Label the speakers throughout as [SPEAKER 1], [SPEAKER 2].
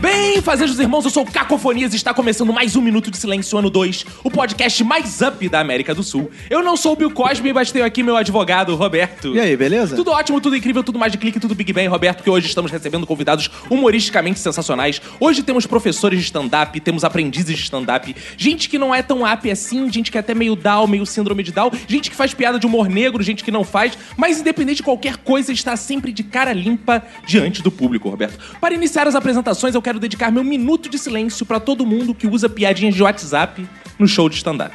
[SPEAKER 1] Bem, fazejos irmãos, eu sou o Cacofonias e está começando mais um Minuto de Silêncio Ano 2, o podcast mais up da América do Sul. Eu não sou o Bill Cosby, mas tenho aqui meu advogado, Roberto.
[SPEAKER 2] E aí, beleza?
[SPEAKER 1] Tudo ótimo, tudo incrível, tudo mais de clique, tudo Big Bang, Roberto, que hoje estamos recebendo convidados humoristicamente sensacionais. Hoje temos professores de stand-up, temos aprendizes de stand-up, gente que não é tão up assim, gente que é até meio down, meio síndrome de down, gente que faz piada de humor negro, gente que não faz, mas independente de qualquer coisa, está sempre de cara limpa diante do público, Roberto. Para iniciar as apresentações, eu quero dedicar meu minuto de silêncio para todo mundo que usa piadinhas de WhatsApp no show de stand-up.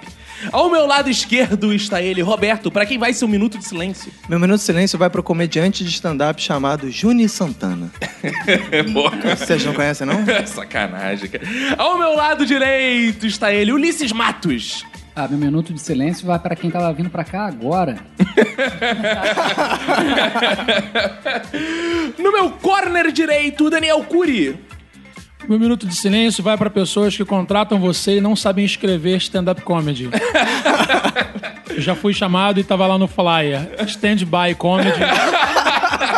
[SPEAKER 1] Ao meu lado esquerdo está ele, Roberto, para quem vai ser um minuto de silêncio.
[SPEAKER 2] Meu minuto de silêncio vai pro comediante de stand-up chamado Juni Santana.
[SPEAKER 1] É bom.
[SPEAKER 2] Vocês não conhecem, não?
[SPEAKER 1] Sacanagem, cara. Ao meu lado direito está ele, Ulisses Matos.
[SPEAKER 3] Ah, meu minuto de silêncio vai para quem tava vindo para cá agora.
[SPEAKER 1] No meu corner direito, Daniel Cury.
[SPEAKER 4] Meu Um minuto de silêncio vai para pessoas que contratam você e não sabem escrever stand-up comedy. Eu já fui chamado e tava lá no flyer. Stand-by comedy.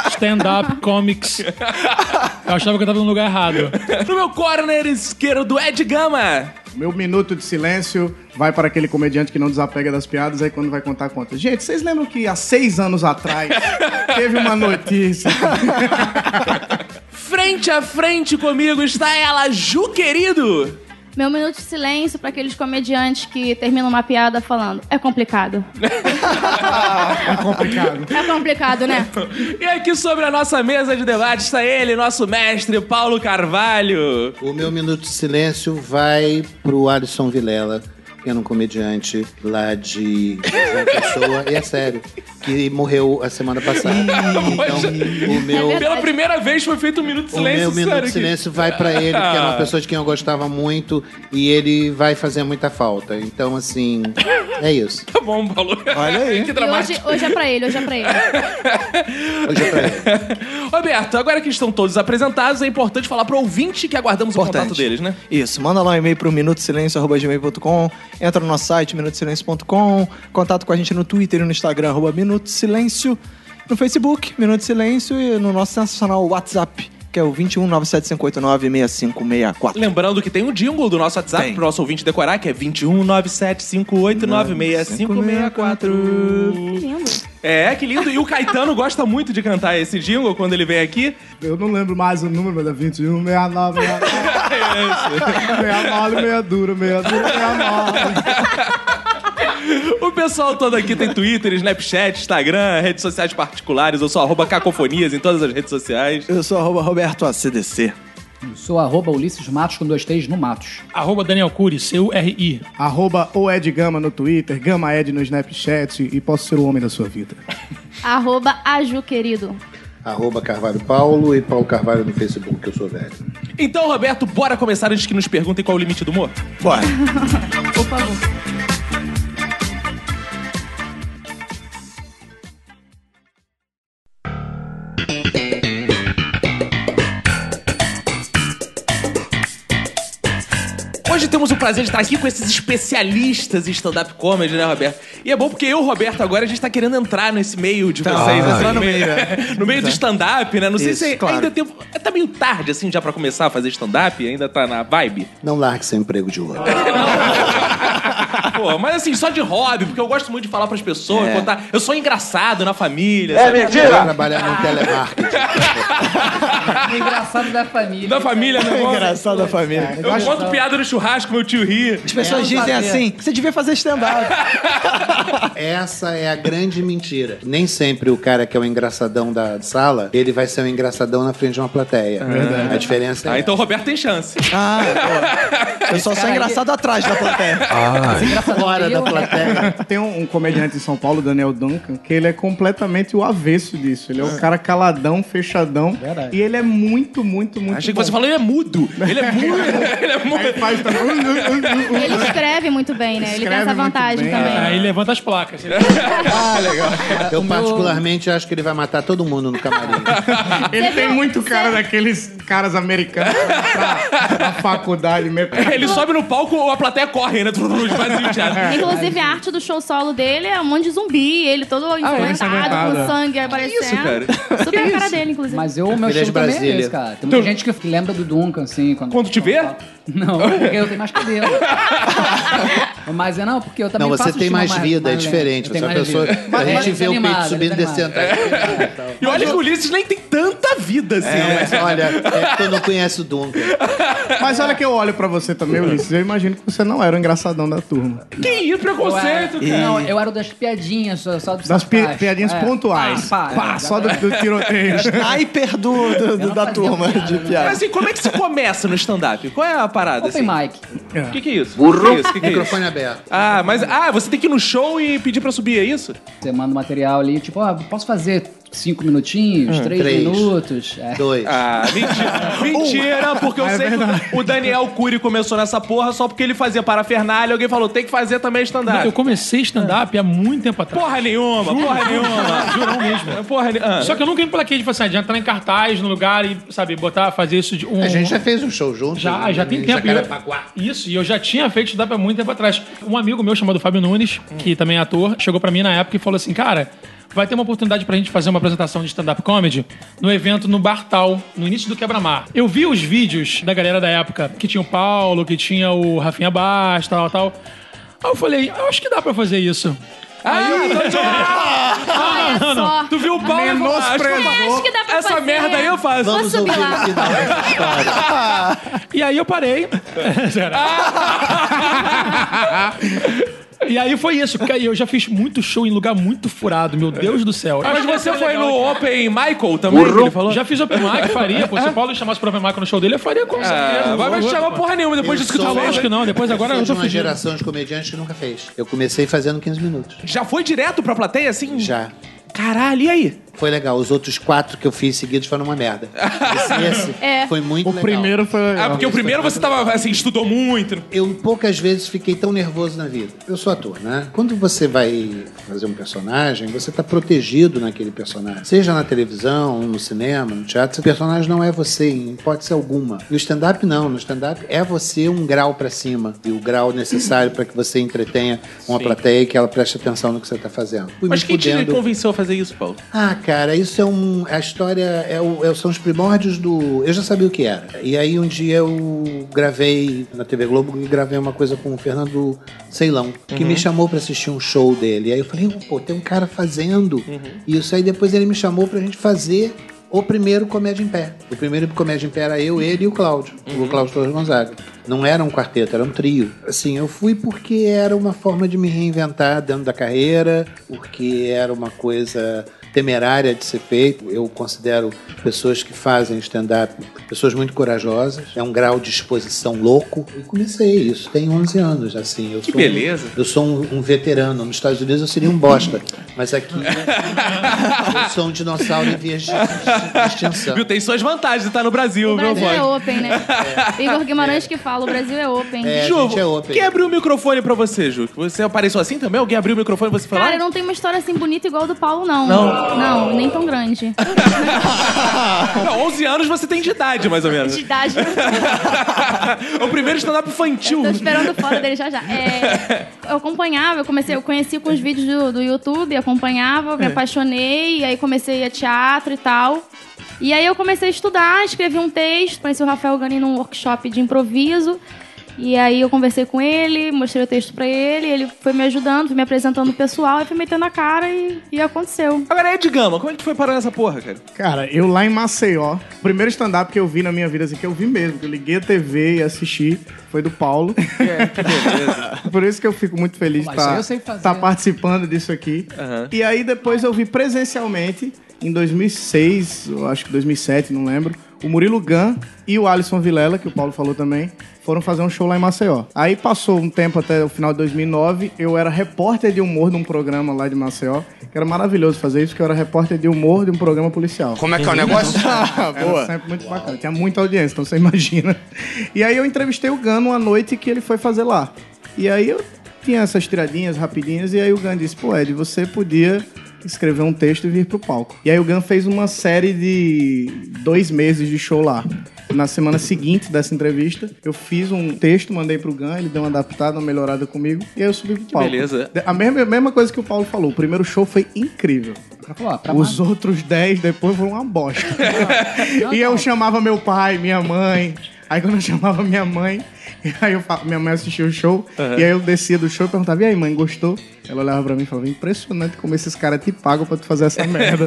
[SPEAKER 4] Stand-up comics. Eu achava que eu tava no lugar errado.
[SPEAKER 1] No meu corner esquerdo, Ed Gama.
[SPEAKER 5] Meu minuto de silêncio vai para aquele comediante que não desapega das piadas, aí quando vai contar conta. Gente, vocês lembram que há seis anos atrás teve uma notícia?
[SPEAKER 1] Frente a frente comigo está ela, Ju Querido.
[SPEAKER 6] Meu minuto de silêncio para aqueles comediantes que terminam uma piada falando: é complicado.
[SPEAKER 5] É complicado.
[SPEAKER 6] É complicado, né?
[SPEAKER 1] E aqui sobre a nossa mesa de debate está ele, nosso mestre, Paulo Carvalho.
[SPEAKER 7] O meu minuto de silêncio vai pro Alisson Vilela, que era um comediante lá de João Pessoa, e é sério, que morreu a semana passada. Então, o meu,
[SPEAKER 1] Pela primeira vez foi feito um minuto de
[SPEAKER 7] o
[SPEAKER 1] é silêncio,
[SPEAKER 7] meu minuto
[SPEAKER 1] sério,
[SPEAKER 7] de
[SPEAKER 1] que- Ah.
[SPEAKER 7] silêncio vai pra ele, que era uma pessoa de quem eu gostava muito, e ele vai fazer muita falta. Então, assim, é isso.
[SPEAKER 1] Tá bom, Paulo.
[SPEAKER 2] Olha aí.
[SPEAKER 1] que
[SPEAKER 6] E
[SPEAKER 1] dramático.
[SPEAKER 6] hoje, hoje é pra ele, hoje é pra ele.
[SPEAKER 7] Hoje é pra ele.
[SPEAKER 1] Roberto, agora que estão todos apresentados, é importante falar pro ouvinte que aguardamos o contato deles, né?
[SPEAKER 2] Isso, manda lá um e-mail pro minutosilencio.gmail.com, entra no nosso site minutosilencio.com, contato com a gente no Twitter e no Instagram, arroba Minuto de Silêncio, no Facebook, Minuto de Silêncio e no nosso sensacional WhatsApp, que é o 21 6564
[SPEAKER 1] Lembrando que tem um jingle do nosso WhatsApp
[SPEAKER 2] Tem.
[SPEAKER 1] pro nosso ouvinte decorar, que é 21975896564.
[SPEAKER 6] Que lindo.
[SPEAKER 1] É, que lindo. E o Caetano gosta muito de cantar esse jingle quando ele vem aqui.
[SPEAKER 5] Eu não lembro mais o número, mas é 21, 69, 69, meia dura, meia dura, meia nova.
[SPEAKER 1] O pessoal todo aqui tem Twitter, Snapchat, Instagram, redes sociais particulares. Eu sou arroba cacofonias em todas as redes sociais.
[SPEAKER 2] Eu sou arroba Roberto ACDC.
[SPEAKER 3] Sou arroba Ulisses Matos com dois T's no Matos.
[SPEAKER 4] Arroba Daniel Cury, C-U-R-I.
[SPEAKER 5] Arroba o Ed Gama no Twitter, Gama Ed no Snapchat e posso ser o homem da sua vida.
[SPEAKER 6] Arroba Aju, querido.
[SPEAKER 7] Arroba Carvalho Paulo e Paulo Carvalho no Facebook, que eu sou velho.
[SPEAKER 1] Então, Roberto, bora começar antes que nos perguntem qual é o limite do humor?
[SPEAKER 2] Bora.
[SPEAKER 6] Por favor.
[SPEAKER 1] Hoje temos o prazer de estar aqui com esses especialistas em stand-up comedy, né, Roberto? E é bom porque eu, Roberto, agora a gente tá querendo entrar nesse meio de vocês,
[SPEAKER 2] Ah,
[SPEAKER 1] assim,
[SPEAKER 2] lá
[SPEAKER 1] no
[SPEAKER 2] no
[SPEAKER 1] meio,
[SPEAKER 2] meio, é.
[SPEAKER 1] no meio do stand-up, né? Não sei
[SPEAKER 2] Isso,
[SPEAKER 1] se
[SPEAKER 2] claro.
[SPEAKER 1] ainda tem. é, Tá meio tarde, assim, já pra começar a fazer stand-up, ainda tá na vibe.
[SPEAKER 7] Não largue seu emprego de lado.
[SPEAKER 1] Pô, mas assim, só de hobby, porque eu gosto muito de falar pras pessoas,
[SPEAKER 2] É.
[SPEAKER 1] contar. Eu sou engraçado na família. sabe?
[SPEAKER 7] Vai trabalhar no telemarketing.
[SPEAKER 3] O engraçado da família.
[SPEAKER 1] Da família, né? irmão?
[SPEAKER 2] Engraçado a família.
[SPEAKER 1] Eu conto piada no churrasco, meu tio ri.
[SPEAKER 2] As pessoas dizem assim, você devia fazer stand-up.
[SPEAKER 7] Essa é a grande mentira. Nem sempre o cara que é o engraçadão da sala, ele vai ser um engraçadão na frente de uma
[SPEAKER 5] É
[SPEAKER 7] plateia. A diferença é.
[SPEAKER 1] Ah, então o Roberto tem chance.
[SPEAKER 2] ah, boa. Eu só sou engraçado atrás da plateia.
[SPEAKER 3] Esse
[SPEAKER 7] fora da
[SPEAKER 3] né?
[SPEAKER 7] plateia.
[SPEAKER 5] Tem um, um comediante em São Paulo, Daniel Duncan, que ele é completamente o avesso disso. Ele é um cara caladão, fechadão.
[SPEAKER 2] Verdade.
[SPEAKER 5] E ele é muito, muito, muito.
[SPEAKER 1] Achei que
[SPEAKER 5] bom.
[SPEAKER 1] você falou, ele é mudo. Ele é mudo. ele é
[SPEAKER 5] Aí
[SPEAKER 1] mudo.
[SPEAKER 5] ele faz também.
[SPEAKER 6] Ele escreve muito bem, né? Ele tem
[SPEAKER 5] Escreve
[SPEAKER 6] essa
[SPEAKER 5] muito
[SPEAKER 6] vantagem
[SPEAKER 5] bem,
[SPEAKER 6] também.
[SPEAKER 4] Aí levanta as placas.
[SPEAKER 7] Eu, particularmente, acho que ele vai matar todo mundo no camarim.
[SPEAKER 5] Ele
[SPEAKER 6] Você
[SPEAKER 5] tem
[SPEAKER 6] viu-
[SPEAKER 5] muito cara
[SPEAKER 6] você-
[SPEAKER 5] daqueles caras americanos da, da faculdade mesmo.
[SPEAKER 1] Ele sobe no palco ou a plateia corre, né? Tudo vazio, teatro.
[SPEAKER 6] Inclusive, a arte do show solo dele é um monte de zumbi, ele todo ensanguentado,
[SPEAKER 5] ensanguentado.
[SPEAKER 6] com sangue aparecendo.
[SPEAKER 1] isso, cara?
[SPEAKER 6] Super a cara dele, inclusive.
[SPEAKER 3] Mas eu, meu
[SPEAKER 7] Filhas
[SPEAKER 3] estilo também é
[SPEAKER 7] Brasília.
[SPEAKER 3] esse, cara. Tem muita gente que- que lembra do Duncan, assim. Quando,
[SPEAKER 1] Quando te
[SPEAKER 3] quando
[SPEAKER 1] vê?
[SPEAKER 3] fala. Não, porque eu tenho mais cabelo. Mas é não, porque eu também
[SPEAKER 7] Não, você
[SPEAKER 3] faço
[SPEAKER 7] tem
[SPEAKER 3] estilo
[SPEAKER 7] mais vida, é
[SPEAKER 3] lento.
[SPEAKER 7] diferente.
[SPEAKER 3] Eu tenho
[SPEAKER 7] Você é uma
[SPEAKER 3] mais
[SPEAKER 7] pessoa,
[SPEAKER 3] vida.
[SPEAKER 7] a
[SPEAKER 3] Mas
[SPEAKER 7] gente
[SPEAKER 3] ele
[SPEAKER 7] vê o
[SPEAKER 3] desanimado,
[SPEAKER 7] peito
[SPEAKER 3] ele é
[SPEAKER 7] subindo e descendo.
[SPEAKER 3] desanimado.
[SPEAKER 1] E olha que o Ulisses nem tem tanta vida, assim,
[SPEAKER 7] É,
[SPEAKER 1] né?
[SPEAKER 7] mas olha, é porque eu não conheço o Duncan.
[SPEAKER 5] Mas olha que eu olho pra você também, Ulisses. Eu imagino que você não era o engraçadão da turma.
[SPEAKER 1] Que isso,
[SPEAKER 3] Eu era-
[SPEAKER 1] preconceito, É, cara.
[SPEAKER 3] Não, eu era o das piadinhas, só, só do
[SPEAKER 5] Das pi-
[SPEAKER 3] sarcasmo.
[SPEAKER 5] piadinhas
[SPEAKER 3] É.
[SPEAKER 5] pontuais.
[SPEAKER 3] Pá, pá,
[SPEAKER 5] Pá,
[SPEAKER 3] é,
[SPEAKER 5] só do, do tiroteio.
[SPEAKER 2] Sniper do, do- do-
[SPEAKER 3] Eu não
[SPEAKER 2] da
[SPEAKER 3] fazia
[SPEAKER 2] turma
[SPEAKER 3] piada,
[SPEAKER 2] de
[SPEAKER 3] né?
[SPEAKER 1] Mas
[SPEAKER 2] piada.
[SPEAKER 1] assim, como é que se começa no stand-up? Qual é a parada,
[SPEAKER 3] Open
[SPEAKER 1] assim?
[SPEAKER 3] mic.
[SPEAKER 1] O que que é isso? Burro. Que que é isso? Que que é isso?
[SPEAKER 7] Microfone aberto.
[SPEAKER 1] Ah, mas... Ah, você tem que ir no show e pedir pra subir, é isso?
[SPEAKER 3] Você manda o material ali, tipo, ó, posso fazer cinco minutinhos,
[SPEAKER 1] Hum,
[SPEAKER 3] três,
[SPEAKER 7] três.
[SPEAKER 3] minutos. É.
[SPEAKER 7] Dois.
[SPEAKER 1] Ah, mentira. mentira, porque
[SPEAKER 4] É
[SPEAKER 1] eu sei que o Daniel Cury começou nessa porra só porque ele fazia parafernália. Alguém falou, tem que fazer também
[SPEAKER 4] Eu
[SPEAKER 1] stand-up.
[SPEAKER 4] comecei stand-up há muito tempo atrás.
[SPEAKER 1] Porra nenhuma, porra nenhuma.
[SPEAKER 4] Jurão mesmo.
[SPEAKER 1] Porra nenhuma. Ah.
[SPEAKER 4] Só que eu nunca emplaquei de, assim, de entrar em cartaz no lugar e, sabe, botar, fazer isso de um.
[SPEAKER 7] A gente já fez um show junto.
[SPEAKER 4] Já, já tem
[SPEAKER 7] em
[SPEAKER 4] tempo. E
[SPEAKER 7] Jacarepaguá.
[SPEAKER 4] eu- Isso, e eu já tinha feito stand-up há muito tempo atrás. Um amigo meu chamado Fábio Nunes, que também é ator, chegou pra mim na época e falou assim: Cara, vai ter uma oportunidade pra gente fazer uma apresentação de stand-up comedy no evento no Bartal, no início do Quebra-Mar. Eu vi os vídeos da galera da época, que tinha o Paulo, que tinha o Rafinha Bastos, tal, tal. Aí eu falei, eu acho que dá pra fazer isso.
[SPEAKER 6] Olha É só.
[SPEAKER 1] Tu viu o Paulo e falou, "Ah, acho que eu faço."
[SPEAKER 6] Acho que dá pra
[SPEAKER 1] Essa
[SPEAKER 6] fazer.
[SPEAKER 1] merda aí eu faço.
[SPEAKER 6] Vou
[SPEAKER 7] Vamos
[SPEAKER 6] subir
[SPEAKER 7] ouvir
[SPEAKER 6] lá.
[SPEAKER 7] o final.
[SPEAKER 4] E aí eu parei. Sério. E aí foi isso, porque aí eu já fiz muito show em lugar muito furado, meu Deus do céu.
[SPEAKER 1] Mas
[SPEAKER 4] Acho que
[SPEAKER 1] você
[SPEAKER 4] vai ser
[SPEAKER 1] foi
[SPEAKER 4] legal,
[SPEAKER 1] no
[SPEAKER 4] cara.
[SPEAKER 1] Open Michael também, que ele falou?
[SPEAKER 4] Já fiz open mic, faria. Pô, se o Paulo chamasse pra open mic no show dele, eu faria com certeza.
[SPEAKER 1] Ah, vai vai te chamar porra nenhuma depois
[SPEAKER 7] Eu
[SPEAKER 1] disso que tu
[SPEAKER 7] sou-
[SPEAKER 1] fez.
[SPEAKER 4] Lógico que não, depois agora
[SPEAKER 7] eu
[SPEAKER 4] eu
[SPEAKER 7] sou
[SPEAKER 4] tô
[SPEAKER 7] de uma
[SPEAKER 4] fugindo.
[SPEAKER 7] geração de comediantes que nunca fez. Eu comecei fazendo 15 minutos.
[SPEAKER 1] Já foi direto pra plateia, assim?
[SPEAKER 7] Já.
[SPEAKER 1] Caralho, e aí?
[SPEAKER 7] Foi legal. Os outros quatro que eu fiz seguidos foram uma merda. Esse, esse
[SPEAKER 6] É.
[SPEAKER 7] foi muito
[SPEAKER 5] O
[SPEAKER 7] legal.
[SPEAKER 5] primeiro foi.
[SPEAKER 1] Ah, porque o primeiro você tava, assim, estudou muito.
[SPEAKER 7] Eu poucas vezes fiquei tão nervoso na vida. Eu sou ator, né? Quando você vai fazer um personagem, você tá protegido naquele personagem. Seja na televisão, no cinema, no teatro, o personagem não é você em hipótese alguma. No stand-up, não. No stand-up é você um grau pra cima. E o grau necessário pra que você entretenha uma plateia e que ela preste atenção no que você tá fazendo. Fui
[SPEAKER 1] Mas
[SPEAKER 7] me
[SPEAKER 1] quem te
[SPEAKER 7] fudendo.
[SPEAKER 1] convenceu a fazer isso, Paulo?
[SPEAKER 7] Ah, cara, isso é um. A história é o- é- são os primórdios do. Eu já sabia o que era. E aí um dia eu gravei na TV Globo e gravei uma coisa com o Fernando Ceilão, que me chamou pra assistir um show dele. E aí eu falei, pô, tem um cara fazendo isso. Aí depois ele me chamou pra gente fazer o primeiro Comédia em Pé. O primeiro Comédia em Pé era eu, ele e o Cláudio, o Cláudio Torres Gonzaga. Não era um quarteto, era um trio. Assim, eu fui porque era uma forma de me reinventar dentro da carreira, porque era uma coisa temerária de ser feito. Eu considero pessoas que fazem stand-up pessoas muito corajosas. É um grau de exposição louco. E comecei isso, tem 11 anos, assim. Eu
[SPEAKER 1] Que
[SPEAKER 7] sou um-
[SPEAKER 1] beleza.
[SPEAKER 7] eu sou um, um veterano. Nos Estados Unidos eu seria um bosta. Mas aqui eu sou um dinossauro em vias de de extinção.
[SPEAKER 1] Viu, tem suas vantagens de estar no Brasil,
[SPEAKER 6] O
[SPEAKER 1] viu,
[SPEAKER 6] Brasil é
[SPEAKER 1] Paulo?
[SPEAKER 6] open, né? Igor Guimarães que fala, o Brasil é open.
[SPEAKER 7] É, a
[SPEAKER 1] Ju,
[SPEAKER 7] gente é open.
[SPEAKER 1] quem abriu o microfone pra você, Ju? Você apareceu assim também? Alguém abriu o microfone e você foi
[SPEAKER 6] Cara,
[SPEAKER 1] lá?
[SPEAKER 6] eu não tenho uma história assim bonita igual a do Paulo, não. Não? Não, nem tão grande.
[SPEAKER 1] Não, 11 anos você tem de idade, mais ou menos.
[SPEAKER 6] De idade.
[SPEAKER 1] É o primeiro stand-up infantil.
[SPEAKER 6] Tô esperando fora dele já já. É, eu acompanhava, eu comecei, eu conheci com os vídeos do, do YouTube, acompanhava, me apaixonei, e aí comecei a teatro e tal. E aí eu comecei a estudar, escrevi um texto, conheci o Rafael Gani num workshop de improviso. E aí eu conversei com ele, mostrei o texto pra ele, ele foi me ajudando, foi me apresentando o pessoal, eu fui metendo a cara e, e aconteceu.
[SPEAKER 1] Agora, Ed Gama, como é que tu foi parar nessa porra, cara?
[SPEAKER 5] Cara, eu lá em Maceió, o primeiro stand-up que eu vi na minha vida, assim, que eu vi mesmo, que eu liguei a TV e assisti, foi do Paulo.
[SPEAKER 1] É,
[SPEAKER 5] Por isso que eu fico muito feliz de
[SPEAKER 3] Mas isso aí
[SPEAKER 5] estar
[SPEAKER 3] eu sei fazer.
[SPEAKER 5] tá participando disso aqui.
[SPEAKER 1] Aham.
[SPEAKER 5] E aí depois eu vi presencialmente, em 2006, eu acho que 2007, não lembro, o Murilo Gun e o Alisson Vilela, que o Paulo falou também, foram fazer um show lá em Maceió. Aí passou um tempo até o final de 2009, eu era repórter de humor de um programa lá de Maceió, que era maravilhoso fazer isso, que eu era repórter de humor de um programa policial.
[SPEAKER 8] Como é que é o negócio?
[SPEAKER 5] Ah, Era sempre muito bacana. Tinha muita audiência, então você imagina. E aí eu entrevistei o Gan numa noite que ele foi fazer lá. E aí eu tinha essas tiradinhas rapidinhas, e aí o Gan disse, pô, Ed, você podia escrever um texto e vir pro palco. E aí o Gan fez uma série de dois meses de show lá. Na semana seguinte dessa entrevista, eu fiz um texto, mandei pro Gan, ele deu uma adaptada, uma melhorada comigo, e aí eu subi pro palco. É
[SPEAKER 1] beleza.
[SPEAKER 5] A mesma, mesma coisa que o Paulo falou, o primeiro show foi incrível.
[SPEAKER 3] O cara falou, ó, pra
[SPEAKER 5] Os outros 10 depois foram uma bosta. e
[SPEAKER 1] é um
[SPEAKER 5] eu chamava meu pai, minha mãe. Aí quando eu chamava minha mãe, e aí eu fa- minha mãe assistiu o show, e aí eu descia do show e perguntava, e aí mãe, gostou? Ela olhava pra mim e falava, impressionante como esses caras te pagam pra tu fazer essa merda.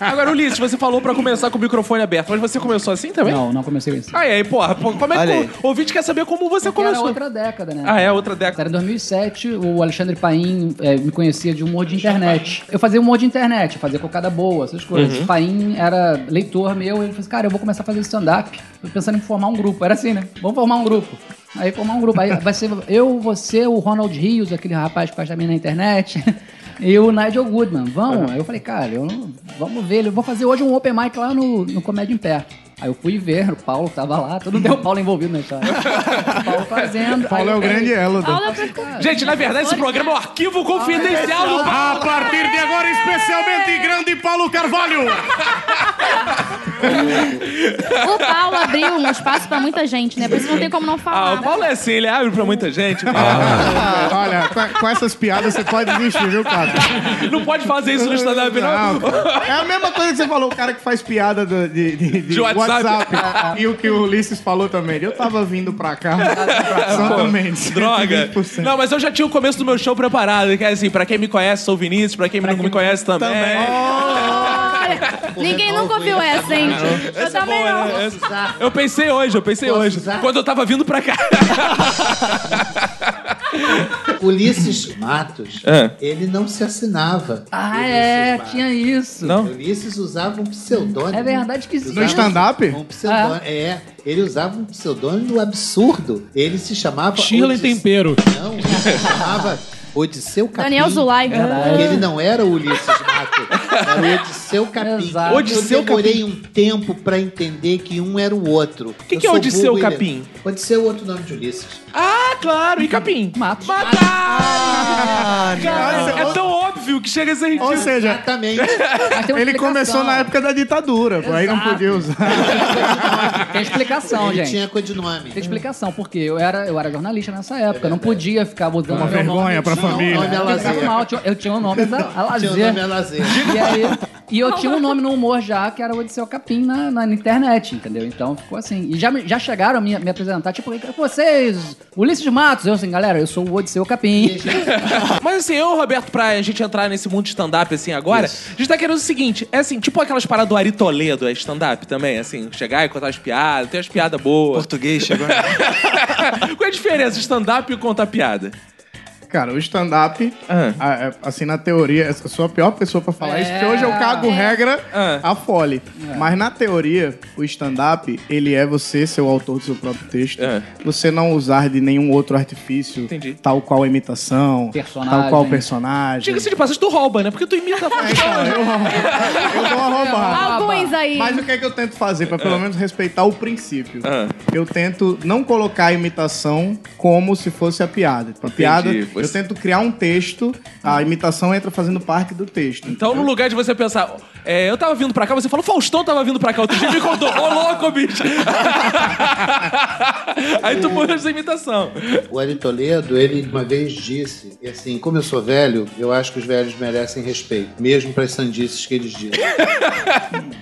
[SPEAKER 1] Agora, Ulisses, você falou pra começar com o microfone aberto, mas você começou assim também?
[SPEAKER 3] Não, não comecei isso.
[SPEAKER 1] Aí, aí, porra, pô, como é
[SPEAKER 2] Olha aí.
[SPEAKER 1] que. O ouvinte quer saber como você
[SPEAKER 3] Porque Era
[SPEAKER 1] começou.
[SPEAKER 3] outra década, né?
[SPEAKER 1] Ah, é, outra década.
[SPEAKER 3] Era em 2007, o Alexandre Paim eh, me conhecia de humor de internet. Eu fazia humor de internet, eu fazia cocada boa, essas coisas. O Paim era leitor meu, ele falou assim, cara, eu vou começar a fazer stand-up. Tô pensando em formar um grupo. Era assim, né? Vamos formar um grupo. Aí formar um grupo. Aí vai ser eu, você, o Ronald Rios, aquele rapaz que faz também na internet. E o Nigel Goodman, vamos? Aí eu falei, cara, eu não- vamos ver. Eu vou fazer hoje um open mic lá no, no Comédia em Pé. Aí eu fui ver, o Paulo tava lá, todo deu o Paulo envolvido na história. O Paulo fazendo. aí
[SPEAKER 5] Paulo é
[SPEAKER 3] eu
[SPEAKER 5] o
[SPEAKER 3] falei,
[SPEAKER 5] grande ela.
[SPEAKER 6] Paulo é o prefeito.
[SPEAKER 1] Gente, na verdade, esse programa é um arquivo confidencial do
[SPEAKER 8] A partir de agora, especialmente grande Paulo Carvalho.
[SPEAKER 6] O Paulo abriu um espaço pra muita gente, né? Por isso não tem como não
[SPEAKER 1] Ah,
[SPEAKER 6] falar. né?
[SPEAKER 1] o Paulo é assim, ele abre pra muita gente.
[SPEAKER 5] Ah. Olha, com, com essas piadas você pode desistir, viu, cara?
[SPEAKER 1] Não pode fazer isso no stand-up, não.
[SPEAKER 5] Não, cara. É a mesma coisa que você falou, o cara que faz piada do- de, de- de
[SPEAKER 1] De WhatsApp.
[SPEAKER 5] WhatsApp. e o que o Ulisses falou também. Eu tava vindo pra cá, pra Santo Mendes.
[SPEAKER 1] Droga.
[SPEAKER 5] 120%.
[SPEAKER 1] Não, mas eu já tinha o começo do meu show preparado. Que é assim, pra quem me conhece, sou o Vinícius. Pra quem não me conhece também. É,
[SPEAKER 6] Olha, ninguém nunca ouviu essa, hein? Eu
[SPEAKER 1] Essa é
[SPEAKER 6] também
[SPEAKER 1] boa,
[SPEAKER 6] não.
[SPEAKER 1] né? Essa- Eu pensei hoje, eu pensei
[SPEAKER 7] Posso
[SPEAKER 1] hoje.
[SPEAKER 7] usar?
[SPEAKER 1] Quando eu tava vindo pra cá.
[SPEAKER 7] Ulisses Matos,
[SPEAKER 1] É.
[SPEAKER 7] ele não se assinava.
[SPEAKER 3] Ah,
[SPEAKER 7] Ulisses
[SPEAKER 3] é,
[SPEAKER 7] Matos.
[SPEAKER 3] tinha isso.
[SPEAKER 1] Não?
[SPEAKER 7] Ulisses usava um pseudônimo.
[SPEAKER 3] É verdade que sim. Ah.
[SPEAKER 5] No stand-up?
[SPEAKER 7] Um pseudônimo, é. Ele usava um pseudônimo absurdo. Ele se chamava.
[SPEAKER 4] Chila em
[SPEAKER 7] Odisse-
[SPEAKER 4] tempero.
[SPEAKER 7] Não, ele se chamava Odisseu Capim.
[SPEAKER 6] Daniel Zulay.
[SPEAKER 7] Porque ele não era o Ulisses Mato, era o Odisseu Capim.
[SPEAKER 3] Exato.
[SPEAKER 1] Odisseu
[SPEAKER 7] Eu demorei um tempo pra entender que um era o outro. O
[SPEAKER 1] que é Odisseu Capim?
[SPEAKER 7] Odisseu é outro nome de Ulisses.
[SPEAKER 1] Ah, claro, e capim.
[SPEAKER 3] Matos.
[SPEAKER 1] Mata! Cara, é tão óbvio que chega a ser
[SPEAKER 5] Ou
[SPEAKER 1] ridículo.
[SPEAKER 5] seja,
[SPEAKER 7] Exatamente.
[SPEAKER 3] Mas tem uma
[SPEAKER 5] ele
[SPEAKER 3] explicação.
[SPEAKER 5] começou na época da ditadura, pô, aí não
[SPEAKER 3] Exato.
[SPEAKER 5] podia usar.
[SPEAKER 3] Tem explicação,
[SPEAKER 7] ele
[SPEAKER 3] gente.
[SPEAKER 7] tinha codinome.
[SPEAKER 3] Tem explicação, porque eu era, eu era jornalista nessa época, eu não podia ficar mudando
[SPEAKER 5] Uma
[SPEAKER 3] meu
[SPEAKER 5] vergonha
[SPEAKER 3] nome.
[SPEAKER 5] pra família.
[SPEAKER 7] Olha a
[SPEAKER 3] Eu ficava
[SPEAKER 7] é lazer.
[SPEAKER 3] mal, eu tinha- eu tinha um nome da a
[SPEAKER 7] Tinha o
[SPEAKER 3] lazer.
[SPEAKER 7] nome é Alazer.
[SPEAKER 3] E, aí, e eu tinha um nome no humor já, que era o Odisseu Capim na, na internet, entendeu? Então ficou assim. E já, me- já chegaram a me, me apresentar, tipo, vocês, Ulisses Matos, eu assim, galera, eu sou o Odisseu Capim.
[SPEAKER 1] Mas assim, eu, Roberto, pra gente entrar nesse mundo de stand-up assim agora, a gente tá querendo o seguinte: é assim, tipo aquelas paradas do Ari Toledo, é stand-up também, assim, chegar e contar as piadas, tem as piadas boas.
[SPEAKER 2] Português chegou.
[SPEAKER 1] Qual é a diferença de stand-up e contar piada?
[SPEAKER 5] Cara, o stand-up,
[SPEAKER 1] Ah.
[SPEAKER 5] a- é, assim, na teoria, eu sou a pior pessoa pra
[SPEAKER 1] É.
[SPEAKER 3] É,
[SPEAKER 5] falar isso, porque hoje eu cago regra
[SPEAKER 1] Ah.
[SPEAKER 5] a fole. Mas na teoria, o stand-up, ele é você ser o autor do seu próprio texto,
[SPEAKER 1] É.
[SPEAKER 5] você não usar de nenhum outro artifício,
[SPEAKER 1] Entendi.
[SPEAKER 5] tal qual a imitação,
[SPEAKER 3] Personagem.
[SPEAKER 5] tal qual personagem.
[SPEAKER 1] Diga-se de passagem, tu rouba, né? Porque tu imita a voz.
[SPEAKER 5] Cara, eu, eu vou roubar.
[SPEAKER 6] Alguns aí.
[SPEAKER 5] Mas o que é que eu tento fazer pra
[SPEAKER 1] É.
[SPEAKER 5] pelo menos respeitar o princípio?
[SPEAKER 1] Ah.
[SPEAKER 5] Eu tento não colocar a imitação como se fosse a piada. Tipo, a piada,
[SPEAKER 1] Você- Ah.
[SPEAKER 5] eu tento criar um texto, a imitação entra fazendo parte do texto.
[SPEAKER 1] Então, no lugar de você pensar, é, eu tava vindo pra cá, você falou, Faustão tava vindo pra cá outro dia e me contou, ô louco, bicho! Aí tu põe essa imitação.
[SPEAKER 7] O Ari Toledo, ele uma vez disse, e assim, como eu sou velho, eu acho que os velhos merecem respeito, mesmo para as sandices que eles dizem.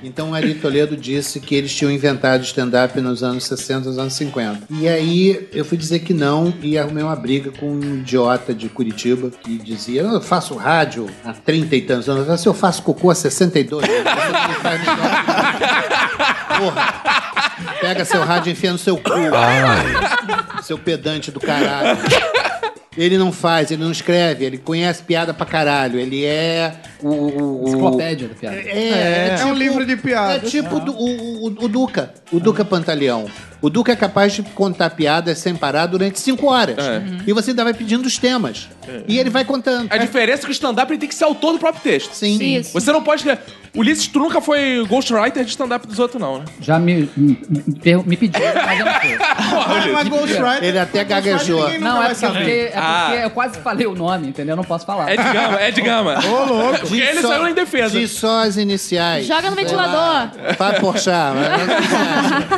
[SPEAKER 7] então o Ari Toledo disse que eles tinham inventado stand-up nos anos 60, nos anos 50. E aí eu fui dizer que não e arrumei uma briga com um idiota de Curitiba que dizia, "Não, eu faço rádio há 30 e tantos anos, atrás, eu faço cocô há 62 anos, é você não faz melhor." Porra! Pega seu rádio e enfia no seu cu. Seu pedante do caralho. Ele não faz, ele não escreve, ele conhece piada pra caralho, ele é o- o- o-
[SPEAKER 3] Enciclopédia da piada.
[SPEAKER 7] É,
[SPEAKER 5] É, é um livro de
[SPEAKER 7] É
[SPEAKER 5] piadas.
[SPEAKER 7] tipo do- o, o, o Duca, o Duca Pantaleão. O Duca é capaz de contar piadas sem parar durante cinco horas. Uhum.
[SPEAKER 1] É.
[SPEAKER 7] E você ainda vai pedindo os temas. E ele vai contando.
[SPEAKER 1] A diferença é que o stand-up ele tem que ser autor do próprio texto.
[SPEAKER 7] Sim.
[SPEAKER 6] Isso.
[SPEAKER 1] Você não pode. Ulisses, tu nunca foi ghostwriter de stand-up dos outros, não, né?
[SPEAKER 3] Já me, me, me per- me pediram, mas eu não fiz.
[SPEAKER 5] Ah, mas Ghostwriter.
[SPEAKER 7] Ele até gaguejou.
[SPEAKER 5] Ninguém nunca
[SPEAKER 3] Não,
[SPEAKER 5] vai
[SPEAKER 3] é porque, é
[SPEAKER 5] saber.
[SPEAKER 3] porque
[SPEAKER 1] Ah.
[SPEAKER 3] eu quase falei o nome, entendeu? Eu não posso falar.
[SPEAKER 1] É de gama, é de gama. Ô, louco. Porque ele
[SPEAKER 7] só-
[SPEAKER 1] saiu em defesa.
[SPEAKER 7] De só as iniciais.
[SPEAKER 6] Joga no
[SPEAKER 7] Sei
[SPEAKER 6] ventilador.
[SPEAKER 7] lá, Fábio Porchat.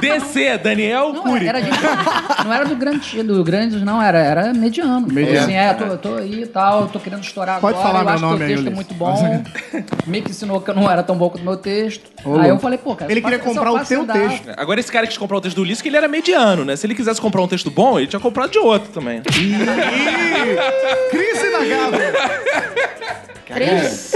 [SPEAKER 1] DC, Daniel
[SPEAKER 3] Não,
[SPEAKER 1] Cury.
[SPEAKER 3] era, era gente- não era do grande, do grandes, não, era, era mediano.
[SPEAKER 5] Mediano.
[SPEAKER 3] Assim, é, tô, eu tô aí e tal, tô querendo estourar
[SPEAKER 5] Pode
[SPEAKER 3] agora,
[SPEAKER 5] falar
[SPEAKER 3] eu
[SPEAKER 5] meu
[SPEAKER 3] acho
[SPEAKER 5] nome
[SPEAKER 3] que o
[SPEAKER 5] aí,
[SPEAKER 3] texto é
[SPEAKER 5] Ulisses.
[SPEAKER 3] muito bom. Meio que ensinou que eu não era tão bom com o meu texto.
[SPEAKER 5] Ô,
[SPEAKER 3] aí eu
[SPEAKER 5] louco.
[SPEAKER 3] falei, pô, cara,
[SPEAKER 5] Ele
[SPEAKER 3] eu faço-
[SPEAKER 5] queria
[SPEAKER 3] eu só
[SPEAKER 5] comprar o
[SPEAKER 3] faço
[SPEAKER 5] teu
[SPEAKER 3] stand-up.
[SPEAKER 5] texto.
[SPEAKER 1] Agora, esse cara que comprar o texto do Ulisses, que ele era mediano, né? Se ele quisesse comprar um texto bom, ele tinha comprado de outro também.
[SPEAKER 5] Ih, Crise na Gávea.
[SPEAKER 6] Três?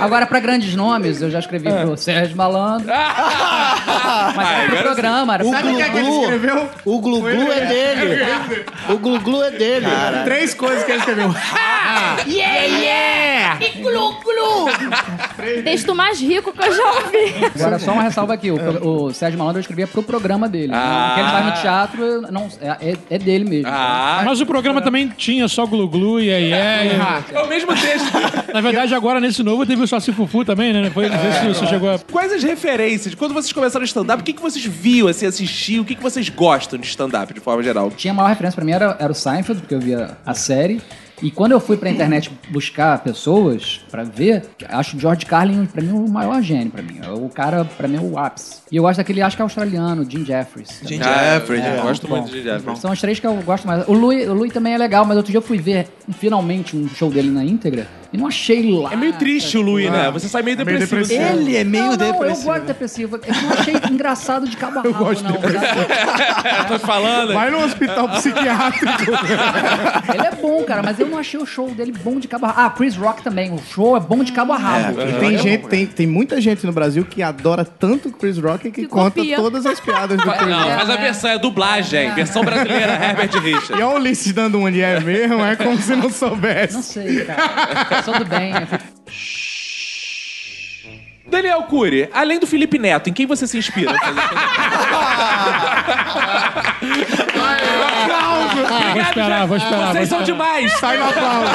[SPEAKER 3] Agora, pra grandes nomes, eu já escrevi
[SPEAKER 1] É.
[SPEAKER 3] pro Sérgio Malandro.
[SPEAKER 1] Ah,
[SPEAKER 3] Mas era pro programa, era pro
[SPEAKER 7] O
[SPEAKER 5] Sabe o que é que ele
[SPEAKER 7] Glu-Glu.
[SPEAKER 5] escreveu?
[SPEAKER 7] O Glu-Glu é dele. O Glu-Glu é dele.
[SPEAKER 5] Três coisas que ele escreveu.
[SPEAKER 6] E glu, glu. Texto mais rico que eu já ouvi.
[SPEAKER 3] Agora, só uma ressalva aqui. O, o Sérgio Malandro eu escrevia pro programa dele.
[SPEAKER 1] Ah.
[SPEAKER 3] Porque ele vai no teatro, eu não, é, é- é dele mesmo.
[SPEAKER 1] Ah,
[SPEAKER 4] Mas o programa também tinha só glu-glu e aí
[SPEAKER 1] é o mesmo texto.
[SPEAKER 4] Na verdade, agora nesse novo teve o Saci Fufu também, né? Foi, não sei se você chegou a...
[SPEAKER 1] Quais as referências? Quando vocês começaram o stand-up, o que, que vocês viam, assim, assistiam? O que, que vocês gostam de stand-up, de forma geral?
[SPEAKER 3] Tinha a maior referência pra mim era, era o Seinfeld, porque eu via a série. E quando eu fui pra internet buscar pessoas pra ver, acho o George Carlin, pra mim, o maior gênio pra mim. É O cara, pra mim, é o ápice. E eu gosto daquele, acho que é australiano, Jim Jeffries.
[SPEAKER 1] Jim
[SPEAKER 2] Jeffries, é,
[SPEAKER 1] eu gosto
[SPEAKER 3] muito
[SPEAKER 1] muito
[SPEAKER 3] bom.
[SPEAKER 1] de Jeffers.
[SPEAKER 3] São as três que eu gosto mais. O Louis, o Louis também é legal, mas outro dia eu fui ver finalmente um show dele na íntegra e não achei lá.
[SPEAKER 1] É meio triste o Louis, né? Você sai meio
[SPEAKER 5] meio
[SPEAKER 1] depressivo. assim.
[SPEAKER 5] depressivo.
[SPEAKER 2] Ele é meio
[SPEAKER 3] não, não, eu
[SPEAKER 2] depressivo.
[SPEAKER 3] gosto de depressivo. Eu não achei engraçado de cabo a rabo, não. sabe?
[SPEAKER 1] Tô falando.
[SPEAKER 5] Vai no hospital psiquiátrico.
[SPEAKER 3] Ele é bom, cara, mas eu não achei o show dele bom de cabo a rabo. Ah, Chris Rock também. O show é bom de cabo a rabo.
[SPEAKER 7] É,
[SPEAKER 5] E tem, gente, tem, tem muita gente no Brasil que adora tanto o Chris Rock que,
[SPEAKER 6] Que
[SPEAKER 5] conta
[SPEAKER 6] copia.
[SPEAKER 5] todas as piadas do Chris Rock.
[SPEAKER 1] Não, mas a versão é dublagem. Versão brasileira, Herbert
[SPEAKER 5] E
[SPEAKER 1] Richards.
[SPEAKER 5] olha o Ulisses dando um de é mesmo, é como se não soubesse.
[SPEAKER 3] Não sei, cara. Tudo bem. né? Eu fui-
[SPEAKER 1] Daniel Cury, além do Felipe Neto, em quem você se inspira?
[SPEAKER 4] Vou esperar, vou esperar. Vou
[SPEAKER 1] Ah, Vocês são
[SPEAKER 4] esperar.
[SPEAKER 1] demais!
[SPEAKER 5] Sai na palma.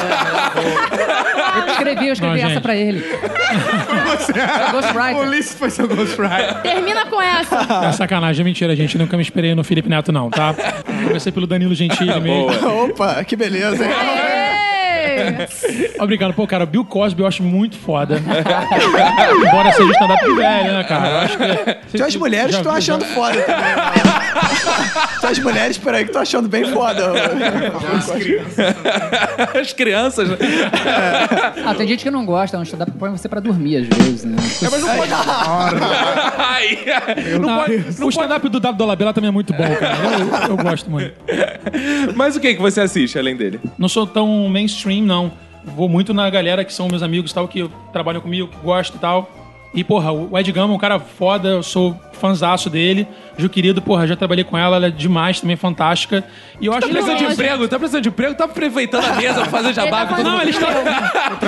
[SPEAKER 3] Eu escrevi, eu escrevi
[SPEAKER 4] Não,
[SPEAKER 3] essa
[SPEAKER 4] gente.
[SPEAKER 3] pra ele. É
[SPEAKER 5] O
[SPEAKER 3] Ghostwriter.
[SPEAKER 5] Ulisses foi seu ghostwriter.
[SPEAKER 6] Termina com essa.
[SPEAKER 4] É sacanagem, é mentira, gente. Nunca me esperei no Felipe Neto, não, tá? Comecei pelo Danilo Gentili mesmo.
[SPEAKER 1] Boa.
[SPEAKER 2] Opa, que beleza, hein?
[SPEAKER 6] Ei!
[SPEAKER 4] Obrigado. Pô, cara, Bill Cosby eu acho muito foda. Embora seja stand-up velho, né, cara? Eu acho que...
[SPEAKER 2] Tem umas mulheres que estão achando
[SPEAKER 5] né?
[SPEAKER 2] foda também. Tem umas mulheres, peraí, que estão achando bem foda.
[SPEAKER 1] As crianças. né?
[SPEAKER 3] Ah, tem gente que não gosta, é um stand-up que põe você pra dormir às vezes, né?
[SPEAKER 1] É, mas não pode. Ai, não
[SPEAKER 4] Não,
[SPEAKER 1] pode-
[SPEAKER 4] o stand-up do Dado Dolabella também é muito bom, cara. Eu- eu gosto muito.
[SPEAKER 1] Mas o que, que você assiste além dele?
[SPEAKER 4] não sou tão mainstream, não. Vou muito na galera que são meus amigos e tal, que trabalham comigo, que gosto e tal. E, porra, o Ed Gama é um cara foda, eu sou fãzaço dele. Ju querido, porra, já trabalhei com ela, ela é demais, também fantástica. E eu acho
[SPEAKER 1] Tá precisando de
[SPEAKER 6] Lógico.
[SPEAKER 1] emprego, tá precisando de emprego, tá aproveitando a mesa pra fazer jabá
[SPEAKER 6] Ele tá
[SPEAKER 1] com todo
[SPEAKER 6] fazendo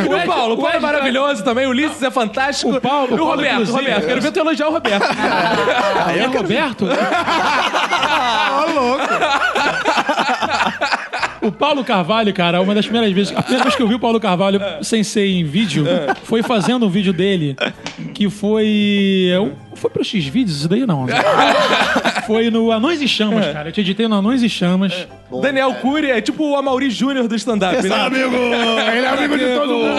[SPEAKER 1] mundo. O Paulo, o Paulo é maravilhoso também, o Ulisses é fantástico.
[SPEAKER 4] O Paulo,
[SPEAKER 1] e o
[SPEAKER 4] Paulo,
[SPEAKER 1] Roberto,
[SPEAKER 4] inclusive.
[SPEAKER 1] Roberto.
[SPEAKER 5] é
[SPEAKER 1] Quero ver tu elogiar o Roberto.
[SPEAKER 4] Ah, é o Roberto?
[SPEAKER 5] Ô, louco.
[SPEAKER 4] O Paulo Carvalho, cara, uma das primeiras vezes. A primeira vez que eu vi o Paulo Carvalho sem ser em vídeo
[SPEAKER 1] É.
[SPEAKER 4] foi fazendo um vídeo dele que foi. é um, Foi pro X-Vídeos isso daí, não? né?
[SPEAKER 1] É.
[SPEAKER 4] Foi no Anões e Chamas, cara. Eu te editei no Anões e Chamas.
[SPEAKER 1] Daniel Cury é tipo o Amaury Júnior do stand-up, né?
[SPEAKER 5] Amigo, ele é amigo de todo mundo.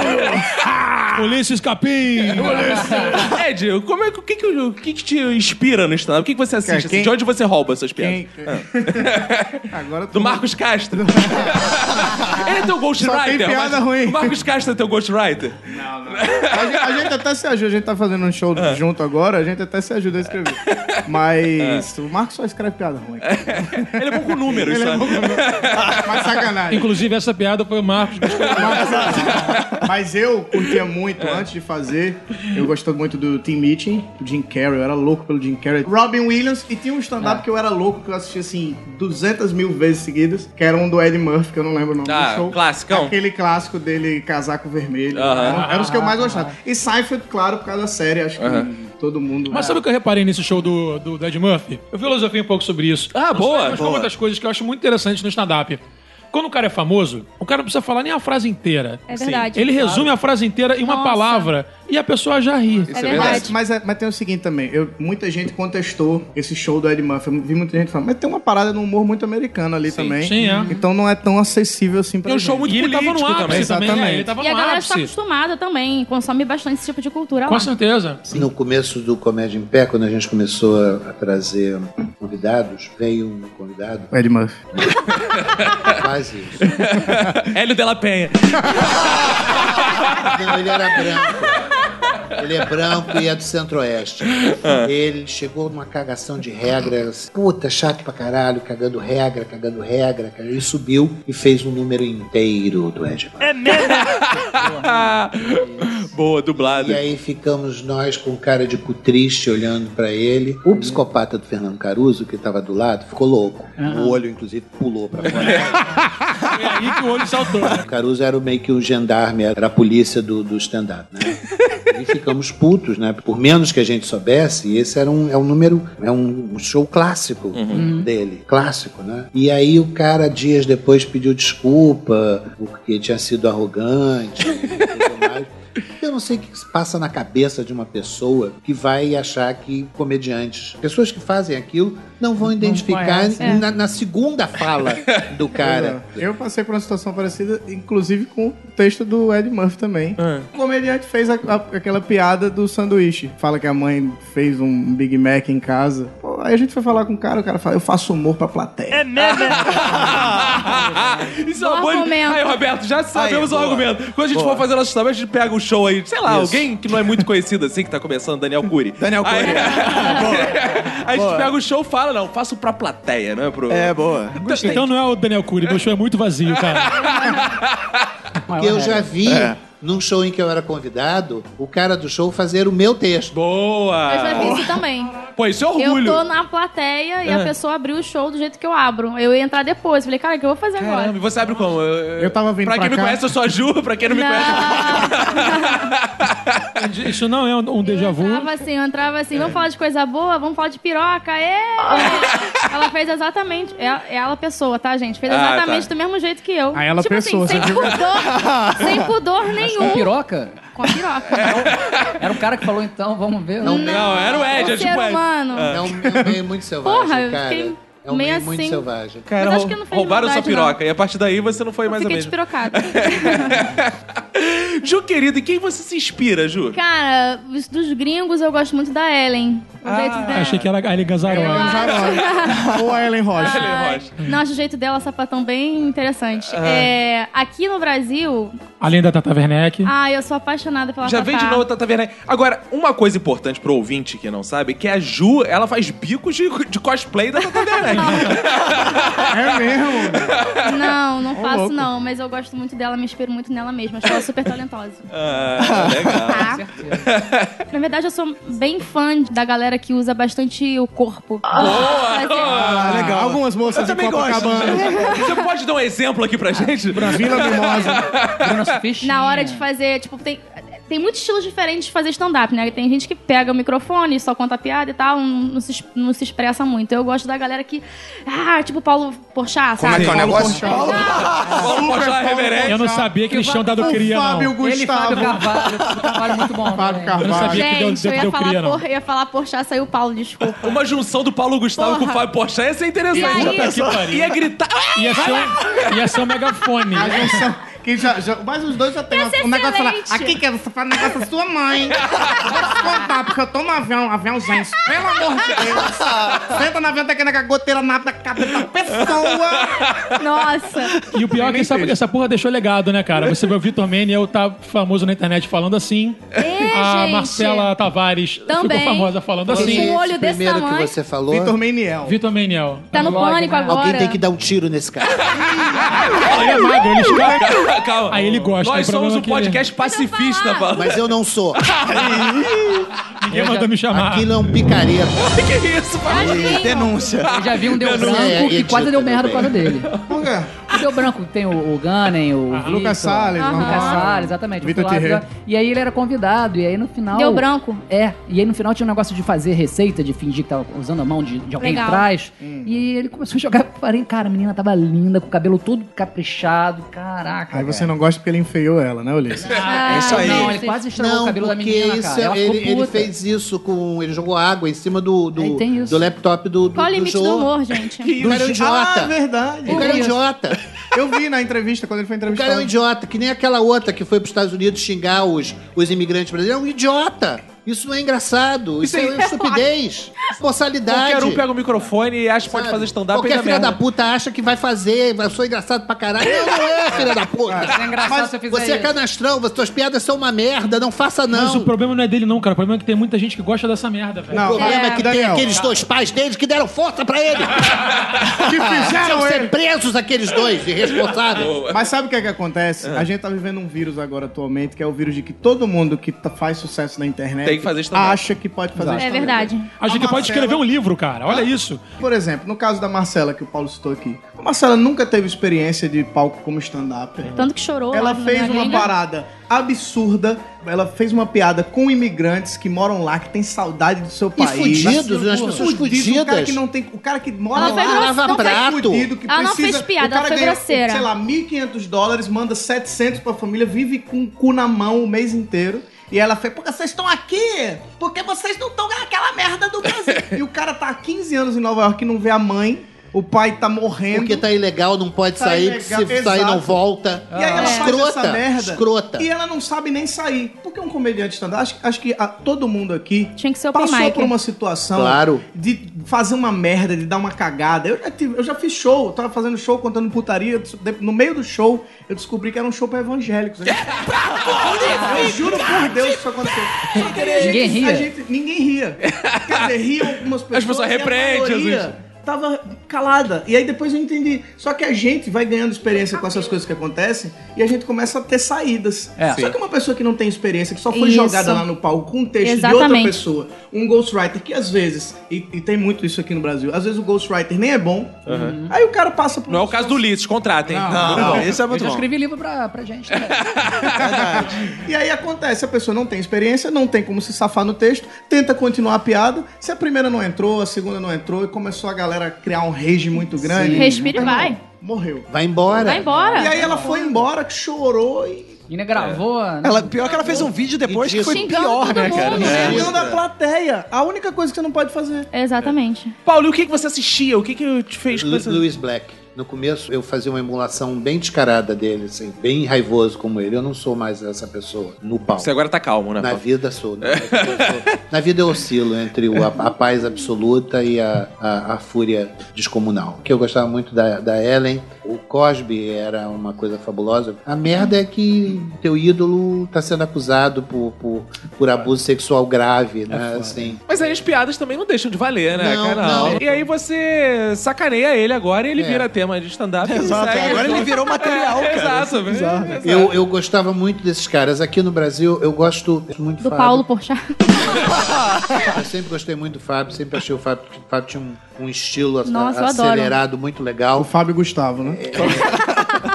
[SPEAKER 1] Ah.
[SPEAKER 4] Ulisses Capim!
[SPEAKER 1] É. Ed, como é, que- o, que, que, o que, que te inspira no stand-up? O que, que você assiste?
[SPEAKER 5] Cara, quem-
[SPEAKER 1] assim? De onde você rouba essas piadas? Ah.
[SPEAKER 5] Quem- Agora eu tô-
[SPEAKER 1] Do Marcos Castro. Ele é
[SPEAKER 5] Só
[SPEAKER 1] teu
[SPEAKER 5] tem
[SPEAKER 1] ghostwriter.
[SPEAKER 5] piada
[SPEAKER 1] mas
[SPEAKER 5] ruim.
[SPEAKER 1] O Marcos Castro é teu ghostwriter.
[SPEAKER 5] A gente, a gente até se ajuda, a gente tá fazendo um show junto agora, a gente até se ajuda a escrever. Mas o Marcos só escreve piada ruim.
[SPEAKER 1] Ele é bom com números,
[SPEAKER 5] Ele é
[SPEAKER 1] sabe?
[SPEAKER 5] bom. Mas sacanagem.
[SPEAKER 4] Inclusive, essa piada foi o Marcos. que escreveu.
[SPEAKER 5] Mas eu curtia muito antes de fazer. Eu gostava muito do Team Meeting, do Jim Carrey. Eu era louco pelo Jim Carrey. Robin Williams. E tinha um stand-up
[SPEAKER 1] É.
[SPEAKER 5] que eu era louco, que eu assistia assim 200 mil vezes seguidas. Que era um do Ed Murphy, que eu não lembro o nome
[SPEAKER 1] Ah,
[SPEAKER 5] do show.
[SPEAKER 1] classicão.
[SPEAKER 5] Aquele clássico dele, casaco vermelho.
[SPEAKER 1] Aham.
[SPEAKER 5] Eram, eram os que eu mais gostava. E Seinfeld, claro, por causa da série. Acho que
[SPEAKER 1] Aham.
[SPEAKER 5] todo mundo... é
[SPEAKER 4] Mas sabe o que eu reparei nesse show do, do, do Ed Murphy? Eu filosofei um pouco sobre isso.
[SPEAKER 1] Ah,
[SPEAKER 4] Não
[SPEAKER 1] boa,
[SPEAKER 4] sei, Mas
[SPEAKER 1] boa.
[SPEAKER 4] uma das coisas que eu acho muito interessante no stand-up. Quando o cara é famoso, o cara não precisa falar nem a frase inteira.
[SPEAKER 6] É verdade.
[SPEAKER 4] Ele resume a frase inteira em uma
[SPEAKER 6] Nossa.
[SPEAKER 4] palavra e a pessoa já ri.
[SPEAKER 6] É
[SPEAKER 5] Mas,
[SPEAKER 6] verdade.
[SPEAKER 5] mas, é- mas tem o seguinte também, eu- muita gente contestou esse show do Ed Murphy. Eu vi muita gente falando, mas tem uma parada no humor muito americano ali também.
[SPEAKER 4] Sim, é.
[SPEAKER 5] Então não é tão acessível assim pra
[SPEAKER 1] E um
[SPEAKER 5] gente.
[SPEAKER 1] show muito
[SPEAKER 4] E é ele tava no
[SPEAKER 1] político também.
[SPEAKER 4] ápice também. né?
[SPEAKER 5] Exatamente.
[SPEAKER 4] Ele tava
[SPEAKER 6] E a
[SPEAKER 4] no
[SPEAKER 6] galera está
[SPEAKER 4] ápice.
[SPEAKER 6] acostumada também, consome bastante esse tipo de cultura
[SPEAKER 4] Com
[SPEAKER 6] lá.
[SPEAKER 4] certeza.
[SPEAKER 7] No começo do Comédia em Pé, quando a gente começou a a trazer convidados, veio um convidado,
[SPEAKER 5] Ed Murphy.
[SPEAKER 7] quase isso.
[SPEAKER 1] Hélio Della Penha.
[SPEAKER 7] Não, ele era branco. Ele é branco e é do Centro-Oeste. Ele chegou numa cagação de regras. Puta, chato pra caralho, cagando regra, cagando regra. cara. Ele subiu e fez um número inteiro do Ed Murphy.
[SPEAKER 1] Boa,
[SPEAKER 7] E
[SPEAKER 1] dublado.
[SPEAKER 7] aí ficamos nós com cara de cu triste olhando pra ele. O psicopata do Fernando Caruso, que tava do lado, ficou louco. O olho, inclusive, pulou pra fora.
[SPEAKER 4] É aí que o olho saltou. né?
[SPEAKER 7] O Caruso era meio que o gendarme, era a polícia do, do stand-up, né? E ficamos putos, né? Por menos que a gente soubesse, e esse era um, é um número, é um show clássico dele, clássico, né? E aí o cara, dias depois, pediu desculpa, porque tinha sido arrogante e tudo mais. Eu não sei o que se passa na cabeça de uma pessoa que vai achar que comediantes, pessoas que fazem aquilo, não vão identificar
[SPEAKER 6] conhecem.
[SPEAKER 7] na, na segunda fala do cara.
[SPEAKER 9] Uhum.
[SPEAKER 5] Eu passei por uma situação parecida, inclusive com o texto do Ed Murphy também.
[SPEAKER 2] É.
[SPEAKER 5] O comediante fez a- a- aquela piada do sanduíche. Fala que a mãe fez um Big Mac em casa. Pô, aí a gente foi falar com o cara, o cara fala, eu faço humor pra plateia. É
[SPEAKER 1] Isso é uma
[SPEAKER 6] Né, Bom
[SPEAKER 1] boa.
[SPEAKER 6] argumento.
[SPEAKER 1] Aí, Roberto, já sabemos
[SPEAKER 2] Aí,
[SPEAKER 1] o
[SPEAKER 2] boa.
[SPEAKER 1] argumento. Quando a gente for fazer nosso trabalho, a gente pega um show aí. Sei lá, alguém que não é muito conhecido assim, que tá começando, Daniel Cury.
[SPEAKER 2] Daniel Cury.
[SPEAKER 1] Aí, Aí a gente
[SPEAKER 2] Boa.
[SPEAKER 1] pega o show e fala, não, faço pra plateia, não é pro.
[SPEAKER 2] É, boa.
[SPEAKER 4] Então não é o Daniel Cury, meu show é muito vazio, cara.
[SPEAKER 7] Porque eu já vi, num show em que eu era convidado, o cara do show fazer o meu texto.
[SPEAKER 6] Eu
[SPEAKER 1] Boa!
[SPEAKER 6] já vi é isso também.
[SPEAKER 1] Pô, isso é
[SPEAKER 6] Eu
[SPEAKER 1] orgulho.
[SPEAKER 6] tô na plateia e a pessoa abriu o show do jeito que eu abro. Eu ia entrar depois. Falei, cara, o que eu vou fazer
[SPEAKER 1] Caramba,
[SPEAKER 6] agora?
[SPEAKER 1] É, e você abre como? Eu,
[SPEAKER 5] Eu tava vindo
[SPEAKER 1] Pra quem
[SPEAKER 5] pra
[SPEAKER 1] me
[SPEAKER 5] cá.
[SPEAKER 1] conhece, eu sou a Ju. Pra quem não me conhece.
[SPEAKER 4] Isso não é um déjà vu.
[SPEAKER 6] Eu entrava assim, eu entrava assim, vamos falar de coisa boa, vamos falar de piroca, ê! ela fez exatamente, é- é ela pessoa, tá, gente? Fez
[SPEAKER 1] Ah,
[SPEAKER 6] exatamente
[SPEAKER 1] tá.
[SPEAKER 6] do mesmo jeito que eu.
[SPEAKER 5] Ah, ela
[SPEAKER 6] tipo
[SPEAKER 5] pessoa,
[SPEAKER 6] assim,
[SPEAKER 5] você
[SPEAKER 6] sem pudor, sem pudor nenhum.
[SPEAKER 3] É um Piroca?
[SPEAKER 6] Com a piroca.
[SPEAKER 3] Era o cara que falou, então, vamos ver.
[SPEAKER 7] Não,
[SPEAKER 1] Não, era o Ed,
[SPEAKER 6] É
[SPEAKER 1] é
[SPEAKER 6] um ser
[SPEAKER 1] tipo Ed.
[SPEAKER 6] humano.
[SPEAKER 7] É um, é um meio muito selvagem,
[SPEAKER 6] Porra, eu
[SPEAKER 7] cara.
[SPEAKER 6] fiquei
[SPEAKER 7] É um meio,
[SPEAKER 6] meio
[SPEAKER 7] muito
[SPEAKER 6] assim.
[SPEAKER 7] selvagem.
[SPEAKER 1] Cara,
[SPEAKER 6] Mas acho que não fez
[SPEAKER 1] roubaram sua
[SPEAKER 6] maldade,
[SPEAKER 1] piroca. E a partir daí você não foi
[SPEAKER 6] Eu
[SPEAKER 1] mais a
[SPEAKER 6] Fiquei
[SPEAKER 1] mesma.
[SPEAKER 6] despirocada.
[SPEAKER 1] Ju, querida, em quem você se inspira, Ju?
[SPEAKER 6] Cara, os- dos gringos eu gosto muito da Ellen. O jeito dela.
[SPEAKER 4] Achei que era a Ellen Gazzaroli.
[SPEAKER 6] Eu acho-
[SPEAKER 5] Ou a Ellen Rocha.
[SPEAKER 6] Ai,
[SPEAKER 1] Rocha.
[SPEAKER 6] Não, acho o jeito dela, sapatão, bem interessante. É, aqui no Brasil,
[SPEAKER 4] Além da Tata Werneck.
[SPEAKER 6] ai, eu sou apaixonada pela
[SPEAKER 1] Já
[SPEAKER 6] Tatá.
[SPEAKER 1] vem de novo tá, Tata Werneck. Agora, uma coisa importante pro ouvinte que não sabe, é que a Ju, ela faz bicos de, de cosplay da Tata Werneck.
[SPEAKER 5] É mesmo.
[SPEAKER 6] Não, não faço
[SPEAKER 5] louco.
[SPEAKER 6] não, mas eu gosto muito dela, me inspiro muito nela mesma. Acho ela super talentosa.
[SPEAKER 1] ah, legal.
[SPEAKER 6] Tá? Na verdade, eu sou bem fã da galera que usa bastante o corpo. Boa!
[SPEAKER 5] Ah, legal. Algumas moças de
[SPEAKER 2] também gosto.
[SPEAKER 5] Copacabana.
[SPEAKER 1] Você pode dar um exemplo aqui pra gente?
[SPEAKER 5] Vila Mimosa.
[SPEAKER 3] Bruna Sufistinha.
[SPEAKER 6] Na hora de fazer, tipo, tem. Tem muitos estilos diferentes de fazer stand-up, né? Tem gente que pega o microfone, só conta piada e tal, não, não se, es- não se expressa muito. Eu gosto da galera que. Ah, tipo Paulo Porchat, Ah, sabe?
[SPEAKER 8] é que é o negócio?
[SPEAKER 1] Vamos mostrar a
[SPEAKER 6] Ah,
[SPEAKER 1] reverência.
[SPEAKER 4] Eu não sabia que eles tinham dado cria,
[SPEAKER 5] o
[SPEAKER 4] não.
[SPEAKER 5] Fábio
[SPEAKER 3] Ele,
[SPEAKER 5] Gustavo.
[SPEAKER 3] Fábio Carvalho. Fábio Carvalho, muito bom.
[SPEAKER 5] Fábio
[SPEAKER 3] também.
[SPEAKER 4] Eu não
[SPEAKER 5] Carvalho.
[SPEAKER 4] sabia que deu,
[SPEAKER 6] Gente, eu
[SPEAKER 4] deu,
[SPEAKER 6] ia
[SPEAKER 4] deu cria,
[SPEAKER 6] falar,
[SPEAKER 4] não.
[SPEAKER 6] por, eu ia falar Porchat, saiu o Paulo, desculpa.
[SPEAKER 1] Uma junção do Paulo Gustavo com o
[SPEAKER 6] Porra.
[SPEAKER 1] Fábio Porchat ia ser interessante.
[SPEAKER 6] E aí? Puta que
[SPEAKER 4] pariu.
[SPEAKER 1] Ia gritar... Ah!
[SPEAKER 4] Ia ser, um, ia ser um megafone.
[SPEAKER 5] A junção. Que já, já, mas os dois já tem
[SPEAKER 6] Ia ser
[SPEAKER 5] um negócio de falar.
[SPEAKER 6] excelente.
[SPEAKER 5] Aqui que você fala negócio da sua mãe. Vou te contar, porque eu tô no avião, avião, gente. Pelo amor de Deus. Senta no avião, tá querendo que a goteira nada da cabeça da pessoa.
[SPEAKER 6] Nossa!
[SPEAKER 4] E o pior é que essa, essa porra deixou legado, né, cara? Você vê o Vitor Mania, eu tá famoso na internet falando assim.
[SPEAKER 6] É,
[SPEAKER 4] a
[SPEAKER 6] gente.
[SPEAKER 4] Marcela Tavares
[SPEAKER 6] Também.
[SPEAKER 4] ficou famosa falando
[SPEAKER 7] Quem
[SPEAKER 4] assim.
[SPEAKER 6] Um
[SPEAKER 7] é
[SPEAKER 6] olho
[SPEAKER 7] esse
[SPEAKER 6] desse
[SPEAKER 7] primeiro que
[SPEAKER 6] tamanho.
[SPEAKER 7] você falou,
[SPEAKER 5] Vitor Meniel.
[SPEAKER 4] Vitor Meniel.
[SPEAKER 6] Tá no
[SPEAKER 3] Blog,
[SPEAKER 6] pânico
[SPEAKER 3] né?
[SPEAKER 6] agora.
[SPEAKER 7] alguém tem que dar um tiro nesse cara.
[SPEAKER 4] Ele é magro, ele escapa.
[SPEAKER 1] Calma.
[SPEAKER 4] Aí ele gosta,
[SPEAKER 1] Nós
[SPEAKER 4] o problema
[SPEAKER 1] somos um
[SPEAKER 4] é que ele-
[SPEAKER 1] podcast pacifista,
[SPEAKER 6] falar.
[SPEAKER 1] Paulo.
[SPEAKER 7] Mas eu não sou.
[SPEAKER 4] Ninguém mandou me chamar.
[SPEAKER 7] Aquilo é um picareta.
[SPEAKER 1] Que é isso, Paulo?
[SPEAKER 2] Denúncia.
[SPEAKER 3] Eu já vi um deu
[SPEAKER 7] não-
[SPEAKER 3] branco
[SPEAKER 7] É,
[SPEAKER 3] que
[SPEAKER 7] é,
[SPEAKER 3] quase
[SPEAKER 7] tio,
[SPEAKER 3] deu
[SPEAKER 7] tudo
[SPEAKER 3] merda por
[SPEAKER 7] bem.
[SPEAKER 3] causa dele.
[SPEAKER 5] Vamos ganhar.
[SPEAKER 3] O deu branco que tem o, o Gunning, o. Vitor,
[SPEAKER 5] Ah, Lucas Salles,
[SPEAKER 3] o Lucas
[SPEAKER 5] normal.
[SPEAKER 3] Salles, exatamente.
[SPEAKER 5] Vitor
[SPEAKER 3] Eu fui lá
[SPEAKER 5] Tirré.
[SPEAKER 3] jogar- E aí ele era convidado, e aí no
[SPEAKER 5] um
[SPEAKER 3] final.
[SPEAKER 6] Deu branco.
[SPEAKER 3] É, e aí no final tinha um negócio de fazer receita, de fingir que tava usando a mão de, de alguém
[SPEAKER 6] Legal.
[SPEAKER 3] atrás.
[SPEAKER 5] Hum.
[SPEAKER 3] E ele começou a jogar. Falei, cara, a menina tava linda, com o cabelo todo caprichado. Caraca.
[SPEAKER 5] Aí
[SPEAKER 3] cara.
[SPEAKER 5] você não gosta porque ele enfeiou ela, né, Ulisses?
[SPEAKER 3] Ah,
[SPEAKER 6] É isso aí.
[SPEAKER 3] Não, ele quase estragou o
[SPEAKER 7] Não,
[SPEAKER 3] cabelo da
[SPEAKER 7] porque
[SPEAKER 3] menina,
[SPEAKER 7] isso, é-
[SPEAKER 3] cara. Ela ficou
[SPEAKER 7] ele, ele
[SPEAKER 3] puta.
[SPEAKER 7] fez isso com. Ele jogou água em cima do,
[SPEAKER 3] Aí
[SPEAKER 7] do,
[SPEAKER 3] tem isso.
[SPEAKER 7] do laptop do, do,
[SPEAKER 6] Qual é o
[SPEAKER 7] do
[SPEAKER 6] limite
[SPEAKER 7] Jô.
[SPEAKER 6] do humor, gente?
[SPEAKER 7] O cara é um
[SPEAKER 5] Ah,
[SPEAKER 7] idiota.
[SPEAKER 5] verdade.
[SPEAKER 7] o cara é um idiota.
[SPEAKER 5] Eu vi na entrevista, quando ele foi
[SPEAKER 7] O cara é um
[SPEAKER 5] entrevistado.
[SPEAKER 7] idiota, que nem aquela outra que foi para os Estados Unidos xingar os, os imigrantes brasileiros. É um idiota. Isso não é engraçado. Isso, é estupidez. Boçalidade.
[SPEAKER 1] Qualquer um pega o microfone e acha que pode
[SPEAKER 7] sabe?
[SPEAKER 1] fazer stand-up e
[SPEAKER 7] Qualquer
[SPEAKER 1] dá
[SPEAKER 7] filha da
[SPEAKER 1] merda.
[SPEAKER 7] puta acha que vai fazer, eu sou engraçado pra caralho. Não, não é, filha
[SPEAKER 3] Isso
[SPEAKER 7] da
[SPEAKER 3] é
[SPEAKER 7] puta.
[SPEAKER 3] engraçado
[SPEAKER 5] Mas
[SPEAKER 3] se eu fizer
[SPEAKER 7] Você é
[SPEAKER 3] isso.
[SPEAKER 7] canastrão, você- suas piadas são uma merda, não faça não.
[SPEAKER 4] Mas o problema não é dele, não, cara. O problema é que tem muita gente que gosta dessa merda, velho.
[SPEAKER 7] O problema é, que tem
[SPEAKER 5] Daniel.
[SPEAKER 7] aqueles dois pais deles que deram força pra ele.
[SPEAKER 5] que
[SPEAKER 7] Precisam
[SPEAKER 5] fizeram
[SPEAKER 7] ser
[SPEAKER 5] ele.
[SPEAKER 7] presos aqueles dois, irresponsáveis.
[SPEAKER 5] Mas sabe o que é que acontece?
[SPEAKER 1] Ah.
[SPEAKER 5] A gente tá vivendo um vírus agora atualmente, que é o vírus de que todo mundo que tá- faz sucesso na internet
[SPEAKER 1] Tem que fazer stand-up.
[SPEAKER 5] acha que pode fazer
[SPEAKER 6] É
[SPEAKER 5] stand-up.
[SPEAKER 6] verdade.
[SPEAKER 4] A gente
[SPEAKER 5] A
[SPEAKER 4] pode
[SPEAKER 5] Marcela- Ah.
[SPEAKER 4] escrever um livro, cara. Olha isso.
[SPEAKER 5] Por exemplo, no caso da Marcela, que o Paulo citou aqui. A Marcela nunca teve experiência de palco como stand-up.
[SPEAKER 6] Tanto que chorou.
[SPEAKER 5] Ela
[SPEAKER 6] lá na
[SPEAKER 5] fez uma
[SPEAKER 6] gringa.
[SPEAKER 5] parada absurda. Ela fez uma piada com imigrantes que moram lá, que tem saudade do seu
[SPEAKER 7] E
[SPEAKER 5] país.
[SPEAKER 7] fudidos, né? as pessoas
[SPEAKER 5] Fudido, O cara
[SPEAKER 7] fudidas.
[SPEAKER 5] que não tem, o cara que mora lá,
[SPEAKER 6] Ela foi grossa,
[SPEAKER 7] lava
[SPEAKER 6] não foi
[SPEAKER 7] prato.
[SPEAKER 5] fudido, que
[SPEAKER 6] Ela não
[SPEAKER 5] precisa-
[SPEAKER 6] fez piada,
[SPEAKER 5] o cara
[SPEAKER 6] ela foi
[SPEAKER 5] ganha,
[SPEAKER 6] grosseira.
[SPEAKER 5] Sei lá, 1.500 dólares, manda 700 pra família, vive com o cu na mão o mês inteiro. E ela fez, porque vocês estão aqui, porque vocês não estão naquela merda do Brasil. e o cara tá há 15 anos em Nova York e não vê a mãe, o pai tá morrendo.
[SPEAKER 7] Porque tá ilegal, não pode
[SPEAKER 5] Tá
[SPEAKER 7] sair,
[SPEAKER 5] ilegal,
[SPEAKER 7] se sair
[SPEAKER 5] exato.
[SPEAKER 7] não volta. Ah.
[SPEAKER 5] E aí ela faz
[SPEAKER 7] escrota,
[SPEAKER 5] essa merda.
[SPEAKER 7] escrota.
[SPEAKER 5] E ela não sabe nem sair. Porque um comediante stand-up, acho, acho que a- todo mundo aqui
[SPEAKER 6] Tinha que ser open
[SPEAKER 5] passou
[SPEAKER 6] mic.
[SPEAKER 5] por um- uma situação
[SPEAKER 7] Claro.
[SPEAKER 5] de fazer uma merda, de dar uma cagada. Eu já, tive- eu já fiz show, eu tava fazendo show contando putaria. de- No meio do show, eu descobri que era um show pra evangélicos. Eu,
[SPEAKER 1] É,
[SPEAKER 5] eu juro por Deus que isso aconteceu. Só que a
[SPEAKER 3] Ninguém
[SPEAKER 5] gente-
[SPEAKER 3] ria.
[SPEAKER 5] a gente- ninguém ria. Quer dizer, riam algumas pessoas.
[SPEAKER 1] As pessoas
[SPEAKER 5] e a
[SPEAKER 1] repreendem,
[SPEAKER 5] maioria
[SPEAKER 1] Jesus.
[SPEAKER 5] Tava calada. E aí depois eu entendi. Só que a gente vai ganhando experiência com essas coisas que acontecem e a gente começa a ter saídas.
[SPEAKER 3] É.
[SPEAKER 5] Só que uma pessoa que não tem experiência, que só foi
[SPEAKER 6] Isso.
[SPEAKER 5] jogada lá no palco com um texto de outra
[SPEAKER 6] Exatamente.
[SPEAKER 5] pessoa, um ghostwriter que às vezes, e, e tem muito isso aqui no Brasil, às vezes o ghostwriter nem é bom, aí o cara passa por.
[SPEAKER 1] Não é o caso do Ulisses, contratem.
[SPEAKER 2] Não, não, esse é
[SPEAKER 3] Eu
[SPEAKER 2] muito
[SPEAKER 3] já
[SPEAKER 2] bom.
[SPEAKER 3] escrevi livro pra, pra gente. né?
[SPEAKER 5] E aí acontece, a pessoa não tem experiência, não tem como se safar no texto, tenta continuar a piada. Se a primeira não é, entrou, a segunda não entrou, e começou a galera a criar um rage muito grande.
[SPEAKER 6] Respira e
[SPEAKER 5] Meu irmão,
[SPEAKER 6] vai.
[SPEAKER 5] Morreu.
[SPEAKER 7] Vai embora.
[SPEAKER 6] Vai embora.
[SPEAKER 5] E aí ela foi embora, chorou e
[SPEAKER 3] E ainda gravou. né?
[SPEAKER 2] Ela, pior que ela fez um vídeo depois que foi
[SPEAKER 6] Xingando
[SPEAKER 2] pior,
[SPEAKER 6] todo
[SPEAKER 2] né,
[SPEAKER 6] mundo,
[SPEAKER 2] cara?
[SPEAKER 6] né?
[SPEAKER 5] Xingando a plateia. A única coisa que você não pode fazer.
[SPEAKER 6] Exatamente.
[SPEAKER 1] Paulo, e o que que você assistia? O que que te fez
[SPEAKER 7] Lu-
[SPEAKER 1] coisa...
[SPEAKER 7] Louis Black. No começo eu fazia uma emulação bem descarada dele, assim, bem raivoso como ele. Eu não sou mais essa pessoa no palco.
[SPEAKER 1] Você agora tá calmo, né?
[SPEAKER 7] Na
[SPEAKER 1] Paulo?
[SPEAKER 7] vida sou. Na vida, eu sou- na vida eu oscilo entre o- a, a paz absoluta e a, a, a fúria descomunal. Que eu gostava muito da, da Ellen. O Cosby era uma coisa fabulosa. A merda é que teu ídolo tá sendo acusado por, por, por abuso sexual grave, né? assim.
[SPEAKER 1] Mas aí as piadas também não deixam de valer, né,
[SPEAKER 7] Não,
[SPEAKER 1] cara?
[SPEAKER 7] não.
[SPEAKER 1] E aí você sacaneia ele agora e ele
[SPEAKER 7] É.
[SPEAKER 1] vira tema de stand-up. e
[SPEAKER 2] Exato,
[SPEAKER 1] segue.
[SPEAKER 2] agora ele virou material, cara.
[SPEAKER 1] Exato, velho. Exato.
[SPEAKER 7] Eu, eu gostava muito desses caras. Aqui no Brasil, eu gosto muito
[SPEAKER 6] Do
[SPEAKER 7] Fábio.
[SPEAKER 6] Paulo Porchat.
[SPEAKER 7] Eu sempre gostei muito do Fábio, sempre achei o Fábio. O Fábio tinha um, um estilo a-
[SPEAKER 6] Nossa, eu adoro.
[SPEAKER 7] acelerado muito
[SPEAKER 5] O
[SPEAKER 7] legal. É,
[SPEAKER 5] Fábio Gustavo, né?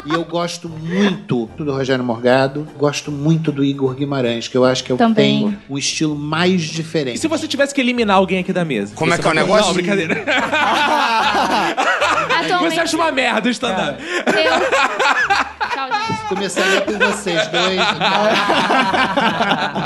[SPEAKER 7] E eu gosto muito do Rogério Morgado, gosto muito do Igor Guimarães, que eu acho que é o que
[SPEAKER 6] Também.
[SPEAKER 7] tem um estilo mais
[SPEAKER 1] E
[SPEAKER 7] diferente.
[SPEAKER 1] se você tivesse que eliminar alguém aqui da mesa?
[SPEAKER 8] Como é
[SPEAKER 1] Você
[SPEAKER 8] que é o
[SPEAKER 1] vai-
[SPEAKER 8] negócio?
[SPEAKER 1] Não, brincadeira. Você
[SPEAKER 6] Atualmente
[SPEAKER 1] acha uma merda o stand-up.
[SPEAKER 6] eu... Tchau, gente.
[SPEAKER 7] Começaria por vocês dois. então,
[SPEAKER 5] É.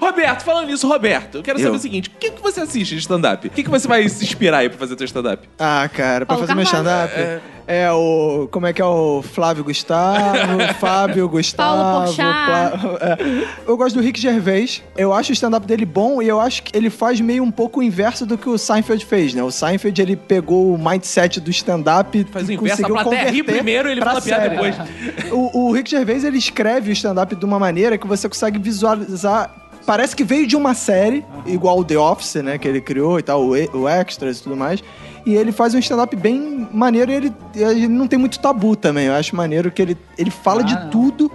[SPEAKER 1] Roberto, falando nisso, Roberto, eu quero saber
[SPEAKER 2] Eu.
[SPEAKER 1] o seguinte: o que, que você assiste de stand-up? O que, que você vai se inspirar aí pra fazer teu stand-up?
[SPEAKER 2] Ah, cara, pra
[SPEAKER 6] Paulo
[SPEAKER 2] fazer meu
[SPEAKER 6] Carvalho.
[SPEAKER 2] stand-up. É o. Como é que é o Flávio Gustavo? Fábio Gustavo.
[SPEAKER 6] Paulo Porchat.
[SPEAKER 2] Pla- é. Eu gosto do Rick Gervais. Eu acho o stand-up dele bom e eu acho que ele faz meio um pouco o inverso do que o Seinfeld fez, né? O Seinfeld ele pegou o mindset do stand-up e
[SPEAKER 1] Faz o inverso,
[SPEAKER 2] conseguiu
[SPEAKER 1] a plateia ri
[SPEAKER 2] converter
[SPEAKER 1] primeiro e ele
[SPEAKER 2] pra
[SPEAKER 1] fala a piada
[SPEAKER 2] série.
[SPEAKER 1] depois.
[SPEAKER 2] O, o Rick Gervais ele escreve o stand-up de uma maneira que você consegue visualizar. Parece que veio de uma série, igual o The Office, né? Que ele criou e tal, o, E- o Extras e tudo mais. E ele faz um stand-up bem maneiro e ele, ele não tem muito tabu também. Eu acho maneiro que ele, ele fala de
[SPEAKER 3] não.
[SPEAKER 2] tudo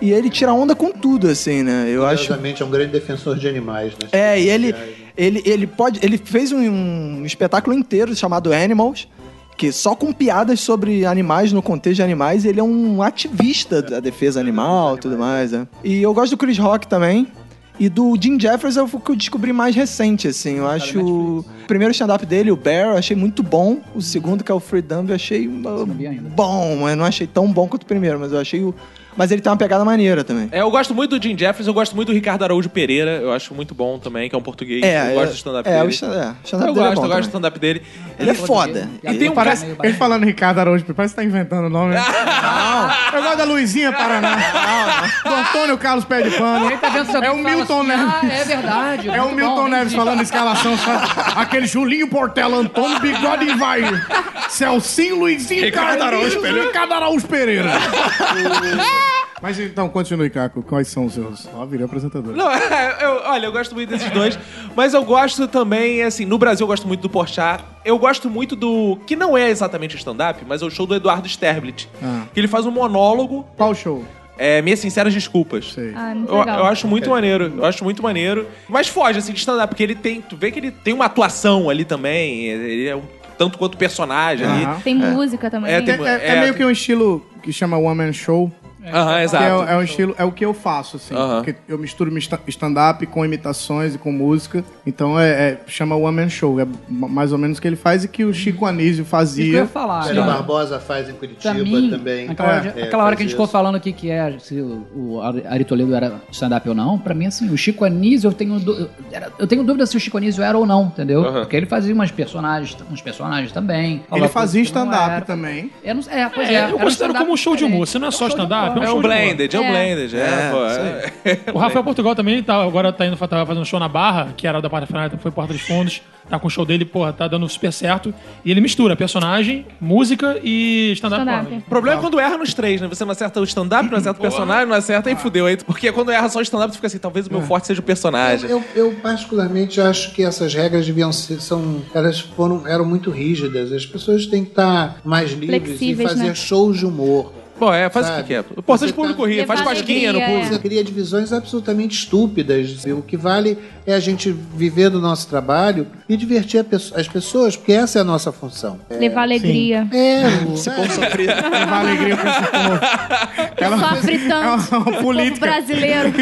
[SPEAKER 2] e ele tira onda com tudo, assim, né? Eu acho.
[SPEAKER 7] Curiosamente, é um grande defensor de animais, né?
[SPEAKER 2] É, e ele, ele, ele pode. Ele fez um, um espetáculo inteiro chamado Animals, que só com piadas sobre animais no contexto de animais, ele é um
[SPEAKER 1] É.
[SPEAKER 2] ativista da defesa animal tudo mais, né? E eu gosto do Chris Rock também. E do Jim Jeffers é o que eu descobri mais recente, assim. Eu acho. O primeiro stand-up dele, o Bear, eu achei muito bom. O segundo, que é o Free Dumb, eu achei uh,
[SPEAKER 3] não vi ainda.
[SPEAKER 2] bom. Eu não achei tão bom quanto o primeiro, mas eu achei o. Mas ele tem uma pegada maneira também.
[SPEAKER 1] É, eu gosto muito do Jim Jeffries, eu gosto muito do Ricardo Araújo Pereira, eu acho muito bom também, que é um português. eu gosto do stand-up
[SPEAKER 2] é,
[SPEAKER 1] dele.
[SPEAKER 2] O stand é, o stand-up
[SPEAKER 1] eu
[SPEAKER 2] dele é
[SPEAKER 1] gosto,
[SPEAKER 2] bom
[SPEAKER 1] eu gosto do
[SPEAKER 2] também.
[SPEAKER 1] stand-up dele.
[SPEAKER 2] Ele é foda.
[SPEAKER 3] Ele
[SPEAKER 1] tem um
[SPEAKER 3] português,
[SPEAKER 1] cara-
[SPEAKER 3] né? meio
[SPEAKER 5] Ele
[SPEAKER 3] barato.
[SPEAKER 5] falando Ricardo Araújo, parece que tá inventando o nome. né? Eu gosto da Luizinha Paraná. Do Antônio Carlos Pé de Pano.
[SPEAKER 3] Ele tá vendo se alguém
[SPEAKER 5] É o
[SPEAKER 3] fala
[SPEAKER 5] Milton
[SPEAKER 3] assim,
[SPEAKER 5] Neves.
[SPEAKER 3] Ah, é verdade.
[SPEAKER 5] É o
[SPEAKER 3] muito
[SPEAKER 5] Milton
[SPEAKER 3] bom,
[SPEAKER 5] Neves
[SPEAKER 3] entendi.
[SPEAKER 5] falando escalação. sabe? Aquele Julinho Portela, Antônio Bigode e vai. Celcinho, Luizinho,
[SPEAKER 8] Ricardo Araújo Pereira.
[SPEAKER 5] Ricardo Araújo Pereira. Mas então, continue, Caco. Quais são os seus? Ó, virei apresentador.
[SPEAKER 1] Não, eu- olha, eu gosto muito desses dois, mas eu gosto também, assim, no Brasil eu gosto muito do Porchat, eu gosto muito do, que não é exatamente stand-up, mas é o show do Eduardo Sterblitz,
[SPEAKER 5] Ah.
[SPEAKER 1] que ele faz um monólogo,
[SPEAKER 5] Qual show?
[SPEAKER 1] é, Minhas Sinceras Desculpas.
[SPEAKER 5] Sei.
[SPEAKER 6] Ah, muito
[SPEAKER 1] Eu,
[SPEAKER 6] legal.
[SPEAKER 1] eu acho muito maneiro, eu acho muito maneiro. Mas foge, assim, de stand-up, porque ele tem. Tu vê que ele tem uma atuação ali também. Ele é um tanto quanto personagem ali.
[SPEAKER 5] Aham.
[SPEAKER 6] Tem música também.
[SPEAKER 1] É,
[SPEAKER 5] É,
[SPEAKER 1] tem-
[SPEAKER 5] é- é meio que um estilo que chama One Man Show.
[SPEAKER 1] Aham,
[SPEAKER 5] Que é,
[SPEAKER 1] exato.
[SPEAKER 5] é um estilo, é o que eu faço, assim.
[SPEAKER 1] Aham.
[SPEAKER 5] Porque eu misturo mi- sta- stand-up com imitações e com música. Então é, é- chama One Man Show. É ma- mais ou menos o que ele faz e que o Chico Anísio
[SPEAKER 3] Isso que eu ia
[SPEAKER 5] fazia.
[SPEAKER 3] falar.
[SPEAKER 7] Célio
[SPEAKER 3] cara.
[SPEAKER 7] Barbosa faz em Curitiba
[SPEAKER 3] Pra mim,
[SPEAKER 7] também.
[SPEAKER 3] aquela, hora,
[SPEAKER 7] É,
[SPEAKER 3] aquela hora que a
[SPEAKER 7] faz
[SPEAKER 3] gente ficou
[SPEAKER 7] isso.
[SPEAKER 3] falando aqui que é se o o Ari Ari Toledo era stand-up ou não, pra mim, assim, o Chico Anísio, eu tenho, dú- eu era- eu tenho dúvida se o Chico Anísio era ou não, entendeu?
[SPEAKER 1] Aham.
[SPEAKER 3] Porque ele fazia umas personagens, uns personagens também.
[SPEAKER 5] Ele
[SPEAKER 3] falava
[SPEAKER 5] fazia
[SPEAKER 3] coisas que não
[SPEAKER 5] stand-up
[SPEAKER 3] era.
[SPEAKER 5] também.
[SPEAKER 3] Eu não- É, pois é.
[SPEAKER 4] É,
[SPEAKER 3] era
[SPEAKER 4] eu considero
[SPEAKER 3] stand-up
[SPEAKER 4] como um show de humor.
[SPEAKER 3] diferente.
[SPEAKER 4] Você não é só
[SPEAKER 3] um show de
[SPEAKER 4] stand-up,
[SPEAKER 3] humor.
[SPEAKER 1] É um
[SPEAKER 4] show de
[SPEAKER 1] blended, é um
[SPEAKER 6] É.
[SPEAKER 1] blended. É,
[SPEAKER 2] É,
[SPEAKER 1] pô,
[SPEAKER 2] isso
[SPEAKER 1] é.
[SPEAKER 4] O Rafael Portugal também tá, agora tá indo tava fazendo um show na Barra, que era da Parafernália, foi Porta dos Fundos. Tá com o show dele, porra, tá dando super certo. E ele mistura personagem, música e stand-up.
[SPEAKER 6] Stand-up.
[SPEAKER 4] comedy.
[SPEAKER 1] O problema é quando erra nos três, né? Você não acerta o stand-up, não acerta o personagem, não acerta, aí fudeu. Aí, porque quando erra só o stand-up, tu fica assim, talvez o
[SPEAKER 5] É.
[SPEAKER 1] meu forte seja o personagem.
[SPEAKER 7] Eu, eu particularmente acho que essas regras deviam ser são elas foram eram muito rígidas. As pessoas têm que estar mais livres
[SPEAKER 6] Flexíveis,
[SPEAKER 7] e fazer
[SPEAKER 6] né?
[SPEAKER 7] shows de humor.
[SPEAKER 1] Bom, é, faz o que
[SPEAKER 7] Sabe?
[SPEAKER 1] quer. O importante é
[SPEAKER 7] Você
[SPEAKER 1] o público
[SPEAKER 7] tá-
[SPEAKER 1] rir, faz
[SPEAKER 6] Levar
[SPEAKER 1] cosquinha no
[SPEAKER 6] alegria,
[SPEAKER 1] público.
[SPEAKER 6] é.
[SPEAKER 7] Você cria divisões absolutamente estúpidas. O que vale é a gente viver do nosso trabalho e divertir a pesso- as pessoas, porque essa é a nossa função.
[SPEAKER 6] Levar alegria.
[SPEAKER 7] É, sabe?
[SPEAKER 5] Levar alegria pra esse povo. Ela-
[SPEAKER 6] Sofre tanto.
[SPEAKER 5] É uma
[SPEAKER 6] o povo
[SPEAKER 5] política.
[SPEAKER 6] brasileiro.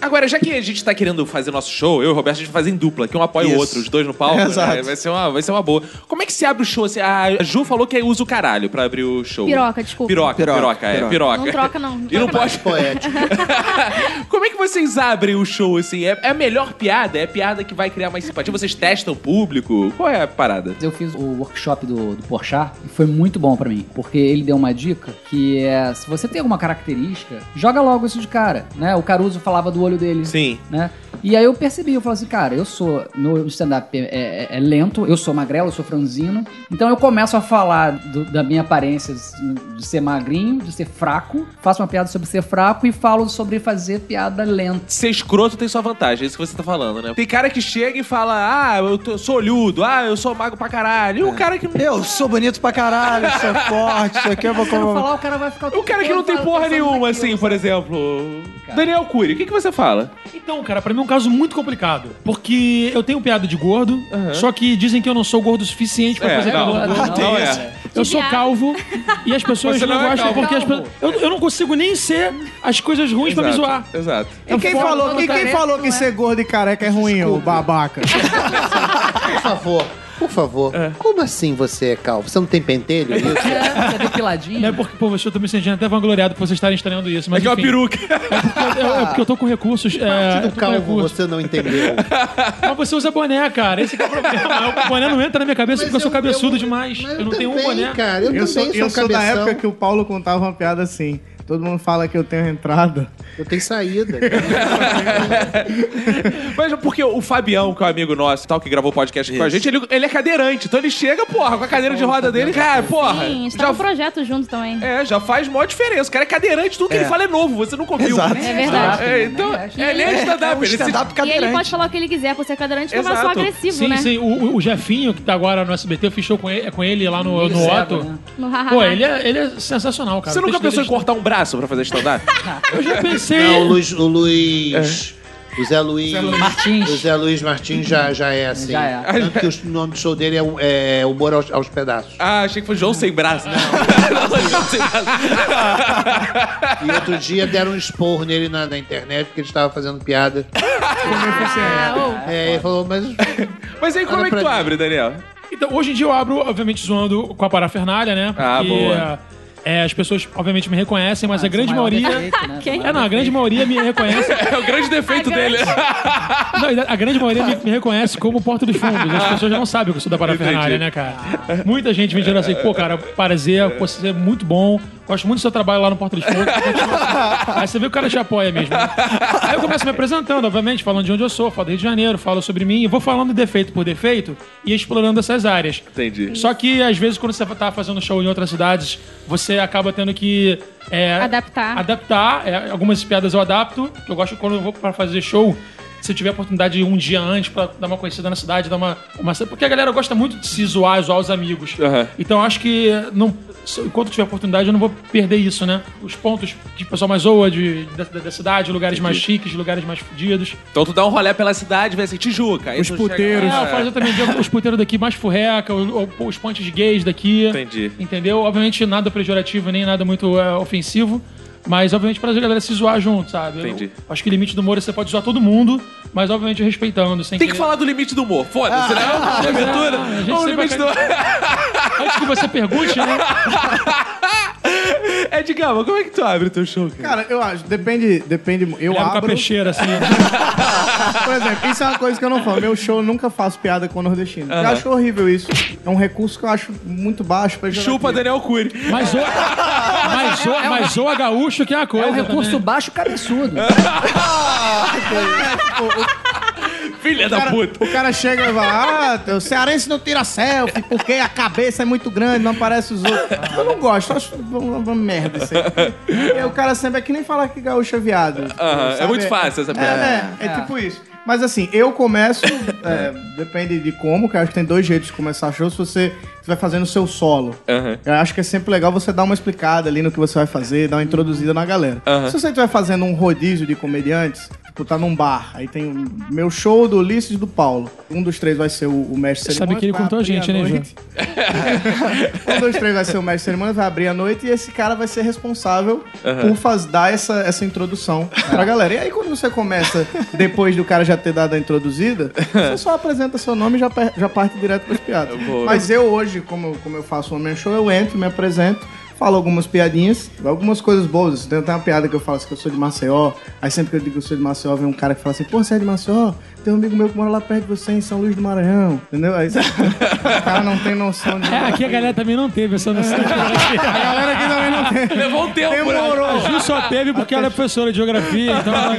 [SPEAKER 1] Agora, já que a gente tá querendo fazer nosso show, eu e o Roberto, a gente vai fazer em dupla, que um apoia o
[SPEAKER 2] Isso.
[SPEAKER 1] outro, os dois no palco, né?
[SPEAKER 2] Exato.
[SPEAKER 1] vai, ser uma, vai ser uma boa. Como é que se abre o show? Assim, a Ju falou que usa o caralho pra abrir o show.
[SPEAKER 6] Piroca, desculpa.
[SPEAKER 1] Piroca, piroca,
[SPEAKER 2] Piroca,
[SPEAKER 1] é,
[SPEAKER 2] piroca.
[SPEAKER 1] piroca.
[SPEAKER 6] Não troca, não. Não
[SPEAKER 1] E não
[SPEAKER 6] troca,
[SPEAKER 1] pode...
[SPEAKER 7] poético.
[SPEAKER 1] Como é que vocês abrem o show, assim? É, é a melhor piada? É a piada que vai criar mais simpatia? Vocês testam o público? Qual é a parada?
[SPEAKER 3] Eu fiz o workshop do, do Porchat e foi muito bom pra mim, porque ele deu uma dica que é, se você tem alguma característica, joga logo isso de cara, né? O Caruso falava do olho dele.
[SPEAKER 1] Sim.
[SPEAKER 3] né? E aí eu percebi, eu falei assim, cara, eu sou, meu stand-up é, é- é lento, eu sou magrelo, eu sou franzino, então eu começo a falar do- da minha aparência de ser magrinho, de ser fraco, faço uma piada sobre ser fraco e falo sobre fazer piada lenta.
[SPEAKER 1] Ser escroto tem sua vantagem, é isso que você tá falando, né? Tem cara que chega e fala, ah, eu tô- sou olhudo, ah, eu sou mago pra caralho. E o cara que não
[SPEAKER 2] Eu sou bonito pra caralho, sou forte, isso aqui eu vou
[SPEAKER 3] Se eu não
[SPEAKER 2] comer.
[SPEAKER 3] falar, o cara vai ficar...
[SPEAKER 1] O um cara que não tem
[SPEAKER 3] tempo
[SPEAKER 1] porra
[SPEAKER 3] pensando
[SPEAKER 1] nenhuma,
[SPEAKER 3] naquilo,
[SPEAKER 1] assim, por exemplo.
[SPEAKER 3] Cara.
[SPEAKER 1] Daniel Cury, o que, que você fala?
[SPEAKER 4] Então, cara, pra mim é um caso muito complicado. Porque eu tenho piada de gordo, só que dizem que eu não sou gordo o suficiente pra
[SPEAKER 1] É,
[SPEAKER 4] fazer
[SPEAKER 1] não,
[SPEAKER 4] piada.
[SPEAKER 3] não,
[SPEAKER 1] não é.
[SPEAKER 4] Eu sou
[SPEAKER 6] Viado.
[SPEAKER 4] calvo e as pessoas
[SPEAKER 1] Você
[SPEAKER 4] não,
[SPEAKER 1] não é
[SPEAKER 4] gostam
[SPEAKER 1] calvo.
[SPEAKER 4] porque as pessoas. Eu, eu não consigo nem ser as coisas ruins pra me zoar.
[SPEAKER 1] Exato. É
[SPEAKER 5] E quem
[SPEAKER 6] Fora
[SPEAKER 5] falou,
[SPEAKER 6] do
[SPEAKER 5] e quem
[SPEAKER 6] careca,
[SPEAKER 5] falou que
[SPEAKER 6] não é?
[SPEAKER 5] ser gordo e careca é ruim, ô babaca?
[SPEAKER 7] Por favor, por favor. Como assim você é calvo? Você não tem pentelho? Isso?
[SPEAKER 3] É, você vê piladinha.
[SPEAKER 4] Não é porque, pô, eu tô me sentindo até vangloriado por vocês estarem estranhando isso. Mas
[SPEAKER 1] Aqui é uma
[SPEAKER 4] enfim.
[SPEAKER 1] peruca.
[SPEAKER 4] É, é porque eu tô com recursos. É, eu tô com
[SPEAKER 7] um Calvo,
[SPEAKER 4] recursos.
[SPEAKER 7] você não entendeu.
[SPEAKER 4] Mas você usa boné, cara. Esse que é o problema. O boné não entra na minha cabeça
[SPEAKER 7] Mas
[SPEAKER 4] porque eu sou cabeçudo
[SPEAKER 7] eu-
[SPEAKER 4] demais.
[SPEAKER 7] mas
[SPEAKER 4] Eu, não tenho um
[SPEAKER 7] também,
[SPEAKER 4] boné.
[SPEAKER 7] Cara, eu,
[SPEAKER 5] Eu
[SPEAKER 7] também
[SPEAKER 5] sou,
[SPEAKER 7] sou,
[SPEAKER 5] eu sou da
[SPEAKER 7] cabeção.
[SPEAKER 5] época que o Paulo contava uma piada assim.
[SPEAKER 7] Todo mundo fala que eu tenho entrada.
[SPEAKER 10] Eu tenho saída.
[SPEAKER 1] Mas é porque o Fabião, que é um amigo nosso e tal, que gravou o podcast aqui com a gente, ele, ele é cadeirante. Então ele chega, porra, com a cadeira de roda dele, cara, porra.
[SPEAKER 6] Sim, a gente tá
[SPEAKER 1] já,
[SPEAKER 6] no projeto junto também.
[SPEAKER 1] é, já faz maior diferença. O cara é cadeirante, tudo que ele fala é novo, você nunca ouviu.
[SPEAKER 2] Exato.
[SPEAKER 6] É verdade.
[SPEAKER 1] É, então, ele é stand-up. ele se-
[SPEAKER 2] Stand-up
[SPEAKER 6] E ele pode
[SPEAKER 2] cadeirante.
[SPEAKER 6] falar o que ele quiser, por ser cadeirante, não vai
[SPEAKER 1] Exato.
[SPEAKER 6] só agressivo,
[SPEAKER 4] Sim,
[SPEAKER 6] né?
[SPEAKER 4] sim. O, o- o Jefinho, que tá agora no SBT, eu fiz show com ele, é com ele lá no, no
[SPEAKER 1] é,
[SPEAKER 3] Cego,
[SPEAKER 4] Otto.
[SPEAKER 3] né?
[SPEAKER 6] No hahaha.
[SPEAKER 4] Pô, ele é, ele é sensacional, cara.
[SPEAKER 1] Você nunca
[SPEAKER 4] Texto
[SPEAKER 1] pensou em
[SPEAKER 4] dele-
[SPEAKER 1] cortar um braço pra fazer stand-up?
[SPEAKER 4] Eu já pensei.
[SPEAKER 10] Não, o Luiz. O Luiz.
[SPEAKER 7] É.
[SPEAKER 10] O Zé Luiz.
[SPEAKER 3] Martins.
[SPEAKER 10] O Zé Luiz Martins já, já é assim.
[SPEAKER 3] Já é.
[SPEAKER 10] Tanto que o nome do show dele é, um- é Humor aos, aos Pedaços.
[SPEAKER 1] ah, achei que foi João sem braço. Não, João sem braço.
[SPEAKER 10] E outro dia deram um esporro nele na, na internet porque ele estava fazendo piada.
[SPEAKER 6] Ah, ô,
[SPEAKER 10] É, ele falou, mas.
[SPEAKER 1] Mas aí como
[SPEAKER 10] Olha
[SPEAKER 1] é que
[SPEAKER 10] pra
[SPEAKER 1] tu
[SPEAKER 10] mim.
[SPEAKER 1] abre, Daniel?
[SPEAKER 4] Então, hoje em dia eu abro, obviamente, zoando com a parafernália, né? Porque,
[SPEAKER 1] Ah, boa.
[SPEAKER 4] é, as pessoas, obviamente, me reconhecem, mas a grande
[SPEAKER 3] Ah, Maior
[SPEAKER 4] maioria.
[SPEAKER 3] defeito, né?
[SPEAKER 6] Quem?
[SPEAKER 4] É, não, a grande maioria me reconhece.
[SPEAKER 1] É o grande defeito dele.
[SPEAKER 4] Não, a grande maioria me, me reconhece como Porta dos Fundos. As pessoas não sabem que eu sou da parafernália,
[SPEAKER 1] Entendi.
[SPEAKER 4] né, cara? Muita gente me dizendo assim, pô, cara, prazer, pô, você é muito bom. Gosto muito do seu trabalho lá no Porta dos Fundos. Aí você vê que o cara te apoia mesmo. né? Aí eu começo me apresentando, obviamente, falando de onde eu sou, falo do Rio de Janeiro, falo sobre mim, e vou falando defeito por defeito e explorando essas áreas.
[SPEAKER 1] Entendi.
[SPEAKER 4] Só que, às vezes, quando você tá fazendo show em outras cidades, você acaba tendo que. é,
[SPEAKER 6] Adaptar.
[SPEAKER 4] Adaptar. é, algumas piadas eu adapto, que eu gosto quando eu vou pra fazer show. Se eu tiver a oportunidade de ir um dia antes pra dar uma conhecida na cidade, dar uma, uma. Porque a galera gosta muito de se zoar, zoar os amigos.
[SPEAKER 1] Aham.
[SPEAKER 4] Então eu acho que não, se- enquanto eu tiver oportunidade, eu não vou perder isso, né? Os pontos que o pessoal mais zoa de, da, da- da cidade, lugares mais chiques, lugares mais fodidos.
[SPEAKER 1] Então tu dá um rolé pela cidade, vai assim, Tijuca. Aí
[SPEAKER 7] Os
[SPEAKER 1] tu chega lá-
[SPEAKER 7] puteiros.
[SPEAKER 4] É, eu falo exatamente de os puteiros daqui mais furreca, o- o- os pontes gays daqui.
[SPEAKER 1] Entendi.
[SPEAKER 4] Entendeu? Obviamente nada pejorativo, nem nada muito é, ofensivo. Mas, obviamente, pra galera se zoar junto, sabe? Eu
[SPEAKER 1] Entendi.
[SPEAKER 4] acho que o limite do humor é você pode zoar todo mundo, mas, obviamente, respeitando. Sem
[SPEAKER 1] Tem que
[SPEAKER 4] querer-
[SPEAKER 1] falar do limite do humor. Foda-se, né? É uma aventura.
[SPEAKER 4] Ah, a gente
[SPEAKER 1] Vamos ao
[SPEAKER 4] sempre
[SPEAKER 1] limite do...
[SPEAKER 4] Antes que você pergunte, né?
[SPEAKER 1] É, digamos, como é que tu abre o teu show, cara?
[SPEAKER 7] Cara, eu acho, depende, depende. mu- Eu
[SPEAKER 4] Ele abre com a
[SPEAKER 7] abro.
[SPEAKER 4] peixeira, assim.
[SPEAKER 7] Por exemplo, isso é uma coisa que eu não falo. Meu show eu nunca faço piada com o nordestino. Eu acho horrível isso. É um recurso que eu acho muito baixo pra
[SPEAKER 1] Chupa Daniel Cury.
[SPEAKER 4] Mas zoa, mas zoa, mas zoa gaúcho, que é uma
[SPEAKER 3] É
[SPEAKER 4] coisa.
[SPEAKER 3] um recurso
[SPEAKER 4] também.
[SPEAKER 3] baixo cabeçudo.
[SPEAKER 1] Filha da
[SPEAKER 7] Cara,
[SPEAKER 1] puta.
[SPEAKER 7] o cara chega e fala: Ah, o cearense não tira selfie porque a cabeça é muito grande, não aparece os outros. Eu não gosto, eu acho uma, uma- uma merda isso aí. E aí o cara sempre é que nem falar que gaúcho é viado.
[SPEAKER 1] Aham, é
[SPEAKER 7] sabe?
[SPEAKER 1] muito fácil essa
[SPEAKER 7] É,
[SPEAKER 1] piada.
[SPEAKER 7] né? É,
[SPEAKER 3] É.
[SPEAKER 7] tipo isso. Mas assim, eu começo, é, depende de como, que eu acho que tem dois jeitos de começar show, se você você vai fazendo o seu solo.
[SPEAKER 1] Aham.
[SPEAKER 7] Eu acho que é sempre legal você dar uma explicada ali no que você vai fazer, dar uma introduzida na galera.
[SPEAKER 1] Aham.
[SPEAKER 7] Se você estiver fazendo um rodízio de comediantes, tipo, tá num bar, aí tem o meu show do Ulisses e do Paulo. Um dos três vai ser o, o mestre
[SPEAKER 4] Você sabe que ele
[SPEAKER 7] vai
[SPEAKER 4] contou a
[SPEAKER 7] abrir
[SPEAKER 4] gente, né, João?
[SPEAKER 7] noite. Um dos três vai ser o mestre de cerimônia, vai abrir a noite e esse cara vai ser responsável por faz, dar essa, essa introdução pra galera. E aí, quando você começa, depois do cara já ter dado a introduzida, você só apresenta seu nome e já, per- já parte direto pras piadas.
[SPEAKER 1] Boa.
[SPEAKER 7] Mas eu hoje, como, como eu faço um man show, eu entro, me apresento. Falo algumas piadinhas, algumas coisas boas. Tem até uma piada que eu falo assim, que eu sou de Maceió. Aí sempre que eu digo que eu sou de Maceió, vem um cara que fala assim, pô, você é de Maceió? Tem um amigo meu que mora lá perto de você, em São Luís do Maranhão. Entendeu? Aí você- o cara não tem noção de...
[SPEAKER 4] É, aqui a galera também não teve essa noção.
[SPEAKER 7] A galera aqui também não tem.
[SPEAKER 1] Levou um tempo, né?
[SPEAKER 4] A Ju só teve porque ela é professora de geografia, então ela-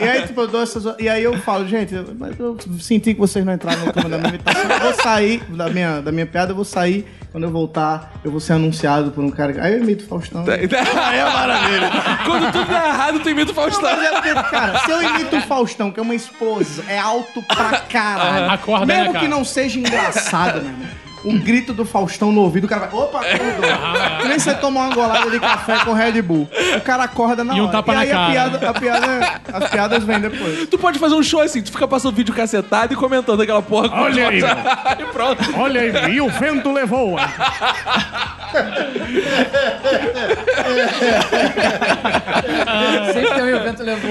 [SPEAKER 7] E aí, tipo, eu dou essas. E aí eu falo, gente, mas eu senti que vocês não entraram no turma da minha imitação. Eu vou sair da minha, da minha piada, eu vou sair. Quando eu voltar, eu vou ser anunciado por um cara. que- Aí eu imito o Faustão.
[SPEAKER 1] Aí é maravilha. Quando tudo dá errado, tu imita o Faustão.
[SPEAKER 7] Mas é porque, Cara, se eu imito o Faustão, que é uma explosão, é alto pra caralho.
[SPEAKER 4] Acorda, né,
[SPEAKER 7] Mesmo
[SPEAKER 4] cara?
[SPEAKER 7] que não seja engraçado, meu irmão. O grito do Faustão no ouvido, o cara vai. Opa, acordou. Que Nem você tomar uma golada de café com Red Bull. O cara acorda na
[SPEAKER 4] E um
[SPEAKER 7] hora.
[SPEAKER 4] tapa
[SPEAKER 7] e
[SPEAKER 4] na
[SPEAKER 7] aí
[SPEAKER 4] cara.
[SPEAKER 7] A piada, a piada, as piadas vêm depois.
[SPEAKER 1] Tu pode fazer um show assim, tu fica passando vídeo cacetado e comentando aquela porra. com
[SPEAKER 9] Olha aí,
[SPEAKER 1] e pronto.
[SPEAKER 9] Olha aí, e o vento levou.
[SPEAKER 3] Sempre tem um o evento levou.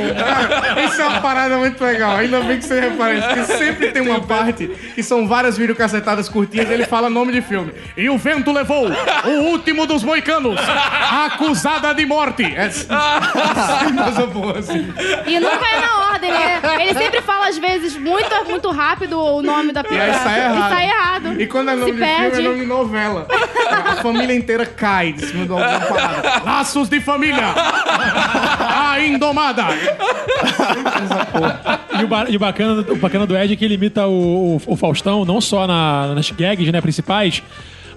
[SPEAKER 7] Isso é uma parada muito legal. Ainda bem que você repara isso, porque sempre tem uma parte que são várias videocacetadas curtinhas e ele fala nome de filme.
[SPEAKER 9] E o vento levou o último dos moicanos, acusada de morte. É
[SPEAKER 7] Coisa boa, assim.
[SPEAKER 6] E nunca é na ordem, né? Ele sempre fala, às vezes, muito, muito rápido o nome da piada.
[SPEAKER 7] aí sai errado.
[SPEAKER 6] E sai errado.
[SPEAKER 7] E quando é nome
[SPEAKER 6] Se
[SPEAKER 7] de filme,
[SPEAKER 6] perde.
[SPEAKER 7] é nome de novela.
[SPEAKER 8] A família inteira cai de cima de alguma parada. Laços de família! A indomada!
[SPEAKER 4] E o, ba- e o bacana, do- o bacana do Ed é que ele imita o, o- o Faustão, não só na- nas gags né, principais,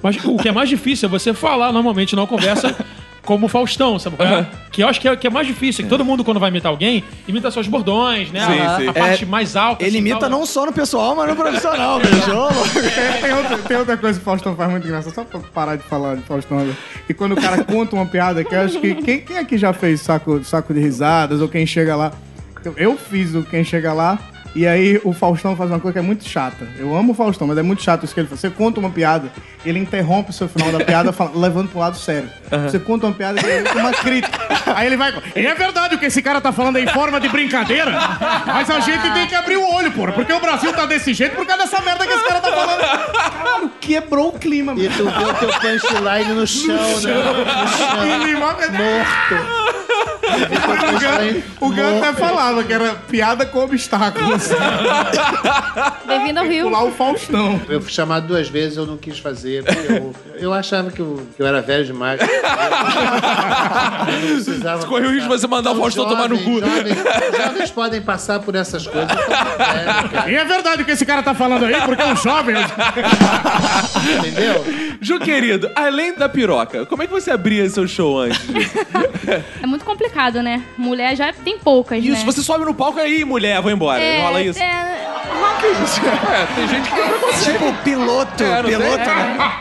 [SPEAKER 4] mas o que é mais difícil é você falar normalmente numa conversa como o Faustão, sabe? qual é? Que eu acho que é o que é mais difícil, que todo mundo, quando vai imitar alguém, imita seus bordões, né?
[SPEAKER 1] Sim,
[SPEAKER 4] a,
[SPEAKER 1] sim.
[SPEAKER 4] a parte mais alta.
[SPEAKER 2] É, Ele
[SPEAKER 4] assim,
[SPEAKER 2] imita
[SPEAKER 4] tal.
[SPEAKER 2] não só no pessoal, mas no
[SPEAKER 5] É,
[SPEAKER 2] profissional, bicho.
[SPEAKER 8] Tem, tem outra, tem outra coisa que o Faustão faz muito engraçada, só pra parar de falar de Faustão agora. E quando o cara conta uma piada, que eu acho que. Quem, quem aqui já fez saco, saco de risadas, ou quem chega lá? Eu- Eu fiz o quem chega lá. E aí o Faustão faz uma coisa que é muito chata. Eu amo o Faustão, mas é muito chato isso que ele faz. Você conta uma piada, ele interrompe o seu final da piada fala- levando pro lado sério. Você conta uma piada que é uma crítica. Aí ele vai. E é verdade o que esse cara tá falando é em forma de brincadeira. Mas a gente tem que abrir o olho, porra. Porque o Brasil tá desse jeito por causa dessa merda que esse cara tá falando. Claro, quebrou o clima,
[SPEAKER 7] E
[SPEAKER 8] mano.
[SPEAKER 7] tu vê o teu punchline no chão, né? No chão. Morto.
[SPEAKER 8] O Gan- O Gan até falava que era piada com obstáculos.
[SPEAKER 6] Bem-vindo
[SPEAKER 7] Ah,
[SPEAKER 6] ao Rio.
[SPEAKER 8] Pular o Faustão.
[SPEAKER 7] Eu fui chamado duas vezes, eu não quis fazer. porque Eu, eu achava que eu, que eu era velho demais. Eu não precisava.
[SPEAKER 1] Corre o risco de você mandar o Faustão tomar no cu.
[SPEAKER 7] Jovens, jovens podem passar por essas coisas. né? eu tô velho, cara,
[SPEAKER 8] E é verdade o que esse cara tá falando aí, porque o jovem.
[SPEAKER 7] entendeu?
[SPEAKER 1] Ju, querido, além da piroca, como é que você abria seu show antes?
[SPEAKER 6] É muito complicado, né? Mulher já tem poucas, né?
[SPEAKER 1] Isso, você sobe no palco aí, mulher, vou embora.
[SPEAKER 6] É,
[SPEAKER 1] Rola isso.
[SPEAKER 6] é, rola isso.
[SPEAKER 1] É, tem gente que não consegue.
[SPEAKER 2] Tipo, piloto,
[SPEAKER 1] É, não
[SPEAKER 2] piloto. né?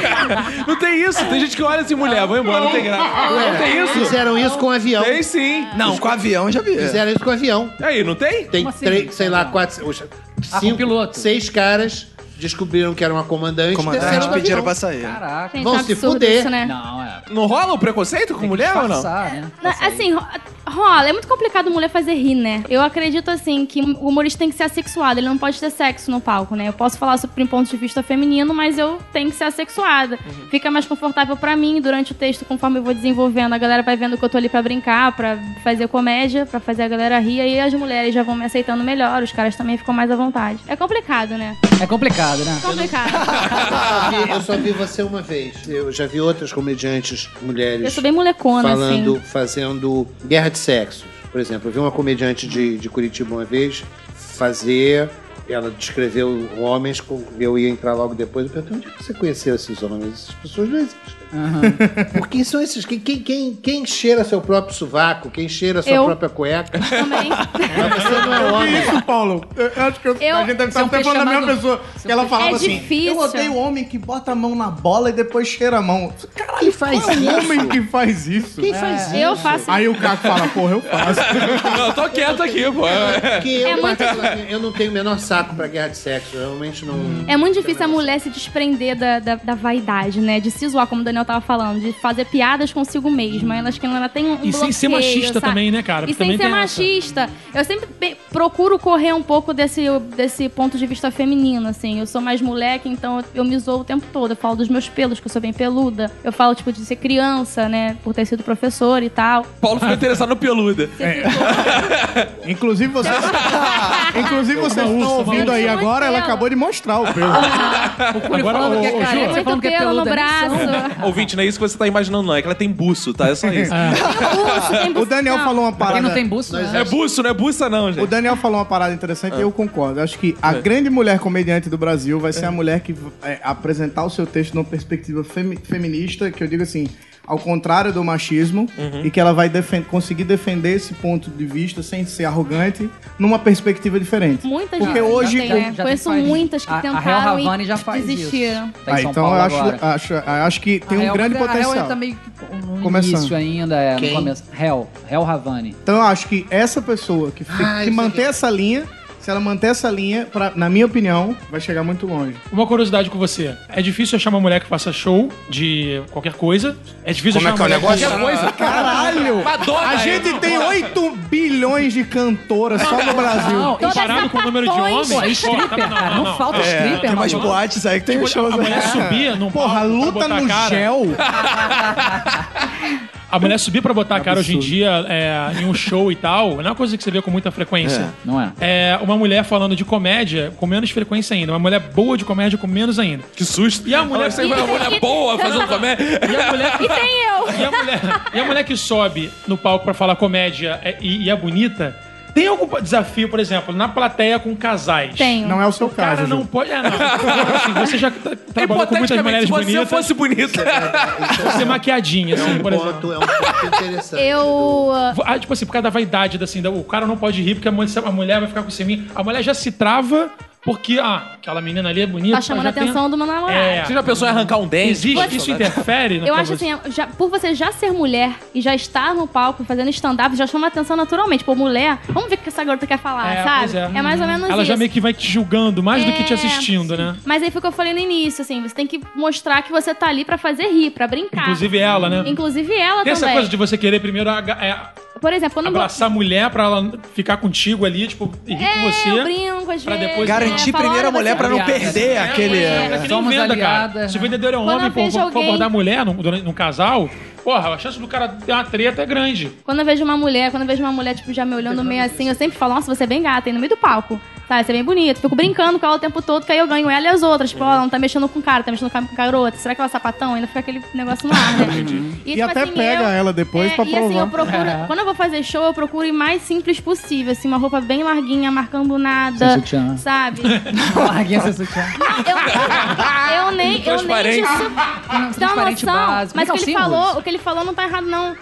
[SPEAKER 1] Tem... Não tem isso. Tem gente que olha assim, mulher, vou embora, não tem graça. Não tem isso. é
[SPEAKER 7] Fizeram isso com um avião.
[SPEAKER 1] Tem sim.
[SPEAKER 2] Não, com avião já vi.
[SPEAKER 5] é,
[SPEAKER 7] Fizeram isso com um avião.
[SPEAKER 1] Aí, não tem?
[SPEAKER 7] Tem
[SPEAKER 3] Como assim?
[SPEAKER 7] três, sei
[SPEAKER 6] Ah.
[SPEAKER 7] lá, quatro. os-
[SPEAKER 3] com
[SPEAKER 7] cinco,
[SPEAKER 3] piloto.
[SPEAKER 7] Seis caras descobriram que era uma comandante. desceram
[SPEAKER 2] Comandante
[SPEAKER 7] do
[SPEAKER 2] é? pediram
[SPEAKER 7] avião.
[SPEAKER 2] pra sair.
[SPEAKER 3] Caraca.
[SPEAKER 6] Gente,
[SPEAKER 7] Vão
[SPEAKER 6] é um
[SPEAKER 7] se
[SPEAKER 6] absurdo
[SPEAKER 7] fuder.
[SPEAKER 6] Isso, né?
[SPEAKER 3] Não, é.
[SPEAKER 1] Não rola o preconceito com mulher ou não?
[SPEAKER 3] Passar, né?
[SPEAKER 6] Não, assim, ro- rola. É muito complicado mulher fazer rir, né? Eu acredito, assim, que o humorista tem que ser assexuado. Ele não pode ter sexo no palco, né? Eu posso falar sobre um ponto de vista feminino, mas eu tenho que ser assexuada. Fica mais confortável pra mim durante o texto, conforme eu vou desenvolvendo. A galera vai vendo que eu tô ali pra brincar, pra fazer comédia, pra fazer a galera rir. Aí as mulheres já vão me aceitando melhor. Os caras também ficam mais à vontade. É complicado, né?
[SPEAKER 3] É complicado, né?
[SPEAKER 6] Complicado.
[SPEAKER 7] Eu só vi- Ah, Eu só vi você uma vez. Eu já vi outras comediantes mulheres.
[SPEAKER 6] Eu sou bem molecona,
[SPEAKER 7] falando,
[SPEAKER 6] assim.
[SPEAKER 7] fazendo guerra de sexos. Por exemplo, eu vi uma comediante de, de Curitiba uma vez fazer. Ela descreveu homens, com- eu ia entrar logo depois. Eu perguntei, onde é que você conheceu esses homens? Essas pessoas não existem. Por que são esses? Quem, quem, quem, quem cheira seu próprio sovaco? Quem cheira sua
[SPEAKER 6] Eu.
[SPEAKER 7] própria cueca?
[SPEAKER 6] Também.
[SPEAKER 7] Mas você não é homem.
[SPEAKER 8] Isso, Paulo. Eu acho que eu-
[SPEAKER 6] Eu-
[SPEAKER 8] a gente deve
[SPEAKER 3] Seu
[SPEAKER 8] estar até
[SPEAKER 3] peixe
[SPEAKER 8] falando da mesma
[SPEAKER 3] chamado-
[SPEAKER 8] pessoa. Que ela falava
[SPEAKER 6] É
[SPEAKER 8] assim:
[SPEAKER 6] difícil.
[SPEAKER 8] Eu odeio homem que bota a mão na bola e depois cheira a mão. Caralho,
[SPEAKER 7] Quem faz
[SPEAKER 8] qual é o
[SPEAKER 7] isso?
[SPEAKER 8] homem que faz isso?
[SPEAKER 7] Quem faz
[SPEAKER 6] Eu
[SPEAKER 7] isso?
[SPEAKER 6] faço
[SPEAKER 8] Aí o Caco fala: Porra, eu faço.
[SPEAKER 1] Eu tô quieto aqui, pô.
[SPEAKER 7] Porque eu,
[SPEAKER 6] É muito-
[SPEAKER 7] particularmente, eu não tenho o menor saco pra guerra de sexo. Eu realmente não.
[SPEAKER 6] É muito difícil a mulher se desprender da, da, da vaidade, né? De se zoar, como o Daniel tava falando, de fazer piadas consigo mesma. Elas que ela tem um.
[SPEAKER 4] Uhum. E sem ser
[SPEAKER 6] bloqueio,
[SPEAKER 4] machista
[SPEAKER 6] sabe?
[SPEAKER 4] também, né, cara?
[SPEAKER 6] E
[SPEAKER 4] Porque também
[SPEAKER 6] sem ser
[SPEAKER 4] tem essa.
[SPEAKER 6] machista. Eu sempre pe- procuro correr um pouco desse, desse ponto de vista feminino, assim. Eu sou mais moleque, então eu me zoo o tempo todo. Eu falo dos meus pelos, que eu sou bem peluda. Eu falo, tipo, de ser criança, né? Por ter sido professor e tal.
[SPEAKER 1] Paulo ficou interessado no peluda.
[SPEAKER 4] É.
[SPEAKER 8] Inclusive vocês, inclusive vocês estão ouvindo aí
[SPEAKER 6] ursa.
[SPEAKER 8] agora, ela acabou de mostrar o pelo.
[SPEAKER 4] Agora,
[SPEAKER 3] falando
[SPEAKER 4] ô,
[SPEAKER 3] que é
[SPEAKER 4] ô,
[SPEAKER 3] careca.
[SPEAKER 4] Ju,
[SPEAKER 3] Você
[SPEAKER 6] Muito
[SPEAKER 3] falando que é
[SPEAKER 6] pelo no
[SPEAKER 3] peluda, nem são.
[SPEAKER 6] braço.
[SPEAKER 1] Ouvinte, não é isso que você tá imaginando, não. É que ela tem buço, tá? É só isso.
[SPEAKER 6] Urso, tem
[SPEAKER 8] O Daniel
[SPEAKER 6] bucetão.
[SPEAKER 8] falou uma
[SPEAKER 3] Pra quem
[SPEAKER 8] parada.
[SPEAKER 3] não tem buço, né?
[SPEAKER 1] É buço, não é buça, não,
[SPEAKER 8] O
[SPEAKER 1] gente.
[SPEAKER 8] Daniel falou uma parada interessante e eu concordo. Eu Acho que a grande mulher comediante do Brasil vai ser a mulher que é, apresentar o seu texto numa perspectiva femi- feminista, que eu digo assim, ao contrário do machismo, e que ela vai defen- conseguir defender esse ponto de vista sem ser arrogante, numa perspectiva diferente.
[SPEAKER 6] Muitas
[SPEAKER 8] Porque
[SPEAKER 6] já- já
[SPEAKER 8] hoje-
[SPEAKER 6] tem, né?
[SPEAKER 3] Já tem
[SPEAKER 6] Conheço
[SPEAKER 3] farinha.
[SPEAKER 6] muitas que
[SPEAKER 3] A-
[SPEAKER 6] tentaram
[SPEAKER 3] A Real Havane
[SPEAKER 6] e
[SPEAKER 3] já faz
[SPEAKER 6] desistiram.
[SPEAKER 3] isso. Tá em
[SPEAKER 8] Ah,
[SPEAKER 3] São
[SPEAKER 8] então
[SPEAKER 3] Paulo
[SPEAKER 8] eu acho,
[SPEAKER 3] agora.
[SPEAKER 8] acho, acho que tem
[SPEAKER 6] Ah,
[SPEAKER 3] A
[SPEAKER 6] é
[SPEAKER 8] um
[SPEAKER 3] Real-
[SPEAKER 8] grande
[SPEAKER 3] A
[SPEAKER 8] potencial.
[SPEAKER 3] Real tá meio que no
[SPEAKER 8] Começando.
[SPEAKER 3] início ainda, é, no
[SPEAKER 7] Quem?
[SPEAKER 3] começo. Real, Real Havane.
[SPEAKER 8] Então eu acho que essa pessoa que, fica-
[SPEAKER 7] Ah,
[SPEAKER 8] que
[SPEAKER 7] isso
[SPEAKER 8] manter
[SPEAKER 7] aqui.
[SPEAKER 8] essa linha, se ela manter essa linha, pra- na minha opinião, vai chegar muito longe.
[SPEAKER 4] Uma curiosidade com você. É difícil achar uma mulher que faça show de qualquer coisa. É difícil
[SPEAKER 11] Como é
[SPEAKER 4] achar
[SPEAKER 11] que é o
[SPEAKER 4] uma mulher
[SPEAKER 11] negócio?
[SPEAKER 1] Coisa.
[SPEAKER 8] Caralho!
[SPEAKER 1] Madonna, é.
[SPEAKER 8] A gente tem 8 bilhões de cantoras só no Brasil.
[SPEAKER 3] Não, isso-
[SPEAKER 4] Comparado com o número de
[SPEAKER 6] sapatões.
[SPEAKER 4] homens.
[SPEAKER 3] Pô, é
[SPEAKER 4] pô, tá-
[SPEAKER 3] stripper, cara. Não É, falta stripper.
[SPEAKER 2] Tem mais
[SPEAKER 3] maluco.
[SPEAKER 2] boates aí que tem
[SPEAKER 4] Tipo,
[SPEAKER 2] shows.
[SPEAKER 4] a mulher
[SPEAKER 2] né?
[SPEAKER 8] tá
[SPEAKER 4] subia num
[SPEAKER 8] Porra,
[SPEAKER 4] palco pra
[SPEAKER 8] luta
[SPEAKER 4] botar a
[SPEAKER 8] no
[SPEAKER 4] cara.
[SPEAKER 8] gel.
[SPEAKER 4] A mulher subir pra botar a cara hoje em dia é, em um show e tal, não é uma coisa que você vê com muita frequência.
[SPEAKER 3] Não é?
[SPEAKER 4] É, uma mulher falando de comédia com menos frequência ainda. Uma mulher boa de comédia com menos ainda.
[SPEAKER 1] Que susto.
[SPEAKER 4] E a mulher-
[SPEAKER 1] Olha, você vai uma mulher boa fazendo comédia.
[SPEAKER 4] E a mulher,
[SPEAKER 6] E tem eu!
[SPEAKER 4] e a mulher, e a mulher que sobe no palco pra falar comédia é- e, e é bonita, tem algum desafio, por exemplo, na plateia com casais?
[SPEAKER 6] Tenho.
[SPEAKER 8] Não é o seu
[SPEAKER 4] O cara
[SPEAKER 8] caso.
[SPEAKER 4] não
[SPEAKER 8] Ju.
[SPEAKER 4] pode. É, não. Assim, você já tra- trabalhou com muitas
[SPEAKER 1] Hipoteticamente,
[SPEAKER 4] mulheres
[SPEAKER 1] se você
[SPEAKER 4] bonitas.
[SPEAKER 1] fosse bonita.
[SPEAKER 4] Você maquiadinha, assim, por exemplo.
[SPEAKER 7] Ponto, é um ponto interessante.
[SPEAKER 6] Ah, Eu. ah,
[SPEAKER 4] Ah, tipo assim, por causa da vaidade, assim, da- o cara não pode rir porque a mulher, a mulher vai ficar com ciúme. A mulher já se trava porque, ah, aquela menina ali é bonita.
[SPEAKER 6] Tá chamando a
[SPEAKER 4] ela já tem-
[SPEAKER 6] atenção do meu namorado.
[SPEAKER 4] É.
[SPEAKER 1] Você já pensou em arrancar um dente?
[SPEAKER 4] Existe, isso interfere? na
[SPEAKER 6] Eu
[SPEAKER 4] tua
[SPEAKER 6] acho
[SPEAKER 4] voz?
[SPEAKER 6] assim, já- por você já ser mulher e já estar no palco fazendo stand-up, já chama atenção naturalmente. Pô, mulher, vamos ver o que essa garota quer falar,
[SPEAKER 4] É, pois
[SPEAKER 6] ah, sabe?
[SPEAKER 4] é.
[SPEAKER 6] mais ou menos
[SPEAKER 4] Ela
[SPEAKER 6] isso.
[SPEAKER 4] já meio que vai te julgando mais do que te
[SPEAKER 6] É,
[SPEAKER 4] assistindo, né?
[SPEAKER 6] Mas aí foi o que eu falei no início, assim, você tem que mostrar que você tá ali pra fazer rir, pra brincar.
[SPEAKER 4] Inclusive ela, né?
[SPEAKER 6] Inclusive ela
[SPEAKER 4] Tem essa
[SPEAKER 6] Tá. também.
[SPEAKER 4] coisa de você querer primeiro aga- é,
[SPEAKER 6] Por exemplo, quando eu não
[SPEAKER 4] abraçar a mulher pra ela ficar contigo ali, tipo, e rir com
[SPEAKER 6] É, eu
[SPEAKER 4] você.
[SPEAKER 6] brinco às
[SPEAKER 4] pra
[SPEAKER 6] vezes.
[SPEAKER 4] depois-
[SPEAKER 2] Garantir
[SPEAKER 6] é, fala,
[SPEAKER 2] primeiro a
[SPEAKER 6] olha,
[SPEAKER 2] mulher
[SPEAKER 6] você-
[SPEAKER 2] pra não
[SPEAKER 3] aliada.
[SPEAKER 2] perder aquele.
[SPEAKER 4] É, é que nem
[SPEAKER 3] Somos
[SPEAKER 4] venda, cara.
[SPEAKER 3] aliadas,
[SPEAKER 4] Se o
[SPEAKER 3] né?
[SPEAKER 4] vendedor é um
[SPEAKER 6] Quando
[SPEAKER 4] homem,
[SPEAKER 6] eu
[SPEAKER 4] for,
[SPEAKER 6] vejo
[SPEAKER 4] for, for
[SPEAKER 6] alguém-
[SPEAKER 4] abordar mulher num, durante- num casal, porra, a chance do cara ter uma treta é grande.
[SPEAKER 6] Quando eu vejo uma mulher, quando eu vejo uma mulher, tipo, já me olhando meio assim, eu sempre falo, nossa, você é bem gata, aí no meio do palco. Tá, você é bem bonito. Fico brincando com ela o tempo todo, que aí eu ganho ela e as outras. Tipo, ó, ela não tá mexendo com o cara, tá mexendo com a garota. Será que ela é sapatão? Ainda fica aquele negócio no ar, né?
[SPEAKER 8] E,
[SPEAKER 6] tipo
[SPEAKER 8] até
[SPEAKER 6] assim,
[SPEAKER 8] pega
[SPEAKER 6] eu-
[SPEAKER 8] ela depois
[SPEAKER 6] é,
[SPEAKER 8] pra
[SPEAKER 6] e assim,
[SPEAKER 8] provar.
[SPEAKER 6] eu procuro, quando eu vou fazer show, eu procuro ir mais simples possível, assim, uma roupa bem larguinha, marcando nada,
[SPEAKER 3] Sem sutiã.
[SPEAKER 6] sabe?
[SPEAKER 3] Larguinha sem sutiã.
[SPEAKER 6] Eu, eu nem, eu nem
[SPEAKER 1] Transparente.
[SPEAKER 6] disso, você tem uma
[SPEAKER 3] Transparente
[SPEAKER 6] noção,
[SPEAKER 3] básico.
[SPEAKER 6] mas o que ele
[SPEAKER 3] Calcinha,
[SPEAKER 6] falou,
[SPEAKER 3] Rose.
[SPEAKER 6] o que ele falou não tá errado não.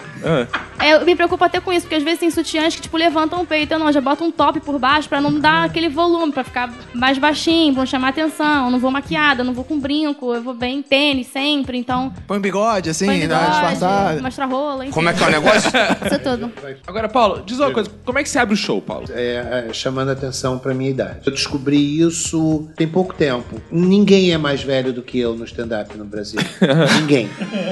[SPEAKER 6] É, eu me preocupo até com isso, porque às vezes tem sutiãs que tipo levantam o peito, eu não, já boto um top por baixo pra não dar aquele volume, pra ficar mais baixinho, pra não chamar atenção, eu não vou maquiada, eu não vou com brinco, eu vou bem em tênis sempre, então
[SPEAKER 2] Põe um bigode, assim,
[SPEAKER 6] põe
[SPEAKER 2] dá uma
[SPEAKER 6] bigode,
[SPEAKER 2] disfarçada.
[SPEAKER 6] mostra a rola, enfim.
[SPEAKER 12] Como é que é o negócio?
[SPEAKER 6] Isso tudo.
[SPEAKER 1] Agora, Paulo, diz uma coisa. Como é que você abre o show, Paulo?
[SPEAKER 7] É, é, chamando a atenção pra minha idade. Eu descobri isso tem pouco tempo. Ninguém é mais velho do que eu no stand-up no Brasil. ninguém.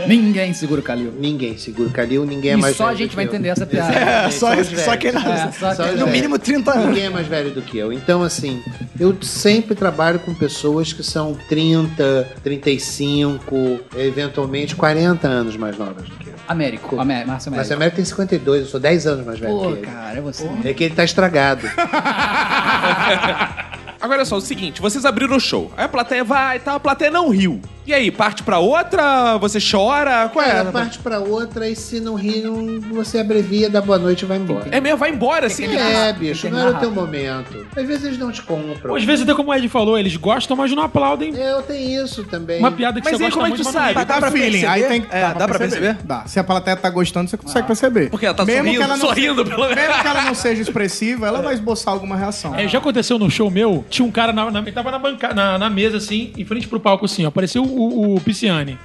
[SPEAKER 3] Ninguém segura o Calil.
[SPEAKER 7] Ninguém segura o Calil, ninguém é
[SPEAKER 3] e
[SPEAKER 7] mais
[SPEAKER 3] só a
[SPEAKER 7] velho
[SPEAKER 3] gente
[SPEAKER 7] do
[SPEAKER 3] vai
[SPEAKER 7] que eu.
[SPEAKER 3] entender essa piada.
[SPEAKER 2] É, só,
[SPEAKER 7] Só os
[SPEAKER 2] só quem
[SPEAKER 7] velhos.
[SPEAKER 3] É, só-
[SPEAKER 7] Só os
[SPEAKER 2] No
[SPEAKER 7] velhos.
[SPEAKER 2] mínimo 30 anos.
[SPEAKER 7] Ninguém é mais velho do que eu. Então, assim, eu sempre trabalho com pessoas que são 30, 35, eventualmente 40 anos mais novas do que eu.
[SPEAKER 3] Américo. Amé- Márcio
[SPEAKER 7] Mas
[SPEAKER 3] Américo.
[SPEAKER 7] a América tem 52, eu sou 10 anos mais velho
[SPEAKER 3] Pô,
[SPEAKER 7] que ele.
[SPEAKER 3] cara, é você.
[SPEAKER 7] É que ele tá estragado.
[SPEAKER 1] Agora é só o seguinte, vocês abriram o show. Aí a plateia vai e tal, a plateia não riu. E aí, parte pra outra? Você chora? Qual
[SPEAKER 7] Cara,
[SPEAKER 1] é?
[SPEAKER 7] parte pra outra e se não rir, não- você abrevia, dá boa noite e vai embora.
[SPEAKER 1] É mesmo, vai embora assim.
[SPEAKER 7] É, bicho,
[SPEAKER 3] Tem que
[SPEAKER 7] não era o
[SPEAKER 3] narrar.
[SPEAKER 7] teu momento. Às vezes eles não te compram. É,
[SPEAKER 4] Às vezes, até como o Ed falou, eles gostam, mas não aplaudem.
[SPEAKER 7] Eu tenho isso também.
[SPEAKER 4] Uma piada que
[SPEAKER 1] Mas
[SPEAKER 4] você
[SPEAKER 1] aí
[SPEAKER 4] gosta
[SPEAKER 1] como é que
[SPEAKER 4] muito,
[SPEAKER 1] tu
[SPEAKER 4] mas não
[SPEAKER 1] sabe?
[SPEAKER 4] ri.
[SPEAKER 2] Dá pra perceber?
[SPEAKER 8] Aí tem,
[SPEAKER 2] É, dá pra perceber?
[SPEAKER 8] Dá. Se a plateia tá gostando, você consegue perceber.
[SPEAKER 1] Porque ela tá
[SPEAKER 8] mesmo
[SPEAKER 1] sorrindo,
[SPEAKER 8] que ela não,
[SPEAKER 1] sorrindo É pelo menos.
[SPEAKER 8] Mesmo que ela não seja expressiva, ela vai esboçar alguma reação.
[SPEAKER 4] É, já aconteceu num show meu, tinha um cara na, na, ele tava na, banca, na, na mesa, assim, em frente pro palco, assim, ó. Apareceu o, o Pisciani.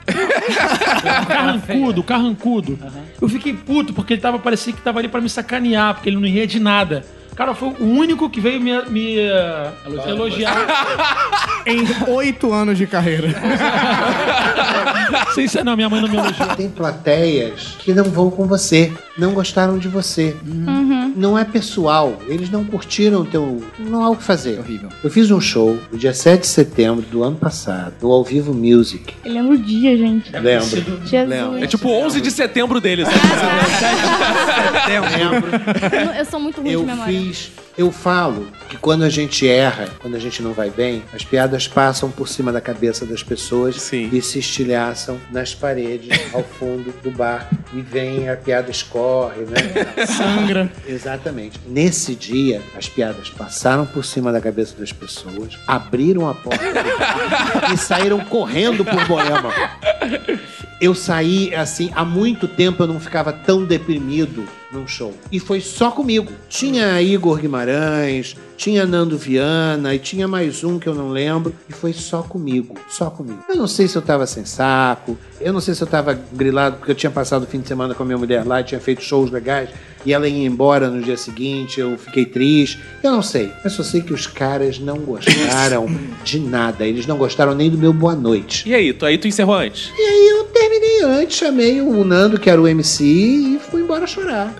[SPEAKER 4] carrancudo, carrancudo. Eu fiquei puto, porque ele tava, parecia que tava ali pra me sacanear, porque ele não ria de nada. Cara, foi o único que veio me, me, eh, elogiar.
[SPEAKER 8] Em oito anos de carreira.
[SPEAKER 4] Sem ser, não, minha mãe não me elogiou.
[SPEAKER 7] Tem plateias que não vão com você, não gostaram de você. Não é pessoal, eles não curtiram o teu. Não há o que fazer.
[SPEAKER 3] É Horrível.
[SPEAKER 7] Eu fiz um show no dia 7 de setembro do ano passado, no Ao Vivo Music.
[SPEAKER 6] Eu lembro o dia, gente.
[SPEAKER 7] Lembro.
[SPEAKER 6] Jesus.
[SPEAKER 1] É tipo 11 de setembro deles. né?
[SPEAKER 7] Lembro.
[SPEAKER 6] Eu- Eu sou muito ruim de
[SPEAKER 7] Eu
[SPEAKER 6] memória.
[SPEAKER 7] fiz. Eu falo que quando a gente erra, quando a gente não vai bem, as piadas passam por cima da cabeça das pessoas
[SPEAKER 1] Sim.
[SPEAKER 7] e se estilhaçam nas paredes, ao fundo do bar. E vem, a piada escorre, né?
[SPEAKER 8] Sangra.
[SPEAKER 7] Exatamente. Nesse dia, as piadas passaram por cima da cabeça das pessoas, abriram a porta do bar e saíram correndo por Boema. Eu saí assim, há muito tempo eu não ficava tão deprimido num show. E foi só comigo. Tinha Igor Guimarães, tinha Nando Viana e tinha mais um que eu não lembro. E foi só comigo, só comigo. Eu não sei se eu tava sem saco, eu não sei se eu tava grilado porque eu tinha passado o fim de semana com a minha mulher lá, e tinha feito shows legais e ela ia embora no dia seguinte, eu fiquei triste. Eu não sei. Eu só sei que os caras não gostaram de nada. Eles não gostaram nem do meu boa noite.
[SPEAKER 1] E aí, tu, aí tu encerrou antes?
[SPEAKER 7] E aí eu terminei antes, chamei o Nando, que era o MC, e fui embora chorar. cara.